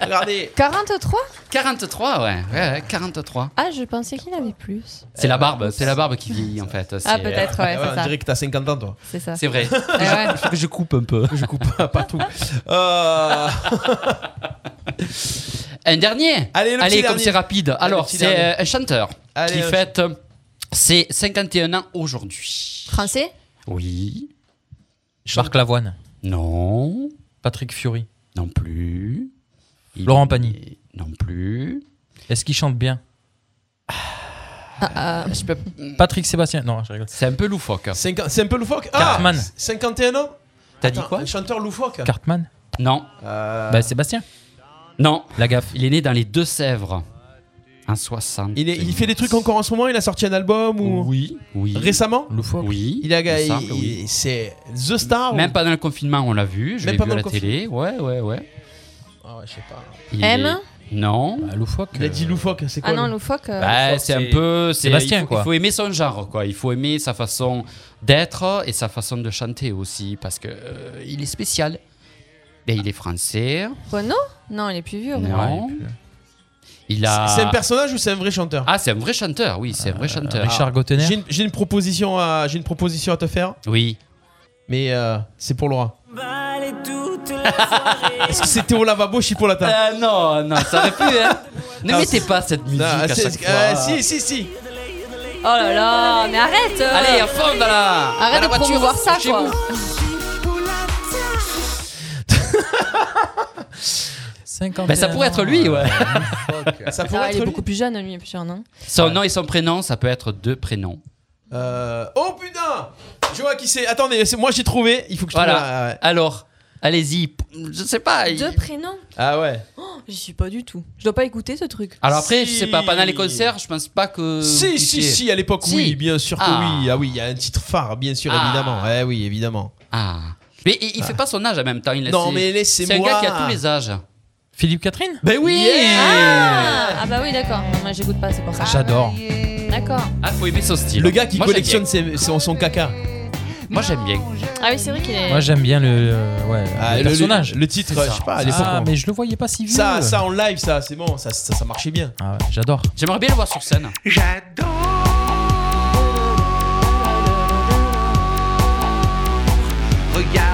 Regardez.
43
43, ouais. ouais, ouais, 43.
Ah, je pensais qu'il avait plus.
C'est
Euh,
la barbe, c'est la barbe qui vieillit en fait.
Ah,
C'est- euh,
peut-être, ouais, c'est
on
ça.
dirait que t'as 50 ans, toi.
C'est ça.
C'est vrai.
ouais.
que je coupe un peu. Je coupe pas partout. Euh,
Un dernier
Allez, le petit
comme
dernier.
c'est rapide. Alors,
le petit
c'est
dernier.
euh, un chanteur
Allez,
qui
un
fête euh, ses 51 ans aujourd'hui.
Français
Oui.
Marc Lavoine.
Non.
Patrick Fiori.
Non plus. Il-
Laurent Pagny.
Non plus.
Est-ce qu'il chante bien
Ah, ah.
Patrick Sébastien. Non, je rigole.
C'est un peu loufoque. hein.
cinquan- C'est un peu loufoque. Ah,
Cartman.
51 ans
T'as dit
Attends,
quoi
un Chanteur loufoque.
Cartman
Non.
Euh,
Bah Sébastien.
Non.
La gaffe.
Il est né dans les Deux-Sèvres. En 60.
Il, est- il fait des trucs encore en ce moment Il a sorti un album ou...
Oui, oui.
Récemment
Loufoque.
Oui.
Il a
il
il-
semble, oui.
il- C'est The Star ou-
Même pendant le confinement, on l'a vu. Je
Même
l'ai vu
pendant
à
le
la télé. Ouais, ouais, ouais.
Ah ouais, je sais pas.
Il
M
est- Non.
loufoque.
Il a dit loufoque, hein, c'est quoi
Ah non,
le-
loufoque. euh,
euh, Bah, c'est un peu. c'est-
Sébastien,
il faut,
quoi.
Il faut aimer son genre, quoi. Il faut aimer sa façon d'être et sa façon de chanter aussi, parce que euh, il est spécial. Ben, il est français.
Renaud Non, il est plus vieux. Renaud.
Non. Il a.
C'est un personnage ou c'est un vrai chanteur Euh,
Ah, c'est un vrai chanteur, oui, c'est un vrai chanteur.
Richard Gottener.
J'ai une, j'ai une proposition à j'ai une proposition à te faire,
Oui.
mais euh, c'est pour Laura. Est-ce que
Est-ce
c'était au lavabo, Chipolata
Ah non, non, ça aurait pu, hein. Ne
Non,
mettez pas cette musique
Ah,
à
c'est-
chaque fois.
euh, si si si.
Oh là là, mais arrête euh.
Allez, à fond dans la,
Arrête
dans la
de
voiture.
promouvoir ça,
chez
quoi.
vous. Ben, ça pourrait être
euh,
lui, ouais.
Ça pourrait
Ah,
être
il est
lui.
beaucoup plus jeune, lui, il est plus jeune, hein. non
Son nom et son prénom, ça peut être deux prénoms.
Euh, Oh putain Je vois qui c'est. Attendez, c'est- moi j'ai trouvé. Il faut que je trouve.
Voilà.
la- ouais.
Alors, allez-y. P- Je sais pas. il-
Deux prénoms
Ah ouais.
oh, J'y suis pas du tout. Je dois pas écouter ce truc.
Alors après,
Si.
je sais pas, pendant les concerts, je pense pas que.
Si
vous
si
puissiez-
si à l'époque
Si.
oui bien sûr que
Ah.
oui ah oui il y a un titre phare bien sûr
Ah.
évidemment eh oui évidemment
Ah. Mais il, il fait pas son âge en même temps. Il
Non,
c'est-
mais
C'est un
laissez-moi.
gars qui a tous les âges.
Philippe Catherine
Ben oui
Ah, ah bah oui, d'accord. Non, Moi, j'écoute pas, c'est pour ça.
J'adore.
D'accord.
Ah, faut aimer son style.
le gars qui
Moi, j'aime
collectionne ses- son, son caca
bien. Moi, j'aime bien.
Ah oui, c'est vrai qu'il est.
Moi j'aime bien le, euh, ouais,
Ah,
le
le-
personnage.
le titre
C'est ça.
je sais pas à l'époque
ah
on-
mais je le voyais pas si vieux.
ça ça en live ça c'est bon ça, ça ça marchait bien
Ah ouais, j'adore.
J'aimerais bien le voir sur scène.
J'adore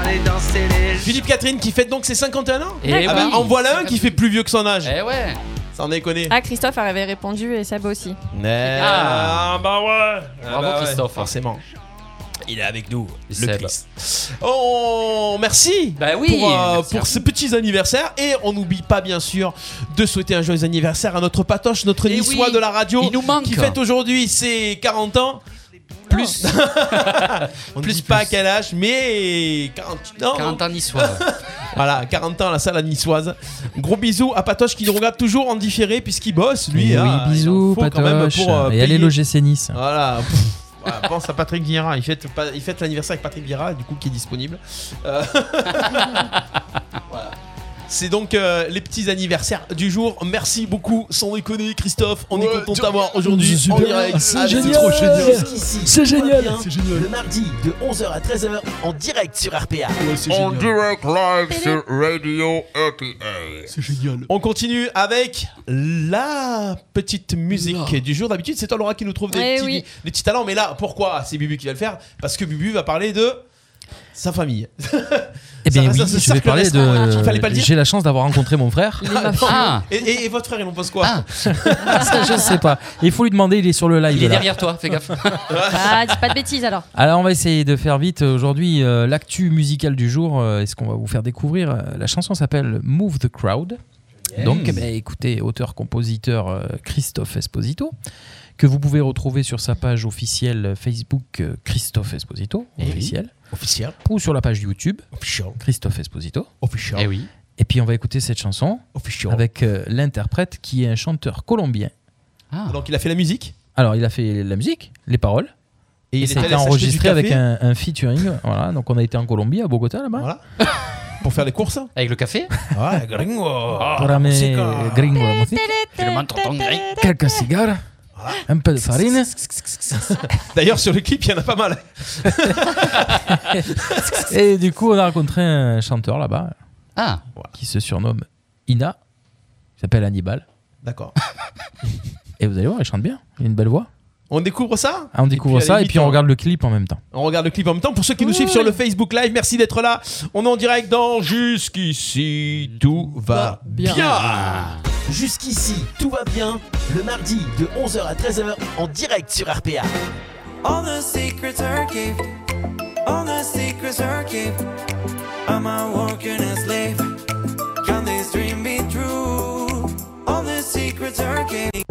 Allez danser les
Philippe Catherine qui fête donc ses 51 ans
Eh
Ah bah,
oui.
En voilà un qui fait plus vieux que son âge.
Eh ouais.
Ça en est connu.
Ah, Christophe avait répondu et Seb aussi.
Ah, bah ouais.
Bravo, Christophe.
Forcément. Il est avec nous, le
Seb.
Christ. Oh, merci
Bah oui,
pour, euh,
merci.
pour ces petits anniversaires. Et on n'oublie pas, bien sûr, de souhaiter un joyeux anniversaire à notre patoche, notre
Eh
niçois
oui,
de la radio,
il nous manque.
qui fête aujourd'hui ses 40 ans. Plus. on ne dit pas à quel âge, mais 40 ans.
40 ans niçois.
voilà, 40 ans à la salle à niçoise. Gros bisous à Patoche qui nous regarde toujours en différé puisqu'il bosse, lui.
Oui,
hein. Il en
bisous,
faut quand même
Patoche.
pour, euh,
et allez
payer.
loger ses Nice.
Voilà. pff, voilà, pense à Patrick Vieira. Il fête, pas- il fête l'anniversaire avec Patrick Vieira, du coup, qui est disponible. Euh, voilà. C'est donc euh, les petits anniversaires du jour. Merci beaucoup, sans déconner, Christophe. On est content de t'avoir aujourd'hui en direct. Ah, trop
Jusqu'ici, tout va bien. Le mardi de 11h à 13h en direct sur RPA.
En
direct live sur
Radio C'est génial. On continue avec la petite musique du jour. D'habitude, c'est toi, Laura, qui nous trouve des,
Eh
petits,
oui.
des petits talents. Mais là, pourquoi C'est Bubu qui va le faire. Parce que Bubu va parler de sa famille.
Eh bien
Ça-
oui,
ça- ça
je vais
cercle
parler
restreint. Il fallait pas le
de.
dire.
J'ai la chance d'avoir rencontré mon frère.
Ah. Et, et- et votre frère, il en pense quoi
Ça, je sais pas. Il faut lui demander, il est sur le live.
Il est
là.
derrière toi, fais gaffe.
Ah, dis pas de bêtises alors.
Alors on va essayer de faire vite aujourd'hui euh, l'actu musicale du jour. euh, Est-ce qu'on va vous faire découvrir euh, La chanson s'appelle Move the Crowd.
Yes.
Donc eh ben, écoutez, auteur-compositeur euh, Christophe Esposito, que vous pouvez retrouver sur sa page officielle Facebook euh, Christophe Esposito,
oui.
officielle.
Officiel.
Ou sur la page YouTube Christophe Esposito.
Officiel.
Et oui. Et puis on va écouter cette chanson avec euh, l'interprète qui est un chanteur colombien.
Ah.
Donc, il a fait la musique.
Alors, il a fait la musique, les paroles.
Et il
Et,
est allé
c'était
s'acheter du
enregistré
café.
avec un, un featuring. voilà, donc on a été en Colombie, à Bogota, là-bas.
Pour faire les courses
Avec le café
Ouais, gringo.
Ah,
Ah, hein.
Pour amener gringo la musique. Quelques cigares. Un peu de farine.
D'ailleurs, sur le clip, il y en a pas mal.
Et du coup, on a rencontré un chanteur là-bas.
Ah.
Qui se surnomme Ina. Il s'appelle Hannibal.
D'accord.
Et vous allez voir, il chante bien. Il a une belle voix.
On découvre ça
Ah, on découvre
à la
ça et
limite,
puis on regarde le clip en même temps.
On regarde le clip en même temps. Pour ceux qui nous suivent sur le Facebook Live, merci d'être là. On est en direct dans Jusqu'ici, tout
Bah,
va bien.
Jusqu'ici, tout va bien. Le mardi de 11h à 13h en direct sur RPA.
All the secrets are kept. All the secrets are kept. I'm a working a slave. Can this dream be true? All the secrets are kept.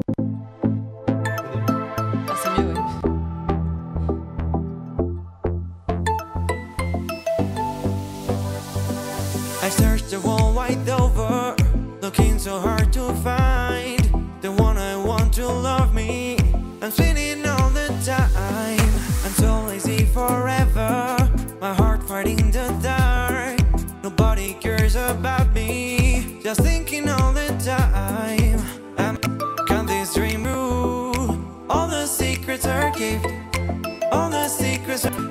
I searched the world wide over, looking so hard to find the one I want to love me. I'm spinning all the time. I'm so lazy forever. My heart fighting the dark. Nobody cares about me. Just thinking all the time. I'm can this dream rule? All the secrets are kept. All the secrets are.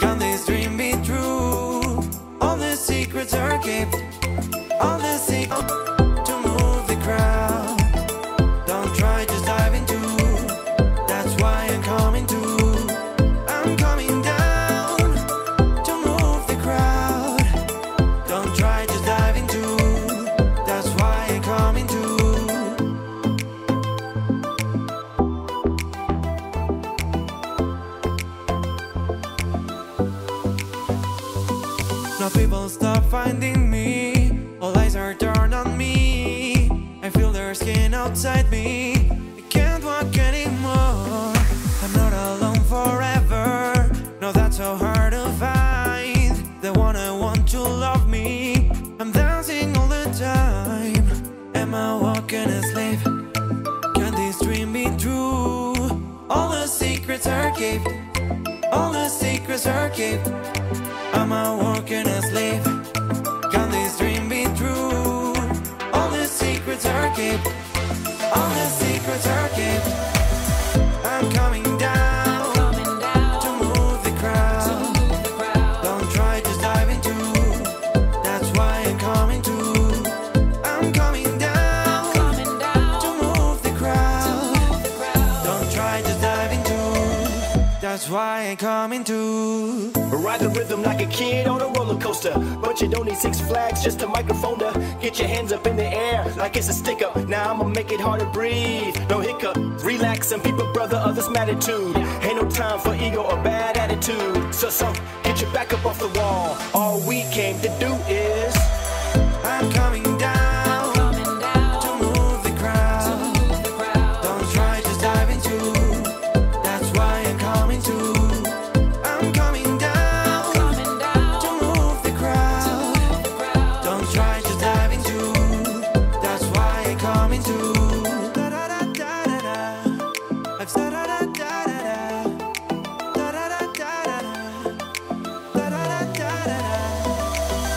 Can this dream be true? All the secrets are kept. All the secrets to move the crowd. Don't try, just dive into. That's why I'm coming to. I'm coming down to move the crowd. Don't try, just dive into. That's why I'm coming to. Now people stop finding me. All eyes are turned on me. I feel their skin outside me. I can't walk anymore. I'm not alone forever. No, that's so hard to find. The one I want to love me. I'm dancing all the time. Am I walking asleep? Can this dream be true? All the secrets are kept. All the secrets are kept. Am I walking asleep? Can this dream be true? All the secrets are kept. All the secrets are kept. I'm coming down. To move the crowd. Don't try, just dive into. That's why I'm coming to. I'm coming down. To move the crowd. Don't try, just dive into.
just why ain't coming to.
Ride the rhythm like a kid on a roller coaster. But you don't need six flags, just a microphone to get your hands up in the air like it's a stick up. Now I'ma make it hard to breathe. No hiccup, relax some people, brother, others attitude. Ain't no time for ego or bad attitude. So, so, get your back up off the wall. All we came to do is. I'm coming down.
To move the crowd. Don't try to dive into. That's why I'm coming to. I'm coming down. To move the crowd. Don't try to dive into. That's why I'm coming to. I've said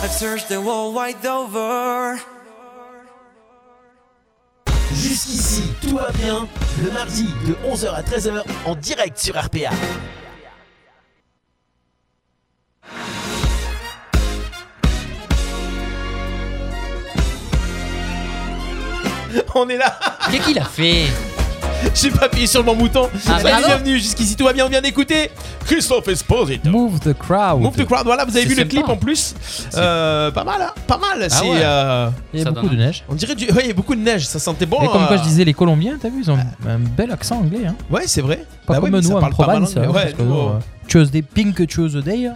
I've searched the world wide over.
Jusqu'ici, tout va bien. Le mardi de 11h à 13h en direct sur RPA.
On est là
Qu'est-ce qu'il a fait
J'ai pas appuyé sur mon bouton.
bah
Ah,
Allez,
bravo.
bienvenue, jusqu'ici tout va bien, on vient d'écouter Christophe Esposito.
Move the crowd.
Move the crowd, voilà, vous avez
C'est
vu le
sympa. Ah
clip en plus. Euh, pas mal, hein, pas mal. c'est,
ouais.
euh,
Il y a Ça beaucoup donne- de neige.
On dirait du. Ouais, il y a beaucoup de neige, ça sentait bon.
Et comme quoi
euh, bah,
je disais, les Colombiens, t'as vu, ils ont un bel accent anglais. Hein.
Ouais, c'est vrai.
Pas
Bah
comme
ouais, mais ça
nous en
parle pas mal
Provence.
anglais.
hein,
Ouais,
parce que
nous,
nous,
euh,
euh, Tuesday Pink Tuesday.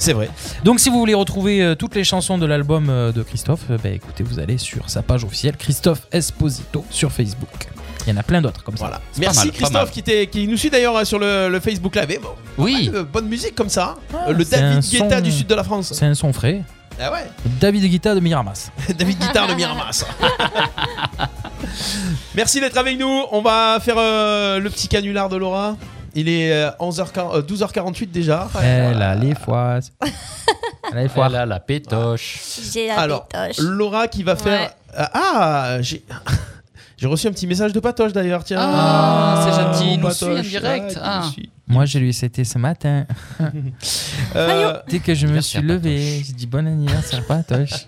C'est vrai.
Donc, si vous voulez retrouver euh, toutes les chansons de l'album euh, de Christophe, euh, bah, écoutez, vous allez sur sa page officielle Christophe Esposito sur Facebook. Il y en a plein d'autres comme ça. Voilà.
Merci Christophe qui, t'est- qui nous suit d'ailleurs euh, sur le, le Facebook Live. Et bon, oui. bonne musique comme ça. hein. Euh, le David Guetta du sud de la France.
C'est un Ah, son frais.
Ah ouais.
David Guetta de Miramas.
David Guitare de Miramas. Merci d'être avec nous. On va faire euh, le petit canular de Laura. Il est euh, 11h40 euh, 12h48 déjà.
Elle a les foises. Elle a les foires.
Elle a la pétoche.
J'ai la
Alors,
pétoche.
Laura qui va faire. Euh, Ah, j'ai. j'ai reçu un petit message de Patoche d'ailleurs, tiens.
Ah, c'est gentil,
mon
il nous suit en
Patoche.
direct. Ah.
Moi, je lui ai c'était ce matin.
Euh,
Dès que je me suis levé, j'ai dit bon anniversaire, Patoche.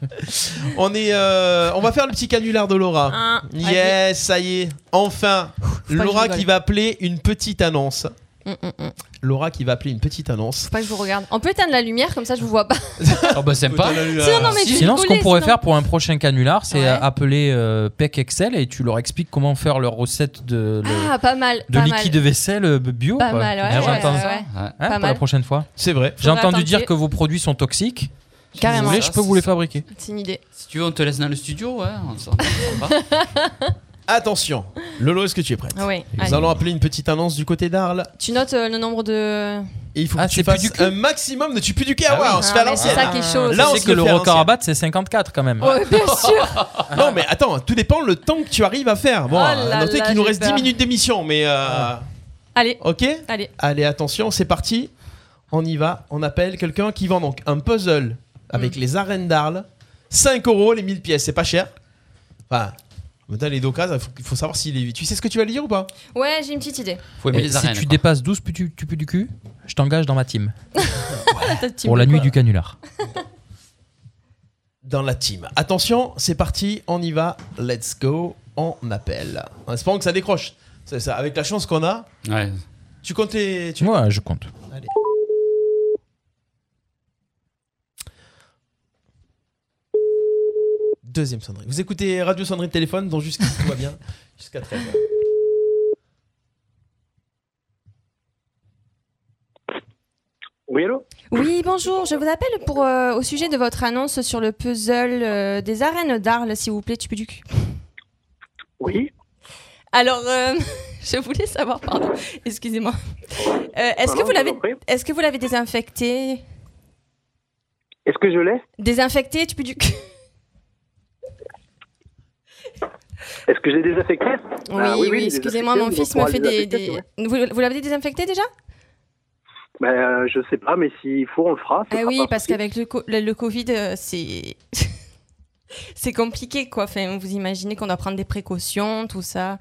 On est, euh, on va faire le petit canular de Laura.
Ah,
yes, ça y est, enfin.
que je
Laura
rigole.
qui va appeler une petite annonce.
Mm, mm, mm.
Laura qui va appeler une petite annonce.
Faut pas que je vous regarde. On peut éteindre la lumière, comme ça je vous vois pas.
Euh,
Oh bah sympa.
Sinon, non, mais tu
Sinon, ce qu'on
rigoles,
pourrait
sinon.
faire pour un prochain canular, c'est appeler euh, PEC Excel et tu leur expliques comment faire leur recette de, le-
Ah, pas mal.
de
pas
liquide
mal.
vaisselle euh, bio.
Pas
quoi.
mal, ouais,
Hein,
ouais,
j'entends
ouais,
ça.
ouais.
Hein,
Pas
pour la
mal.
prochaine fois.
C'est vrai.
J'ai
Faudrait
entendu dire
tenter.
que vos produits sont toxiques. Si vous
Carrément.
voulez, je peux vous les fabriquer.
C'est une idée.
Si tu veux, on te laisse dans le studio. Ouais, on s'en- on s'en va.
Attention, Lolo, est-ce que tu es prête
Ah ouais,
Nous
allez.
allons appeler une petite annonce du côté d'Arles.
Tu notes euh, le nombre de.
Et il faut que tu fasses un maximum de tu pues du cul. Ah ouais,
Ah oui.
on se
Ah,
fait à
mais c'est
l'ancienne.
ça qui est chaud,
Là, on
c'est
se
que le
fait à
record
l'ancienne.
à battre, c'est 54 quand même.
Ouais, bien sûr
Non, mais attends, tout dépend le temps que tu arrives à faire. Bon,
Oh là
notez
là,
qu'il nous
j'ai
reste
peur. Ah.
10 minutes d'émission, mais. euh,
Allez.
Ok
Allez.
Allez, attention, c'est parti. On y va. On appelle quelqu'un qui vend donc un puzzle avec les arènes d'Arles. 5 euros les 1000 pièces, c'est pas cher. Enfin, maintenant, les docas, il faut, il faut savoir s'il est. Tu sais ce que tu vas lui dire ou pas
Ouais, j'ai une petite idée.
Faut aimer
Et
les
si
arènes,
tu
hein.
quoi.
dépasses 12 tu, tu pues du cul, je t'engage dans ma team.
Tu
pour
me
la
dis
nuit
quoi
du canular.
Dans la team. Attention, c'est parti, on y va. Let's go. On appelle. En espérant que ça décroche. C'est ça, avec la chance qu'on a.
Ouais.
Tu comptes les. Tu...
Ouais, je compte.
Allez. Deuxième sonnerie. Vous écoutez Radio Sonnerie de Téléphone, dont jusqu'ici tout va bien, jusqu'à 13h.
Oui, allô
Oui, bonjour. Je vous appelle pour euh, au sujet de votre annonce sur le puzzle euh, des arènes d'Arles, s'il vous plaît, tu peux du cul.
Oui.
Alors, euh, je voulais savoir, pardon, excusez-moi. Euh, est-ce, que vous l'avez, est-ce que vous l'avez désinfecté
Est-ce que je l'ai
Désinfecté, tu peux du cul
Est-ce que j'ai Ah désaffecté
Oui, oui, excusez-moi, mon fils me fait des. des- Vous, vous l'avez désinfecté déjà
Bah, euh, je sais pas, mais s'il faut, on le fera. ce
Ah
sera
oui,
pas un
parce
souci.
qu'avec le, co- le, le Covid, euh, c'est. c'est compliqué, quoi. Enfin, vous imaginez qu'on doit prendre des précautions, tout ça.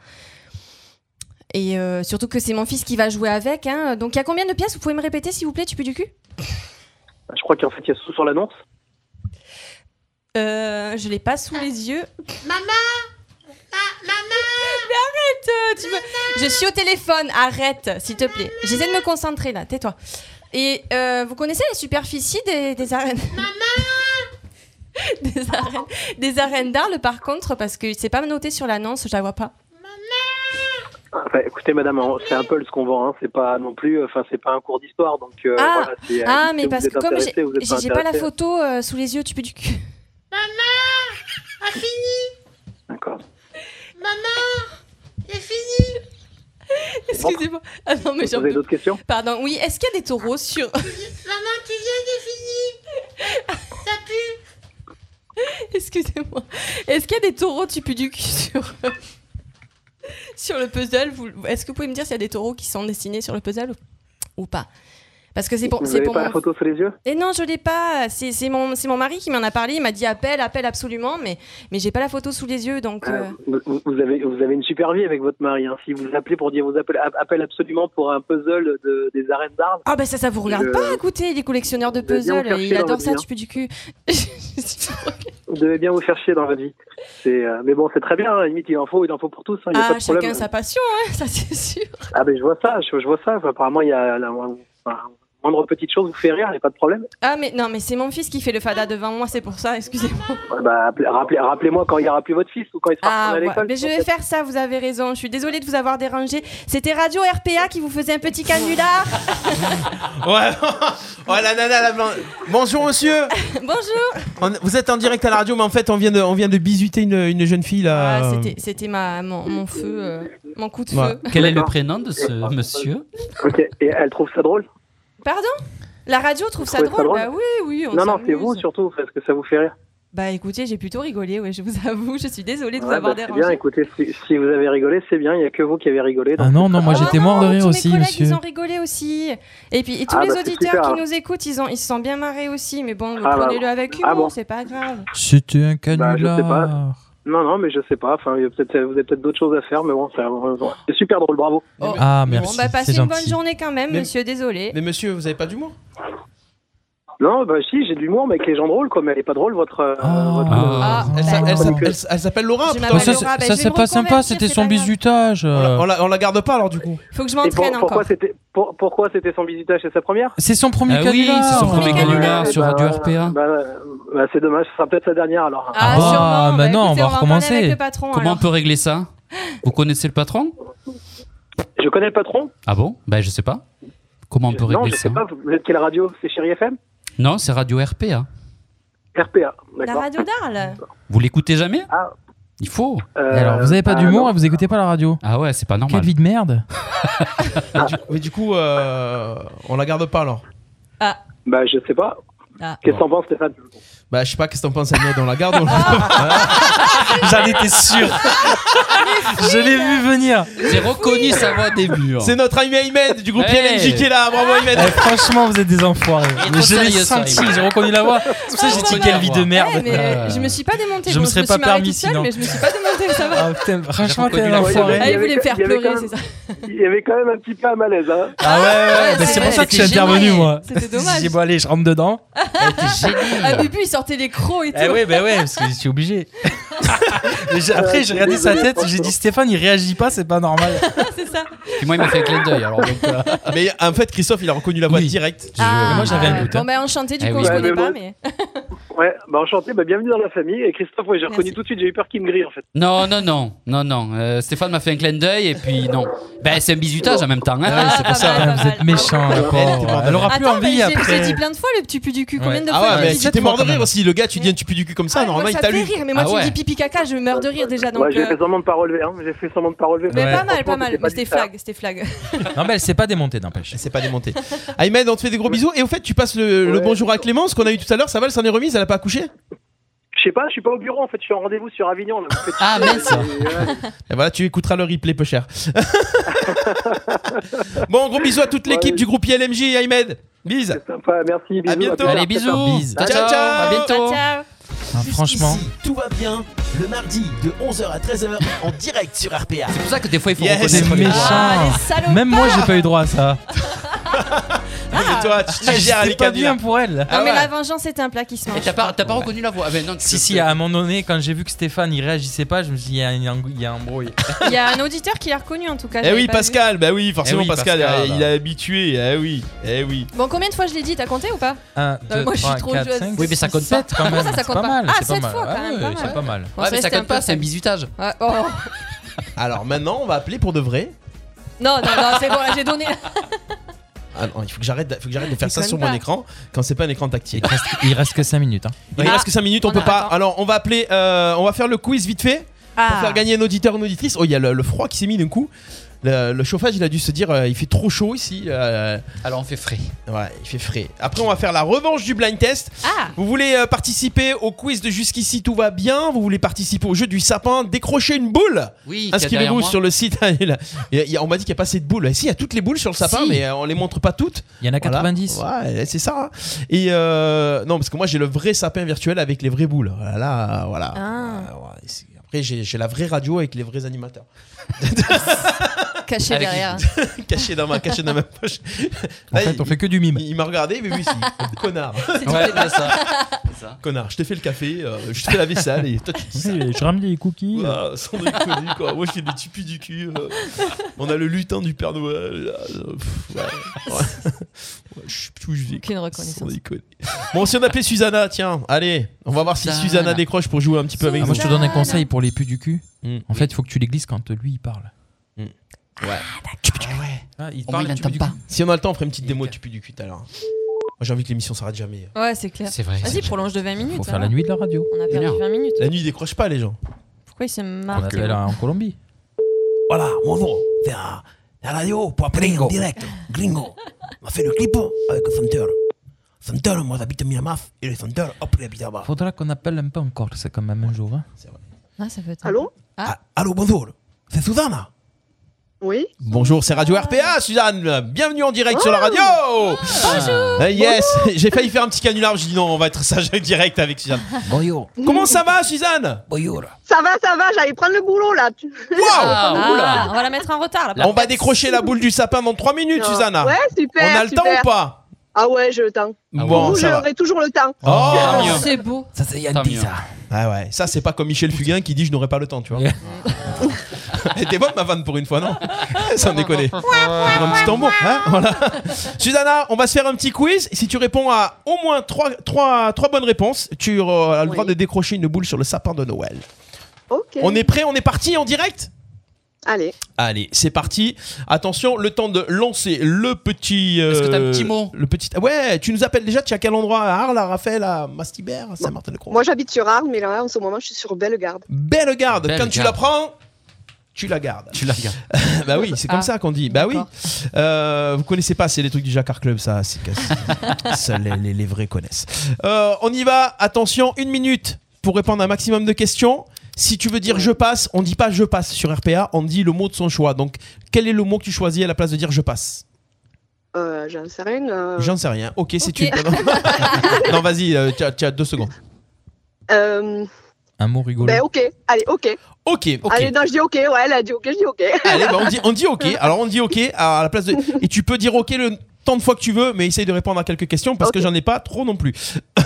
Et euh, surtout que c'est mon fils qui va jouer avec. hein. Donc, il y a combien de pièces Vous pouvez me répéter, s'il vous plaît, tu peux du cul
Je crois qu'en fait, il y a sous sur l'annonce.
Euh, je l'ai pas sous les yeux. Maman Maman Mais arrête euh, tu me- Je suis au téléphone, arrête, s'il te plaît. J'essaie de me concentrer là, tais-toi. Et euh, vous connaissez la superficie des, des arènes Maman Des arènes, des arènes d'Arles par contre, parce que c'est pas noté sur l'annonce, je la vois pas.
Enfin, écoutez, madame, on- c'est un peu ce qu'on vend, hein. c'est pas non plus, enfin, c'est pas un cours d'histoire, donc euh,
ah,
voilà, c'est, euh,
ah,
si
mais
vous
parce
êtes
que comme j'ai-
intéressé, vous êtes
j'ai j'ai pas la
intéressé.
photo euh, sous les yeux, tu peux du cul.
Maman A fini
D'accord.
Maman J'ai fini
Excusez-moi. Ah non, mais
Vous
j'en
avez
peux-
d'autres questions
Pardon, oui, est-ce qu'il y a des taureaux sur.
Maman, tu viens, j'ai fini Ça pue
Excusez-moi. Est-ce qu'il y a des taureaux tu pues du cul sur. sur le puzzle vous- Est-ce que vous pouvez me dire s'il y a des taureaux qui sont dessinés sur le puzzle ou, ou pas Parce que c'est pour.
Vous
c'est
avez
pour
pas
mon-
la photo sous les yeux
Et non, je l'ai pas. C'est c'est mon, c'est mon mari qui m'en a parlé. Il m'a dit appel, appel absolument, mais, mais j'ai pas la photo sous les yeux donc. euh,
Ah, vous, vous- vous avez, vous avez une super vie avec votre mari. hein. Si vous appelez pour dire vous appelez, appelle absolument pour un puzzle de- des arènes euh, d'Arles.
Ah bah ça, ça vous regarde
Je-
pas, écoutez, il est collectionneur de
vais bien
puzzles,
chercher
il
dans
adore
votre
ça,
vie,
tu peux du cul.
Vous devez bien vous faire chier dans votre vie. C'est, euh, mais bon, c'est très bien. hein. À la limite, il en faut, il en faut pour tous. hein, il y a
Ah,
pas de problème.
chacun sa passion, hein, ça c'est sûr.
Ah ben je vois ça, je, je vois ça. Apparemment, il y a la, mo- enfin, moindre petite chose vous fait rire, il n'y a pas de problème.
Ah mais non, mais c'est mon fils qui fait le fada devant moi, c'est pour ça, excusez-moi.
Ah Bah, appelez- rappelez, rappelez-moi quand il aura plus votre fils ou quand il sera
Ah,
retourné à
ouais.
l'école.
Mais je vais faire ça, vous avez raison. Je suis désolée de vous avoir dérangé. C'était Radio RPA qui vous faisait un petit canular.
Ouais. oh la nana, la blonde. Bonjour monsieur.
Bonjour.
On- vous êtes en direct à la radio, mais en fait on vient de, on vient de bisuter une, une jeune fille là.
Ah, c'était- C'était ma mon, mon feu, euh, mon coup de
euh, Ouais.
feu.
Quel est le prénom de ce monsieur
Ok, et elle trouve ça drôle
Pardon La radio trouve ça
trouvez ça
drôle.
drôle
Bah oui, oui. On
Non, non, c'est
s'amuse.
vous surtout, parce que ça vous fait rire.
Bah écoutez, j'ai plutôt rigolé. Ouais, je vous avoue, je suis désolée de vous
Ouais,
avoir
bah, c'est
dérangé.
bien, écoutez, si, si vous avez rigolé, c'est bien, il n'y a que vous qui avez rigolé. donc
Ah non, non, moi
c'est
j'étais
pas-
mort de rire
Tous
aussi,
mes collègues,
monsieur.
ils ont rigolé aussi. Et puis et tous
Ah,
les
bah, c'est
auditeurs
super.
qui nous écoutent, ils, ont, ils se sont bien marrés aussi. Mais bon,
Ah, bah,
prenez-le avec humour,
ah, bon.
c'est pas grave.
C'était un
Bah, je sais pas.
canular.
Non, non, mais je sais pas. Enfin, il y a peut-être- vous avez peut-être d'autres choses à faire, mais bon, ça- bon, c'est super drôle, bravo.
Ah,
bon, bah passez une bonne journée quand même,
Mais-
monsieur. Désolé.
Mais monsieur, vous avez pas d'humour
Non, bah si, j'ai de l'humour, mais avec les gens drôles, quoi. Mais elle est pas drôle, votre. euh, votre-
Ah.
bah,
Elle s'a- elle s'a-
chroniqueuse.
elle s- elle s'appelle Laura.
Je
putain.
m'appelle Ça, c'est- Laura, bah, ça, je vais c'est me pas sympa, reconvertir, c'était c'est son pas grave.
bisutage.
On la, on la- on la garde pas alors du coup.
Faut que je
Et pour-
m'entraîne
pourquoi
encore.
c'était pour- pourquoi c'était son visitage C'est sa première
C'est son premier
Ah oui,
canular.
c'est son premier canular
Eh
sur
ben,
Radio
euh,
RPA.
bah, euh, bah, c'est dommage, ce sera peut-être sa dernière alors.
Ah,
bah,
sûrement.
bah non,
écoutez,
on va
en parler
recommencer.
avec le patron,
Comment
alors.
on peut régler ça Vous connaissez le patron
Je connais le patron.
Ah bon Ben je sais pas. Comment on peut
non,
régler
je
ça
sais pas. Vous êtes quelle radio C'est Chéri FM
Non, c'est Radio RPA.
RPA.
La
D'accord.
radio d'Arles.
Vous l'écoutez jamais
Ah. Euh, bah,
Il faut.
Euh,
Et alors, vous avez pas
bah,
ah,
d'humour et vous écoutez pas la radio
Ah ouais, c'est pas normal.
Quelle vie de merde
Ah, Mais du, mais du coup, euh, on la garde pas alors.
Bah, je sais pas. Qu'est-ce que t'en penses, Stéphane
Bah je sais pas, qu'est-ce que t'en penses Agnès, on la garde ou on
Ah.
la- J'en étais sûr.
Je l'ai vu venir.
J'ai reconnu sa voix hein. des murs.
C'est notre ami Ahmed du groupe
Hey.
LNJ qui est là. Bravo Ahmed.
Eh, franchement, vous êtes des enfoirés. Mais
trop
je l'ai
sérieux, ça,
senti,
Emma.
j'ai reconnu la voix. C'est
Ah,
pour ça que j'ai dit quelle vie de merde.
Eh, mais je me suis pas démontée.
Je
bon,
me serais
je
pas
suis marrée
permis
toute seule,
sinon.
Mais je me suis pas démontée, ça va.
Ah, putain, franchement,
reconnu
t'es un
la voix, Ah, il y
enfoiré.
avait- Allez vous les faire
Il y avait quand
pleurer,
même-
c'est ça.
Il y avait quand même un petit peu un malaise. Hein.
Ah ouais, ouais, bah,
ouais,
c'est
ouais,
pour ça que je suis
c'était
intervenu,
génial.
moi.
C'était dommage.
J'ai dit, bon, allez, je rentre dedans.
Ah, Bubu, il sortait les crocs et tout.
Eh ouais, bah ouais, parce que je suis obligé. Mais j'ai- après, j'ai regardé sa tête, j'ai dit, Stéphane, il réagit pas, c'est pas normal.
c'est ça.
Puis moi, il m'a fait un clin d'œil. Alors, donc, euh,
Mais en fait, Christophe, il a reconnu la voix direct.
Ah,
moi, j'avais un doute,
hein.
Bon, ben enchanté, du
Eh
coup,
oui.
je
Ouais,
connais
mais
pas,
bon.
mais.
Ouais, bah enchanté, bah, bienvenue dans la famille. Et Christophe, ouais, j'ai reconnu tout de suite, j'ai eu peur qu'il me grille en fait.
Non, non, non, non, non. Euh, Stéphane m'a fait un clin d'œil et puis non. Ben, c'est un bisutage en même temps. hein.
c'est
Ah,
pour ça. vous êtes méchant, la pauvre. Elle aura plus
Attends, mais
envie
j'ai- j'ai
après.
dit plein de fois le petit pu du cul.
Ouais.
Combien de fois
Ah ouais,
j'ai
mais
dit
si
cette
t'es mort de
fois, quand
rire
même.
aussi, le gars, tu dis un petit peu du cul comme ça, normalement,
Moi,
il
ça me fait
t'allume.
rire, mais
Ah
moi, tu dis pipi caca, je meurs de rire déjà. Donc,
ouais, j'ai
euh,
fait seulement de pas relever. Hein. J'ai fait seulement de pas relever.
Mais pas mal, pas mal.
Franchement,
Mais
c'était
c'était
pas du tout ça.
flag, c'était flag.
Non, mais elle s'est pas démontée, n'empêche.
Elle s'est pas démontée. Ahmed, on te fait des gros bisous. Et au fait, tu passes le, le bonjour à Clémence qu'on a eu tout à l'heure. Ça va, elle s'en est remise, elle a pas accouché
Je sais pas, je suis pas au bureau en fait, je suis en euh, rendez-vous sur Avignon. Là.
Ah,
mince
Et voilà, tu écouteras le replay peu cher. bon, gros bisous à toute l'équipe du groupe ILMJ et Ahmed. Bise.
Sympa, merci, bisous.
À bientôt.
Allez, bisous.
Bise.
Ciao,
Ciao, ciao.
À bientôt.
franchement.
Tout va bien le mardi de 11h à 13h en direct sur RPA.
C'est pour ça que des fois, il faut
Yes. Ah,
Ah,
reconnaître
C'est
les
méchant.
voix.
Même moi, j'ai pas eu droit à ça.
Et toi, tu tu
Ah,
gères
c'était
les
pas
canulars.
bien pour elle.
Ah
Non, mais la vengeance est un plat qui se mange.
reconnu la voix
Si, si, à un moment donné, quand j'ai vu que Stéphane il réagissait pas, je me suis dit, il y a un, il y a un brouille.
Il y a un auditeur qui l'a reconnu en tout cas.
Eh
j'avais
oui,
pas vu.
Pascal, bah oui, forcément,
Eh oui,
Pascal,
Pascal,
euh, il
là.
est habitué, eh oui, eh oui.
Bon, combien de fois je l'ai dit T'as compté ou pas Non, Euh, moi, je suis trop jeune.
Oui, mais ça compte pas quand
Comment
même.
ça, ça
c'est
compte
pas
pas
mal.
Ah,
c'est pas
sept
mal.
fois, quand
Ah
même,
ouais,
pas mal.
C'est pas mal.
Ouais, mais ça compte pas, c'est un
bisutage.
Ouais, oh.
Alors maintenant, on va appeler pour de vrai.
Non, non, non, c'est bon, là, j'ai donné.
Ah non, il faut que j'arrête, de- faut que j'arrête de faire ça
Déconne
sur mon
pas.
écran quand c'est pas un écran tactile.
Il reste que 5 minutes. hein.
Il reste que 5 minutes, on peut pas. Alors, on va appeler, euh, on va faire le quiz vite fait pour
Ah.
faire gagner un auditeur ou une auditrice. Oh, il y a le, le froid qui s'est mis d'un coup. Le, le chauffage, il a dû se dire, euh, il fait trop chaud ici. euh.
Alors, on fait frais.
Ouais, il fait frais. Après, on va faire la revanche du blind test.
Ah.
Vous voulez euh, participer au quiz de jusqu'ici, tout va bien. Vous voulez participer au jeu du sapin, décrocher une boule.
Oui, qu'il y a derrière
Inscrivez-vous
moi.
sur le site. Il y a- il y a- on m'a dit qu'il n'y a pas assez de boules. Et si, il y a toutes les boules sur le sapin,
Si.
mais euh, on les montre pas toutes.
Il y en a
90. Ouais, c'est ça. hein. Et euh, non, parce que moi j'ai le vrai sapin virtuel avec les vraies boules. Voilà, là, voilà.
Ah.
Ouais, ouais, c'est- Après, j'ai j'ai la vraie radio avec les vrais animateurs.
Caché
Avec-
derrière.
caché dans ma, caché dans ma poche.
En fait, on fait que du mime.
Il m'a regardé, mais oui, si. connard.
Ouais, c'est ça.
Connard, je te fais le café, euh, je te fais la vaisselle et toi tu dis ça. Ah,
Je ramène les cookies.
Voilà, sans déconner, quoi. Moi, je fais des tupis du cul. euh. On a le lutin du Père Noël. là, euh, pff, ouais. Ouais. Ouais, je sais plus où je vais.
Aucune reconnaissance.
sans déconner. Bon, si on appelait Susanna, tiens, allez, on va voir si
Susanna.
Susanna décroche pour jouer un petit peu avec
Ah, moi,
nous.
je te donne un conseil pour les pus du cul.
Hmm.
En fait, il faut que tu les glisses quand lui il parle.
Ouais.
Ah, il
Au
parle
moins,
du cul du
pas. Si on a le temps, on ferait une petite démo de tupis du cul tout à l'heure. Moi, j'ai envie que l'émission s'arrête jamais.
Ouais, c'est clair.
C'est vrai, c'est
Vas-y, prolonge de 20 minutes.
Faut faire
alors.
la nuit de la
radio.
hein. On a perdu 20 minutes. Ah,
La nuit, il décroche pas, les gens.
Pourquoi il se marre
Quoique, elle a
en Colombie.
Hola, mono, de la, de la radio, pour appeler en direct. Gringo. On a fait le clip hein, avec le chanteur. Chanteur, moi j'habite à Miramaf, et le chanteur, hop, il habite là-bas.
Faudra qu'on appelle un peu encore, c'est quand même un jour. hein.
Ah, ça peut être.
Allô
Ah,
Allô, bonjour. C'est Susanna.
Oui
Bonjour, c'est Radio RPA, Suzanne. Bienvenue en direct sur la radio.
Bonjour.
Eh yes, j'ai failli faire un petit canular, j'ai dit non, on va être sage direct avec Suzanne.
Bonjour.
Comment ça va, Suzanne
Bonjour.
Ça va, ça va, j'allais prendre le boulot là.
Waouh
Ah, on va la mettre en retard. là.
On va décrocher la boule du sapin dans 3 minutes,
Non.
Susanna.
Ouais, super.
On a le
super.
temps ou pas
Ah ouais, j'ai le temps.
Ah bon,
Vous,
ça va.
j'aurai toujours le temps.
Oh, mieux.
C'est beau.
Ça, c'est
Yanti, ça. Ah ouais, ça, c'est pas comme Michel Fugain qui dit je n'aurai pas le temps, tu vois. Elle était bonne ma vanne pour une fois, non Sans déconner. Pour un petit tambour, hein voilà. Susanna, on va se faire un petit quiz. Si tu réponds à au moins 3, bonnes réponses, tu auras le droit de décrocher une boule sur le sapin de Noël.
Ok.
On est prêt, on est parti en direct
Allez.
Allez, c'est parti. Attention, le temps de lancer le petit.
Est-ce que t'as un petit
mot Le petit. Ouais, tu nous appelles déjà. Tu es à quel endroit À Arles, à Raphaël, à Mastibert, à Saint-Martin-de-Croix.
Moi, j'habite sur Arles, mais là, en ce moment, je suis sur Bellegarde.
Belle garde.
Belle
Quand tu
garde.
la prends, tu la gardes.
Tu la regardes.
bah oui, c'est comme
Ah.
ça qu'on dit. Bah oui. Euh, vous connaissez pas, c'est les trucs du Jacquard Club, ça. C'est que- ça, les, les- les vrais connaissent. Euh, on y va. Attention, une minute pour répondre à un maximum de questions. Si tu veux dire je passe, on dit pas je passe sur RPA, on dit le mot de son choix. Donc, quel est le mot que tu choisis à la place de dire je passe
Euh, j'en sais rien. euh,
J'en sais rien. Ok, c'est
Ok.
une. non, vas-y, euh, tu as- tu as deux secondes.
euh,
Un mot rigolo.
ben, ok. Allez, ok.
Ok, ok.
Allez, non, je dis ok. Ouais, elle a dit ok, je dis ok.
Allez, bah, on, dit, on dit OK. Alors, on dit OK à la place de. Et tu peux dire OK le tant de fois que tu veux, mais essaye de répondre à quelques questions parce que j'en ai pas trop non plus.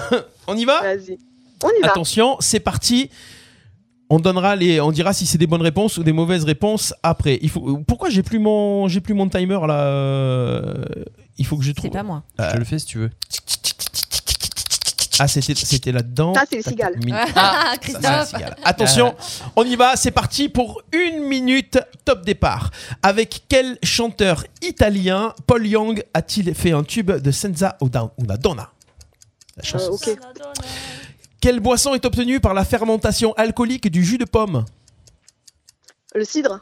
on y va
Vas-y. On y va.
Attention, c'est parti. On donnera les, on dira si c'est des bonnes réponses ou des mauvaises réponses après. Il faut. Pourquoi j'ai plus mon, j'ai plus mon timer là euh, Il faut que je trouve.
pas moi.
Euh,
Je le fais si tu veux.
Ah, c'était, c'était là-dedans.
Ça, c'est les cigales.
Ah,
Ça,
Christophe.
c'est égal. Attention, on y va, c'est parti pour une minute top départ. Avec quel chanteur italien Paul Young a-t-il fait un tube de Senza o da- una Donna La chanson.
Euh, ok.
Quelle boisson est obtenue par la fermentation alcoolique du jus de pomme
Le cidre.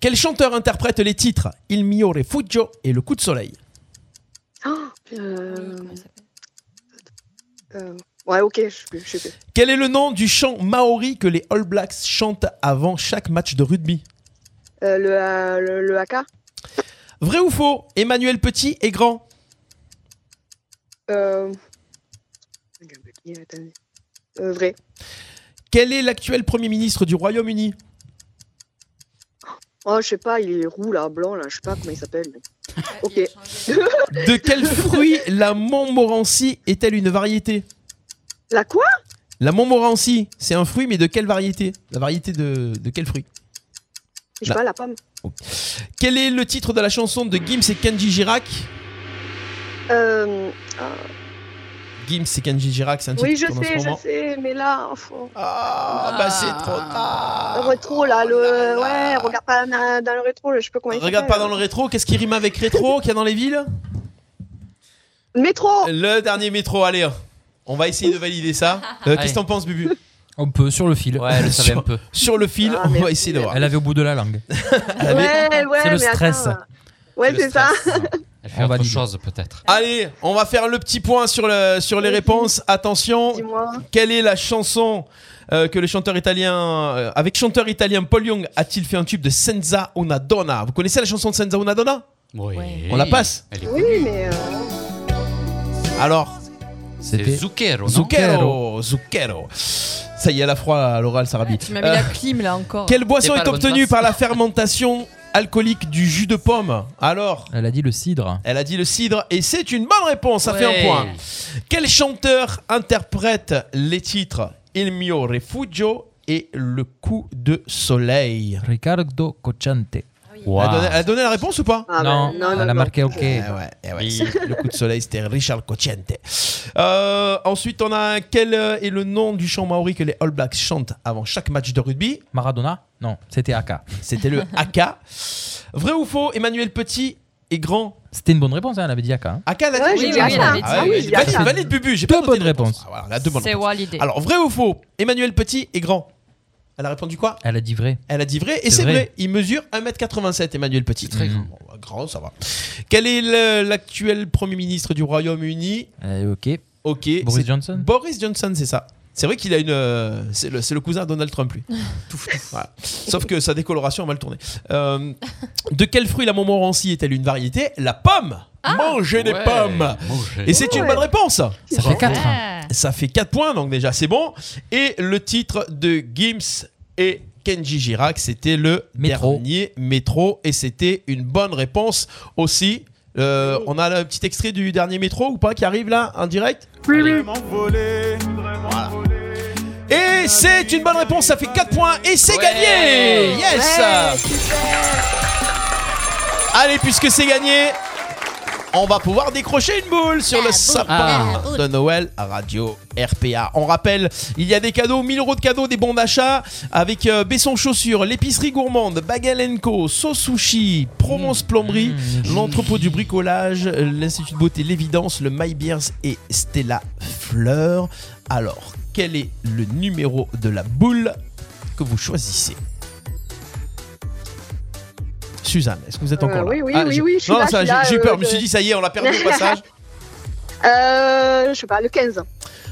Quel chanteur interprète les titres Il mio refugio et Le coup de soleil
Oh, euh, euh, ouais, ok, je sais plus, je sais plus.
Quel est le nom du chant maori que les All Blacks chantent avant chaque match de rugby
Euh, le, euh, le, le AK
Vrai ou faux Emmanuel Petit est grand
euh... attendez. Euh, Vrai.
Quel est l'actuel Premier ministre du Royaume-Uni
Oh, je sais pas, il est roux là, blanc là, je sais pas comment il s'appelle. mais-
Ok.
De quel fruit la Montmorency est-elle une variété
La quoi
La Montmorency, c'est un fruit, mais de quelle variété La variété de, de quel fruit
Je sais
Là.
pas, la pomme.
Quel est le titre de la chanson de Gims et Kenji Girac
Euh, euh,
Gims et Kenji Girac, c'est un titre
oui, je
qu'on a en ce
sais, je
moment.
sais, mais là. enfin-
Ah, bah c'est trop tard.
Le rétro, là, le. ouais, regarde pas na- dans le rétro, je sais pas comment il
Regarde pas
s'appelle.
dans le rétro, qu'est-ce qui rime avec rétro qu'il y a dans les villes
Métro
Le dernier métro, allez. On va essayer de valider ça. Euh,
Allez.
Qu'est-ce que t'en penses, Bubu
On peut, sur le fil. Ouais,
elle le savait un peu. Sur le fil, on va essayer de voir.
Elle avait au bout de la langue.
Ouais, ouais,
c'est le
mais attends.
stress.
Ouais, c'est ça.
Elle fait autre chose peut-être.
Allez, on va faire le petit point sur, le- sur les réponses. Attention, quelle est la chanson euh, que le chanteur italien, euh, avec chanteur italien Paul Young, a-t-il fait un tube de Senza una donna Vous connaissez la chanson de Senza una donna
Oui.
On la passe
Elle
Oui, mais. euh,
Alors
C'était Zucchero. non
Zucchero, Zucchero. Ça y est, elle a froid à l'oral, Sarah Bee.
Tu m'as mis la
Euh,
clim là encore.
Quelle boisson est obtenue par la fermentation alcoolique du jus de pomme Alors
Elle a dit le cidre.
Elle a dit le cidre et c'est une bonne réponse, ça fait
Ouais.
un point. Quel chanteur interprète les titres Il mio refugio et Le coup de soleil
Ricardo Cochante.
Elle, a donné, elle a donné la réponse ou pas
Non, non, elle non, a non. marqué OK.
Eh ouais, eh ouais, c'est- le coup de soleil, c'était Richard Cochente. Euh, ensuite, on a quel euh, est le nom du chant maori que les All Blacks chantent avant chaque match de rugby
Maradona Non, c'était AK.
C'était le AK. Vrai ou faux, Emmanuel Petit est grand
C'était une bonne réponse, hein, elle avait dit AK. hein.
AK, elle a
Ouais,
dit-
j'ai dit AK.
Ah
Ah oui,
ouais,
j'ai dit
valide,
AK.
valide, Bubu, j'ai pas
Deux
noté
bonnes
de réponse.
réponses.
Ah, voilà, on a deux bonnes
C'est
réponses.
validé.
Alors, vrai ou faux, Emmanuel Petit est grand Elle a répondu quoi
Elle a dit vrai.
Elle a dit vrai, et
C'est
c'est vrai.
vrai.
Il mesure 1m87, Emmanuel Petit. Très grand. Bon, bah, grand, ça va. Quel est le- l'actuel Premier ministre du Royaume-Uni
Euh, ok.
Ok.
Boris
c'est-
Johnson
Boris Johnson, c'est ça. C'est vrai qu'il a une. euh, c'est le, c'est le cousin de Donald Trump, lui. Voilà. Sauf que sa décoloration a mal tourné. Euh, de quel fruit la Montmorency est-elle une variété La pomme Mangez des
Ah. Ouais,
pommes
mangez.
Et c'est une
Ouais.
bonne réponse
Ça fait quatre. Ouais.
Ça fait 4 points, donc déjà, c'est bon. Et le titre de Gims et Kenji Girac, c'était le dernier métro. Et c'était une bonne réponse aussi. Euh, on a le petit extrait du dernier métro ou pas qui arrive là, en direct
M'envoler.
Voilà. Et c'est une bonne réponse, ça fait 4 points et c'est
Ouais.
gagné Yes
Ouais,
Allez, puisque c'est gagné, on va pouvoir décrocher une boule sur le sapin
boule.
de Noël à Radio RPA. On rappelle, il y a des cadeaux, 1000 euros de cadeaux, des bons d'achat avec euh, Besson Chaussures, l'épicerie gourmande, Bagel Co, Sauce Sushi, Provence Plomberie, l'entrepôt du bricolage, euh, l'Institut de beauté L'Évidence, le My Beers et Stella Fleur. Alors, quel est le numéro de la boule que vous choisissez Suzanne, est-ce que vous êtes
Euh,
encore là
oui, oui,
Ah,
oui,
j'ai-
oui, je suis
non,
là,
ça,
je suis là,
j'ai j'ai
euh,
peur, je me suis
je-
dit, ça y est, on l'a perdu au passage.
euh, je sais pas, le 15.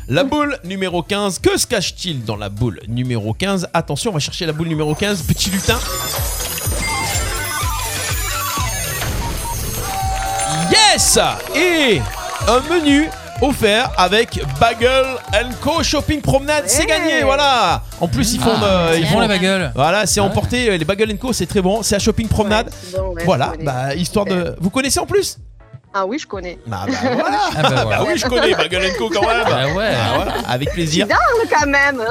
La boule numéro 15, que se cache-t-il dans la boule numéro 15 Attention, on va chercher la boule numéro 15, petit lutin. Yes Et un menu offert avec Bagel Co Shopping Promenade,
Eh.
c'est gagné, voilà En plus, ils font...
Ah,
euh, ils
ils
font
font les bagels.
Voilà, c'est emporté, euh, les Bagel Co, c'est très bon, c'est à Shopping Promenade.
bon, ouais, je
voilà,
connais.
bah, histoire de... Vous connaissez en plus
Ah oui, je connais.
Ah bah voilà.
Ah bah
Bah
voilà.
oui, je connais Bagel Co quand même
Ah ouais.
Ah voilà, Avec plaisir
C'est dingue quand même.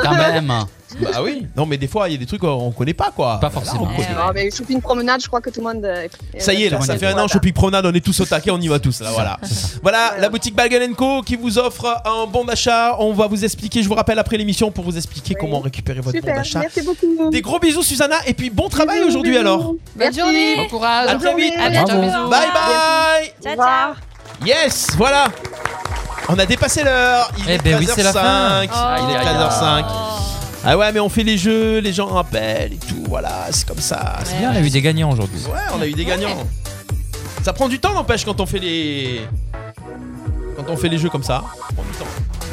bah oui. Non, mais des fois, il y a des trucs qu'on connaît pas, quoi. Pas forcément.
Ah, mais je fais une promenade, je crois que tout le monde. euh,
Ça y est, là, ça fait un an, Shopping Promenade, on est tous au taquet, on y va tous, là, voilà. Voilà, la boutique Bagel Co qui vous offre un bon d'achat. On va vous expliquer, je vous rappelle après l'émission, pour vous expliquer comment récupérer votre bon
Super,
d'achat.
merci beaucoup.
Des gros bisous, Susanna, et puis bon travail aujourd'hui, alors.
Bonne journée. Bon courage.
À très vite. Bravo. Bye bye.
Ciao, ciao.
Yes, voilà. On a dépassé l'heure. Il
Eh
est
ben oui, c'est la
13h05.
fin.
Il est
Aïe, aïe, aïe.
13h05.
Oh.
Ah ouais, mais on fait les jeux, les gens rappellent et tout. Voilà, c'est comme ça.
C'est bien, on a eu des gagnants aujourd'hui.
Ouais, on a eu des gagnants. Ça prend du temps, n'empêche, quand on fait les. Quand on fait les jeux comme ça. Ça prend du temps.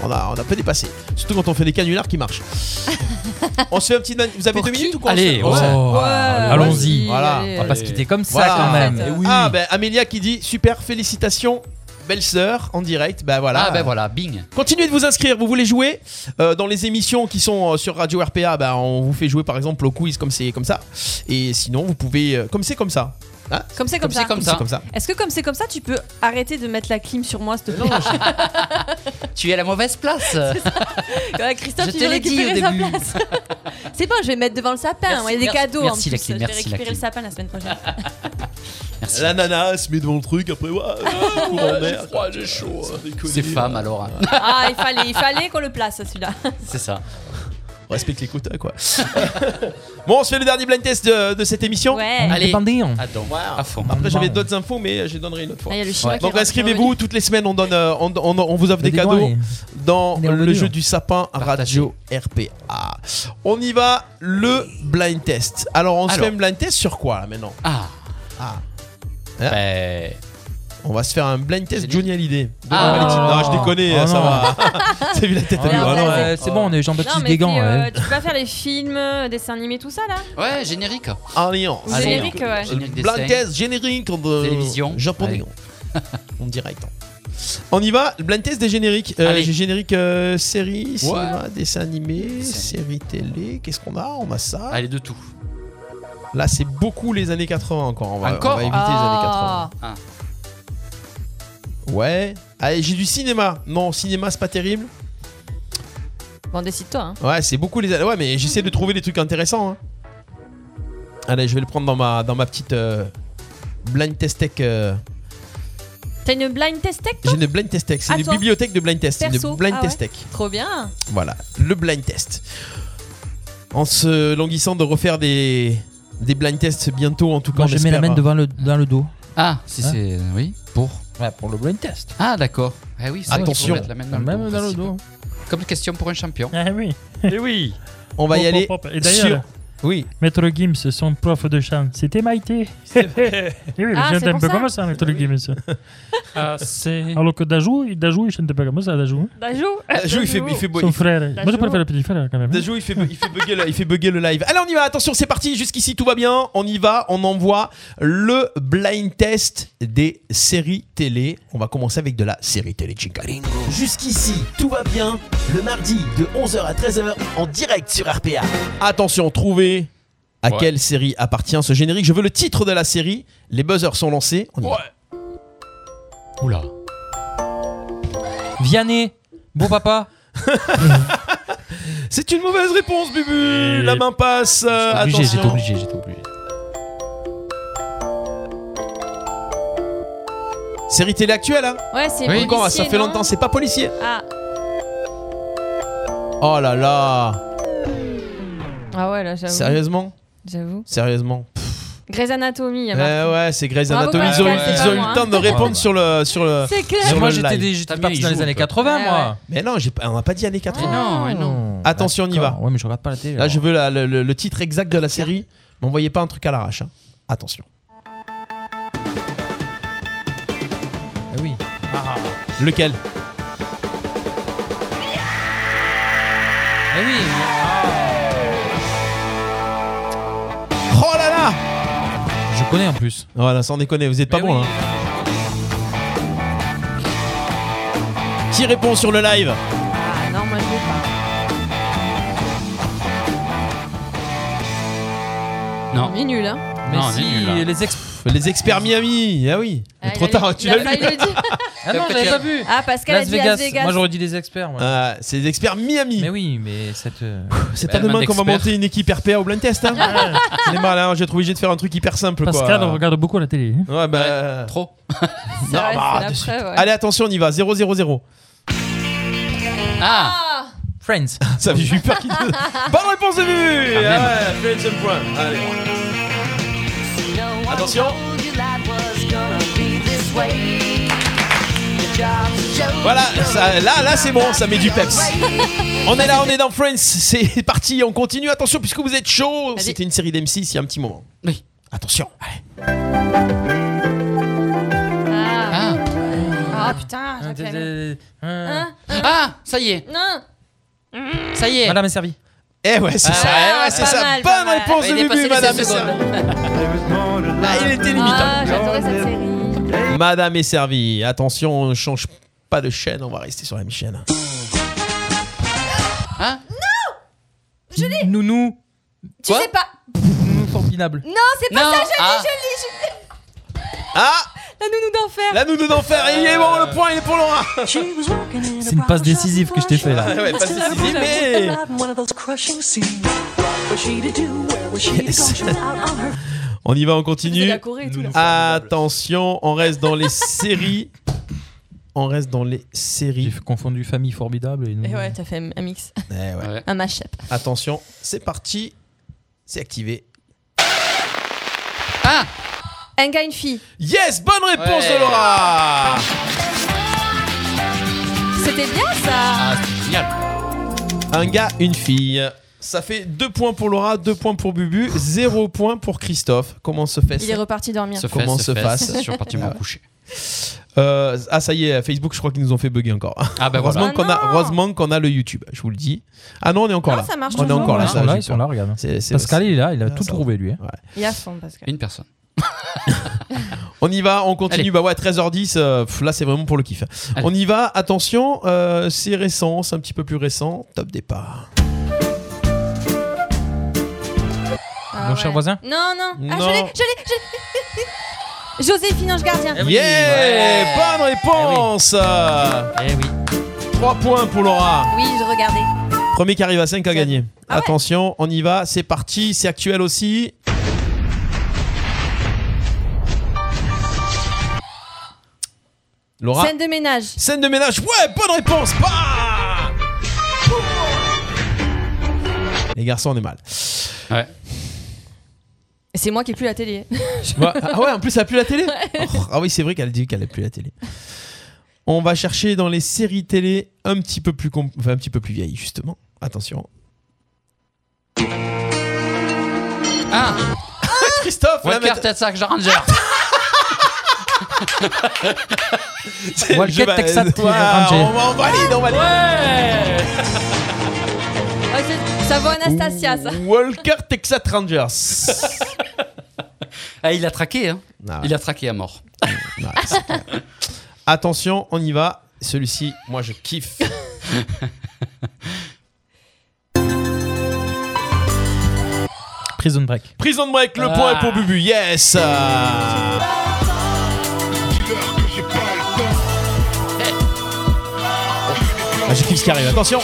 On a, on a peu dépassé. Surtout quand on fait des canulars qui marchent. on se fait un petit. man- Vous avez deux minutes ou quoi
Allez,
on se-
ouais. Ouais, allons-y.
Voilà.
On va pas se quitter comme ça,
Voilà.
quand même. Eh oui.
Ah, ben Amélia qui dit super, félicitations. Belle sœur en direct, ben voilà.
Ah ben voilà, bing.
Continuez de vous inscrire, vous voulez jouer euh, dans les émissions qui sont euh, sur Radio RPA, bah, on vous fait jouer par exemple au quiz comme c'est comme ça. Et sinon, vous pouvez, euh, comme c'est comme ça,
Comme c'est comme,
Ah, Comme c'est
ça.
comme ça. C'est comme ça.
Est-ce que comme c'est comme ça, tu peux arrêter de mettre la clim sur moi, s'il te plaît
Tu es à la mauvaise place.
Euh,
Voilà, Christophe,
Je
il
te
veut
l'ai dit
récupérer
au
sa
début.
place. c'est bon, je vais mettre devant le sapin.
Merci,
Il y a des
merci,
cadeaux
merci,
en
la
plus.
clim,
je
merci, la
vais récupérer
clim.
le sapin la semaine prochaine.
La nana elle se met devant le truc, après, ouais, je cours en mer.
j'ai chaud. C'est femme alors. hein.
ah, il fallait, il fallait qu'on le place celui-là.
C'est ça.
On respecte les quotas, quoi. bon, on se fait le dernier blind test de, de cette émission.
Ouais. Allez.
Attends, à fond.
Après, j'avais d'autres infos, mais euh, je les donnerai une autre fois.
Ah, il y a le chinois qui
Donc,
rentre,
inscrivez-vous. Toutes les semaines, on, donne, euh, on, on- on vous offre des
dédouané.
cadeaux dans
Des
le
revenus.
jeu du sapin radio RPA. On y va, le blind test. Alors, on se
Alors.
fait un blind test sur quoi, hein là, maintenant
Ah.
Ah. On va se faire un blind test Johnny Hallyday. De
Ben. Ah.
Valentine. non, je déconne,
Oh,
ça
non.
va. T'as vu la tête
Oh,
à lui,
non,
ah, non,
ouais,
ouais.
c'est bon, on est
Non,
Jean-Baptiste
mais
Guégan.
puis, euh,
ouais.
tu peux pas faire les films, euh, dessins animés, tout ça là
Ouais, générique.
Alliance.
Alliance. Générique, ouais.
Générique des
Blind
scènes.
test générique de
Télévision.
japonais.
Allez.
On direct. hein. On y va, le blind test des génériques. Euh,
Allez.
J'ai générique euh, série,
Ouais.
cinéma, dessin animé, série télé. Qu'est-ce qu'on a On a ça.
Allez, de tout.
Là, c'est beaucoup les années 80 encore. On va,
Encore
on va éviter
Ah.
Ah.
les années 80. Ouais. Allez, j'ai du cinéma. Non, cinéma, c'est pas terrible.
Bon, décide-toi. hein.
Ouais, c'est beaucoup les années. Ouais, mais j'essaie de trouver des trucs intéressants. hein. Allez, je vais le prendre dans ma, dans ma petite euh, blind test tech. euh,
T'as une blind test tech
J'ai une blind test tech. C'est
Ah,
une
toi
bibliothèque de blind test.
Perso.
Une blind
Ah
test
ouais.
tech.
Trop bien.
Voilà, le blind test. En se languissant de refaire des, des blind tests bientôt, en tout cas.
Moi,
on
je mets la
espère.
main devant le, dans le dos.
Ah, si
Hein
c'est. Oui, pour.
Ouais, pour le blind test.
Ah, d'accord. Ah oui, c'est vrai qu'il faut
Attention.
mettre la main dans le
Même
dos,
dans le
principe.
dos.
Comme question pour un champion.
Ah oui.
Et oui.
On va y
Hop,
aller
hop, hop. Et
sur.
d'ailleurs,
Oui.
Maître Gims, son prof de chant, c'était Maïté. Et
Eh,
oui, il
Ah,
chante
c'est
un
pour
peu
ça
comme ça, Maître Gims.
Ah, c'est.
Alors que Dajou, il, Dajou, il chante pas comme ça, Dajou. hein.
Dajou.
Dajou, il fait, il fait beau-
Son
il fait-
frère. Moi, je préfère le petit frère quand même.
Dajou, il fait, bu- il, fait bugger le, il fait bugger le live. Allez, on y va, attention, c'est parti. Jusqu'ici, tout va bien. On y va, on envoie le blind test des séries télé. On va commencer avec de la série télé Chicago.
Jusqu'ici, tout va bien. Le mardi de 11h à 13h en direct sur RPA.
Attention, trouvez à
Ouais.
quelle série appartient ce générique. Je veux le titre de la série. Les buzzers sont lancés. On y va.
Oula.
Vianney, beau papa.
C'est une mauvaise réponse, Bubu. La main passe. euh,
J'étais obligé,
attention.
j'étais obligé, j'étais
obligé.
Série télé actuelle, hein
Ouais, c'est
Oui. Encore,
policier,
ça fait
non
longtemps, c'est pas policier.
Ah.
Oh là là.
ah ouais, là, j'avoue.
Sérieusement
J'avoue.
Sérieusement.
Grey's Anatomy. il y a marqué.
Eh ouais, c'est Grey's
Bravo,
Anatomy. Ils ont,
Pascal, c'est
ils
pas
ont eu
moi,
le temps
hein.
de répondre sur le sur le.
C'est clair. Eh
sur
Moi,
le
j'étais
live.
des- j'étais parti dans les années 80, moi.
Mais non, j'ai pas- on n'a pas dit
Ah
années 80.
non, mais non.
Attention, on y va.
D'accord. Ouais, mais je regarde pas la télé.
Là, je veux la- le, le- le titre exact de la série. M'envoyez pas un truc à l'arrache. hein. Attention.
eh
Ah oui.
Lequel
Eh
Ah.
oui.
Oh là là
Je connais en plus.
Voilà, sans déconner, vous êtes pas bon. hein. Qui répond sur le live
Ah non, moi je veux pas.
Non.
On est nul, hein.
Mais
Non, on
si,
est nul, là.
les, ex- les experts Miami, ah oui.
Ah,
Trop
il a
tard,
le-
tu
il a
l'as
failli
lu.
le dire.
Ah non, j'avais pas vu.
Ah, Pascal a
Las
dit
Vegas.
Las Vegas.
Moi, j'aurais dit les experts. moi.
Ah, c'est les experts Miami.
Mais oui, mais cette. euh,
C'est pas demain qu'on va monter une équipe RPA au blind test. Hein. On est mal, hein. j'ai trouvé obligé de faire un truc hyper simple.
Pascal,
quoi.
on regarde beaucoup la télé. hein.
Ouais, bah.
Trop.
non,
vrai,
bah,
c'est la
de suite.
preuve, ouais.
Allez, attention, on y va. 0-0-0.
Ah
Friends.
Ça j'ai eu peur qu'il. Bonne réponse de vue
Ah,
Quand même.
Ouais, Friends and Point. Allez. Attention. Voilà, ça- là, là c'est bon, ça met du peps. On est là, on est dans Friends, c'est parti, on continue. Attention, puisque vous êtes chaud, c'était une série d'M6 il y a un petit moment.
Oui.
Attention,
Ah, Ah, putain,
Ah,
j'avais
euh, euh,
Hein
Ah, ça y est.
Non.
Ça y est.
Madame est servie.
Ah. Eh ouais,
Ah,
c'est ça, eh
Ah,
ouais, c'est ça. Bonne réponse de Bubu, madame et Ah, il était limite.
Ah, j'adorais cette série.
Madame est servie. Attention, on ne change pas de chaîne, on va rester sur la même chaîne.
Hein
Je l'ai.
Nounou.
Tu sais pas.
Nounou formidable.
Non, c'est pas
Non,
ça, je l'ai,
ah.
je l'ai, je l'ai.
Ah
La nounou d'enfer
La nounou d'enfer, il est bon, le point il est pour Laura
C'est une passe décisive que je t'ai fait là.
Ouais, passe décisive, mais- Yes. On y va, on continue.
la Corée et tout, là.
Attention, on reste dans les séries. On reste dans les séries.
J'ai confondu famille formidable et nous.
Eh
Et Eh ouais, t'as fait un mix.
Eh ouais.
Un mashup.
Attention, c'est parti. C'est activé.
Un gars, une fille.
Ah. Yes, bonne réponse
Ouais.
de Laura.
C'était bien
Ah,
ça
Un gars, une fille. Ça fait 2 points pour Laura, 2 points pour Bubu, 0 point pour Christophe. Comment se fait
Il est reparti dormir.
Se Comment se passe
Je suis reparti me coucher.
Euh, ah ça y est, Facebook, je crois qu'ils nous ont fait bugger encore.
Ah, bah,
heureusement
voilà.
qu'on a,
Ah, non.
heureusement qu'on a le YouTube. Je vous le dis. Ah non, on est encore là.
ça marche
on est
toujours.
encore là.
Ils
ça,
sont là,
j'ai
ils sont
peur.
là, regarde.
C'est- c'est-
Pascal, il est là, il a
Ah,
tout
ça
trouvé lui. hein.
Il est à fond parce que.
Une personne.
On y va, on continue.
Allez.
Bah ouais, 13h10, euh, pff, là c'est vraiment pour le kiff. On y va, attention, euh, c'est récent, c'est un petit peu plus récent. Top départ.
Ah
Mon cher voisin
Non, non. Ah, je l'ai,
Non.
je l'ai, je l'ai. Joséphine Ange Gardien.
Eh Yeah Bonne réponse Eh oui. 3 points pour Laura.
Oui, je regardais.
Premier qui arrive à 5 à gagner. Attention, on y va, c'est parti, c'est actuel aussi. Laura
Scène de ménage.
Scène de ménage, ouais, bonne réponse Bah Les garçons, on est mal. Ouais.
C'est moi qui ai plus la télé.
ah ouais, en plus, elle a plus la télé Oh, Ah oui, c'est vrai qu'elle dit qu'elle a plus la télé. On va chercher dans les séries télé un petit peu plus, com- enfin, un petit peu plus vieilles, justement. Attention.
Ah
Christophe
Walker
la mette-
Texas Ranger
C'est-
Walker
je vais-
Texas
Ouais,
Ranger.
on, va- on valide, on valide.
Ah, c'est- ça vaut Anastasia, ça.
Walker Texas Rangers.
Ah, il a traqué, hein
Ah ouais.
Il a traqué à mort.
Attention, on y va. Celui-ci, moi je kiffe.
Prison Break.
Prison Break, le point est pour Bubu. Yes. Ah, je kiffe ce qui arrive. Attention.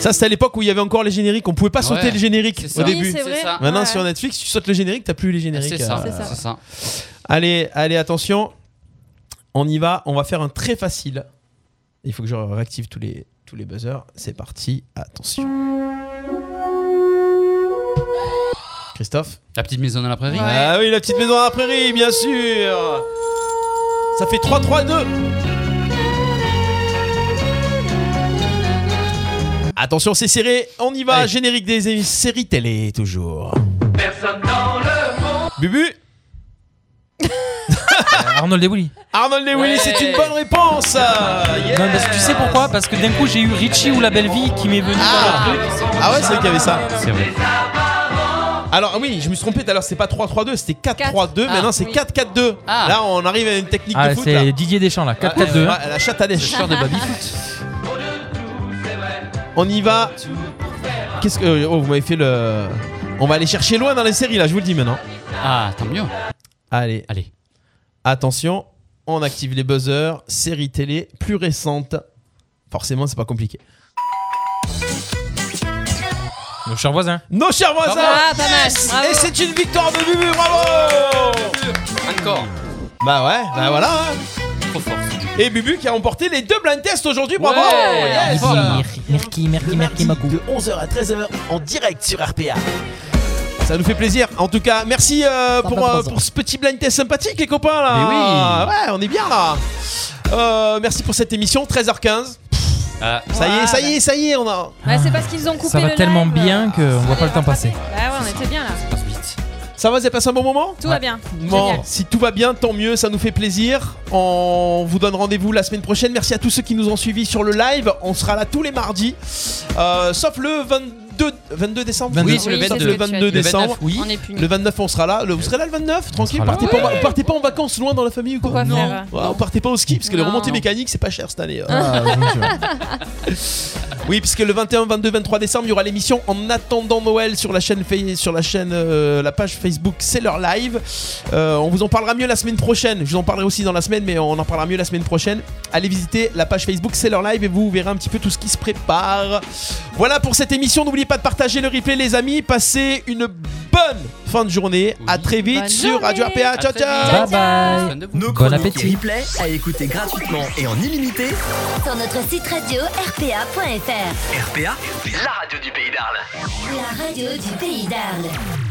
Ça, c'était à l'époque où il y avait encore les génériques. On pouvait pas sauter
Ouais,
les génériques
c'est ça.
au
Oui,
début.
c'est vrai. C'est ça.
Maintenant,
Ouais.
sur Netflix, tu sautes le générique, t'as plus les génériques.
C'est ça,
Euh,
c'est ça. C'est ça.
Allez, allez, attention. On y va. On va faire un très facile. Il faut que je réactive tous les, tous les buzzers. C'est parti. Attention. Christophe
La petite maison dans la prairie
Ah oui, la petite maison à la prairie, bien sûr. Ça fait 3-3-2. Attention, c'est serré. On y va. Générique des é- séries télé, toujours.
Personne dans le monde.
Bubu
Arnold et Willy.
Arnold et Willy,
Ouais.
c'est une bonne réponse. Yeah.
Non, parce que tu sais pourquoi Parce que d'un coup j'ai eu Richie ou la belle vie qui m'est venu dans le truc.
Ah ouais, c'est vrai qu'il y avait ça.
C'est vrai.
Alors oui, je me suis trompé tout à l'heure, c'est pas 3-3-2, c'était 4-3-2,
Ah,
maintenant c'est
oui.
4-4-2.
Ah.
Là, on arrive à une technique
Ah,
de foot. là. Ah,
c'est Didier Deschamps là, 4-4-2.
Ouais, la chatte à des
C'est le joueur de
On y va. Qu'est-ce que. Oh, vous m'avez fait le. On va aller chercher loin dans les séries là, je vous le dis maintenant.
Ah, tant mieux.
Allez.
Allez.
Attention, on active les buzzers. Série télé plus récente. Forcément, c'est pas compliqué.
Nos chers voisins.
Nos chers voisins
Ah,
pas mal.
Yes
Bravo.
Et c'est une victoire de Bubu, bravo
Encore.
Bah ouais, bah voilà hein.
Trop fort.
Et Bubu qui a remporté les deux blind tests aujourd'hui, bravo
Ouais.
Yes.
Merci, merci, merci,
De 11h à 13h en direct sur RPA.
Ça nous fait plaisir. En tout cas, merci euh, pour, euh, pour ce petit blind test sympathique, les copains. Là.
Mais oui.
Ouais, on est bien là. Euh, merci pour cette émission, 13h15.
Ah.
Ça y est, ça y est, ça y est, on a.
Ouais, c'est parce qu'ils ont coupé
Ça va
le
tellement
live.
bien qu'on voit pas le temps passer.
Bah ouais, on était bien là.
Ça va, vous avez passé un bon moment
Tout va bien.
Bon,
Génial.
si tout va bien, tant mieux, ça nous fait plaisir. On vous donne rendez-vous la semaine prochaine. Merci à tous ceux qui nous ont suivis sur le live. On sera là tous les mardis, euh, sauf le 22, 22 décembre.
Oui, c'est le
sauf
22.
le
Le
22 décembre.
29, oui.
On est punis.
Le 29, on sera là. Le- vous serez là le 29, tranquille.
là.
Partez, pas, en va- partez pas en vacances loin dans la famille ou quoi
Pourquoi Non. faire
Ouais, partez pas au ski parce que les
Non.
hein.
Ah,
remontées mécaniques, c'est pas cher cette année.
Ah,
Euh. Oui, puisque le 21, 22, 23 décembre, il y aura l'émission En attendant Noël sur la chaîne, fa- sur la, chaîne euh, la page Facebook C'est leur live. Euh, on vous en parlera mieux la semaine prochaine. Je vous en parlerai aussi dans la semaine, mais on en parlera mieux la semaine prochaine. Allez visiter la page Facebook C'est leur live et vous verrez un petit peu tout ce qui se prépare. Voilà pour cette émission. N'oubliez pas de partager le replay, les amis. Passez une bonne fin de journée. À très vite
Bonne
sur Radio
journée.
RPA. Ciao,
À très
ciao.
vite. Bye bye.
Nos
Bon
chroniques
appétit.
et
replays à écouter gratuitement et en illimité.
Sur notre site radio rpa.fr.
RPA, la radio du pays d'Arles.
La radio du pays d'Arles.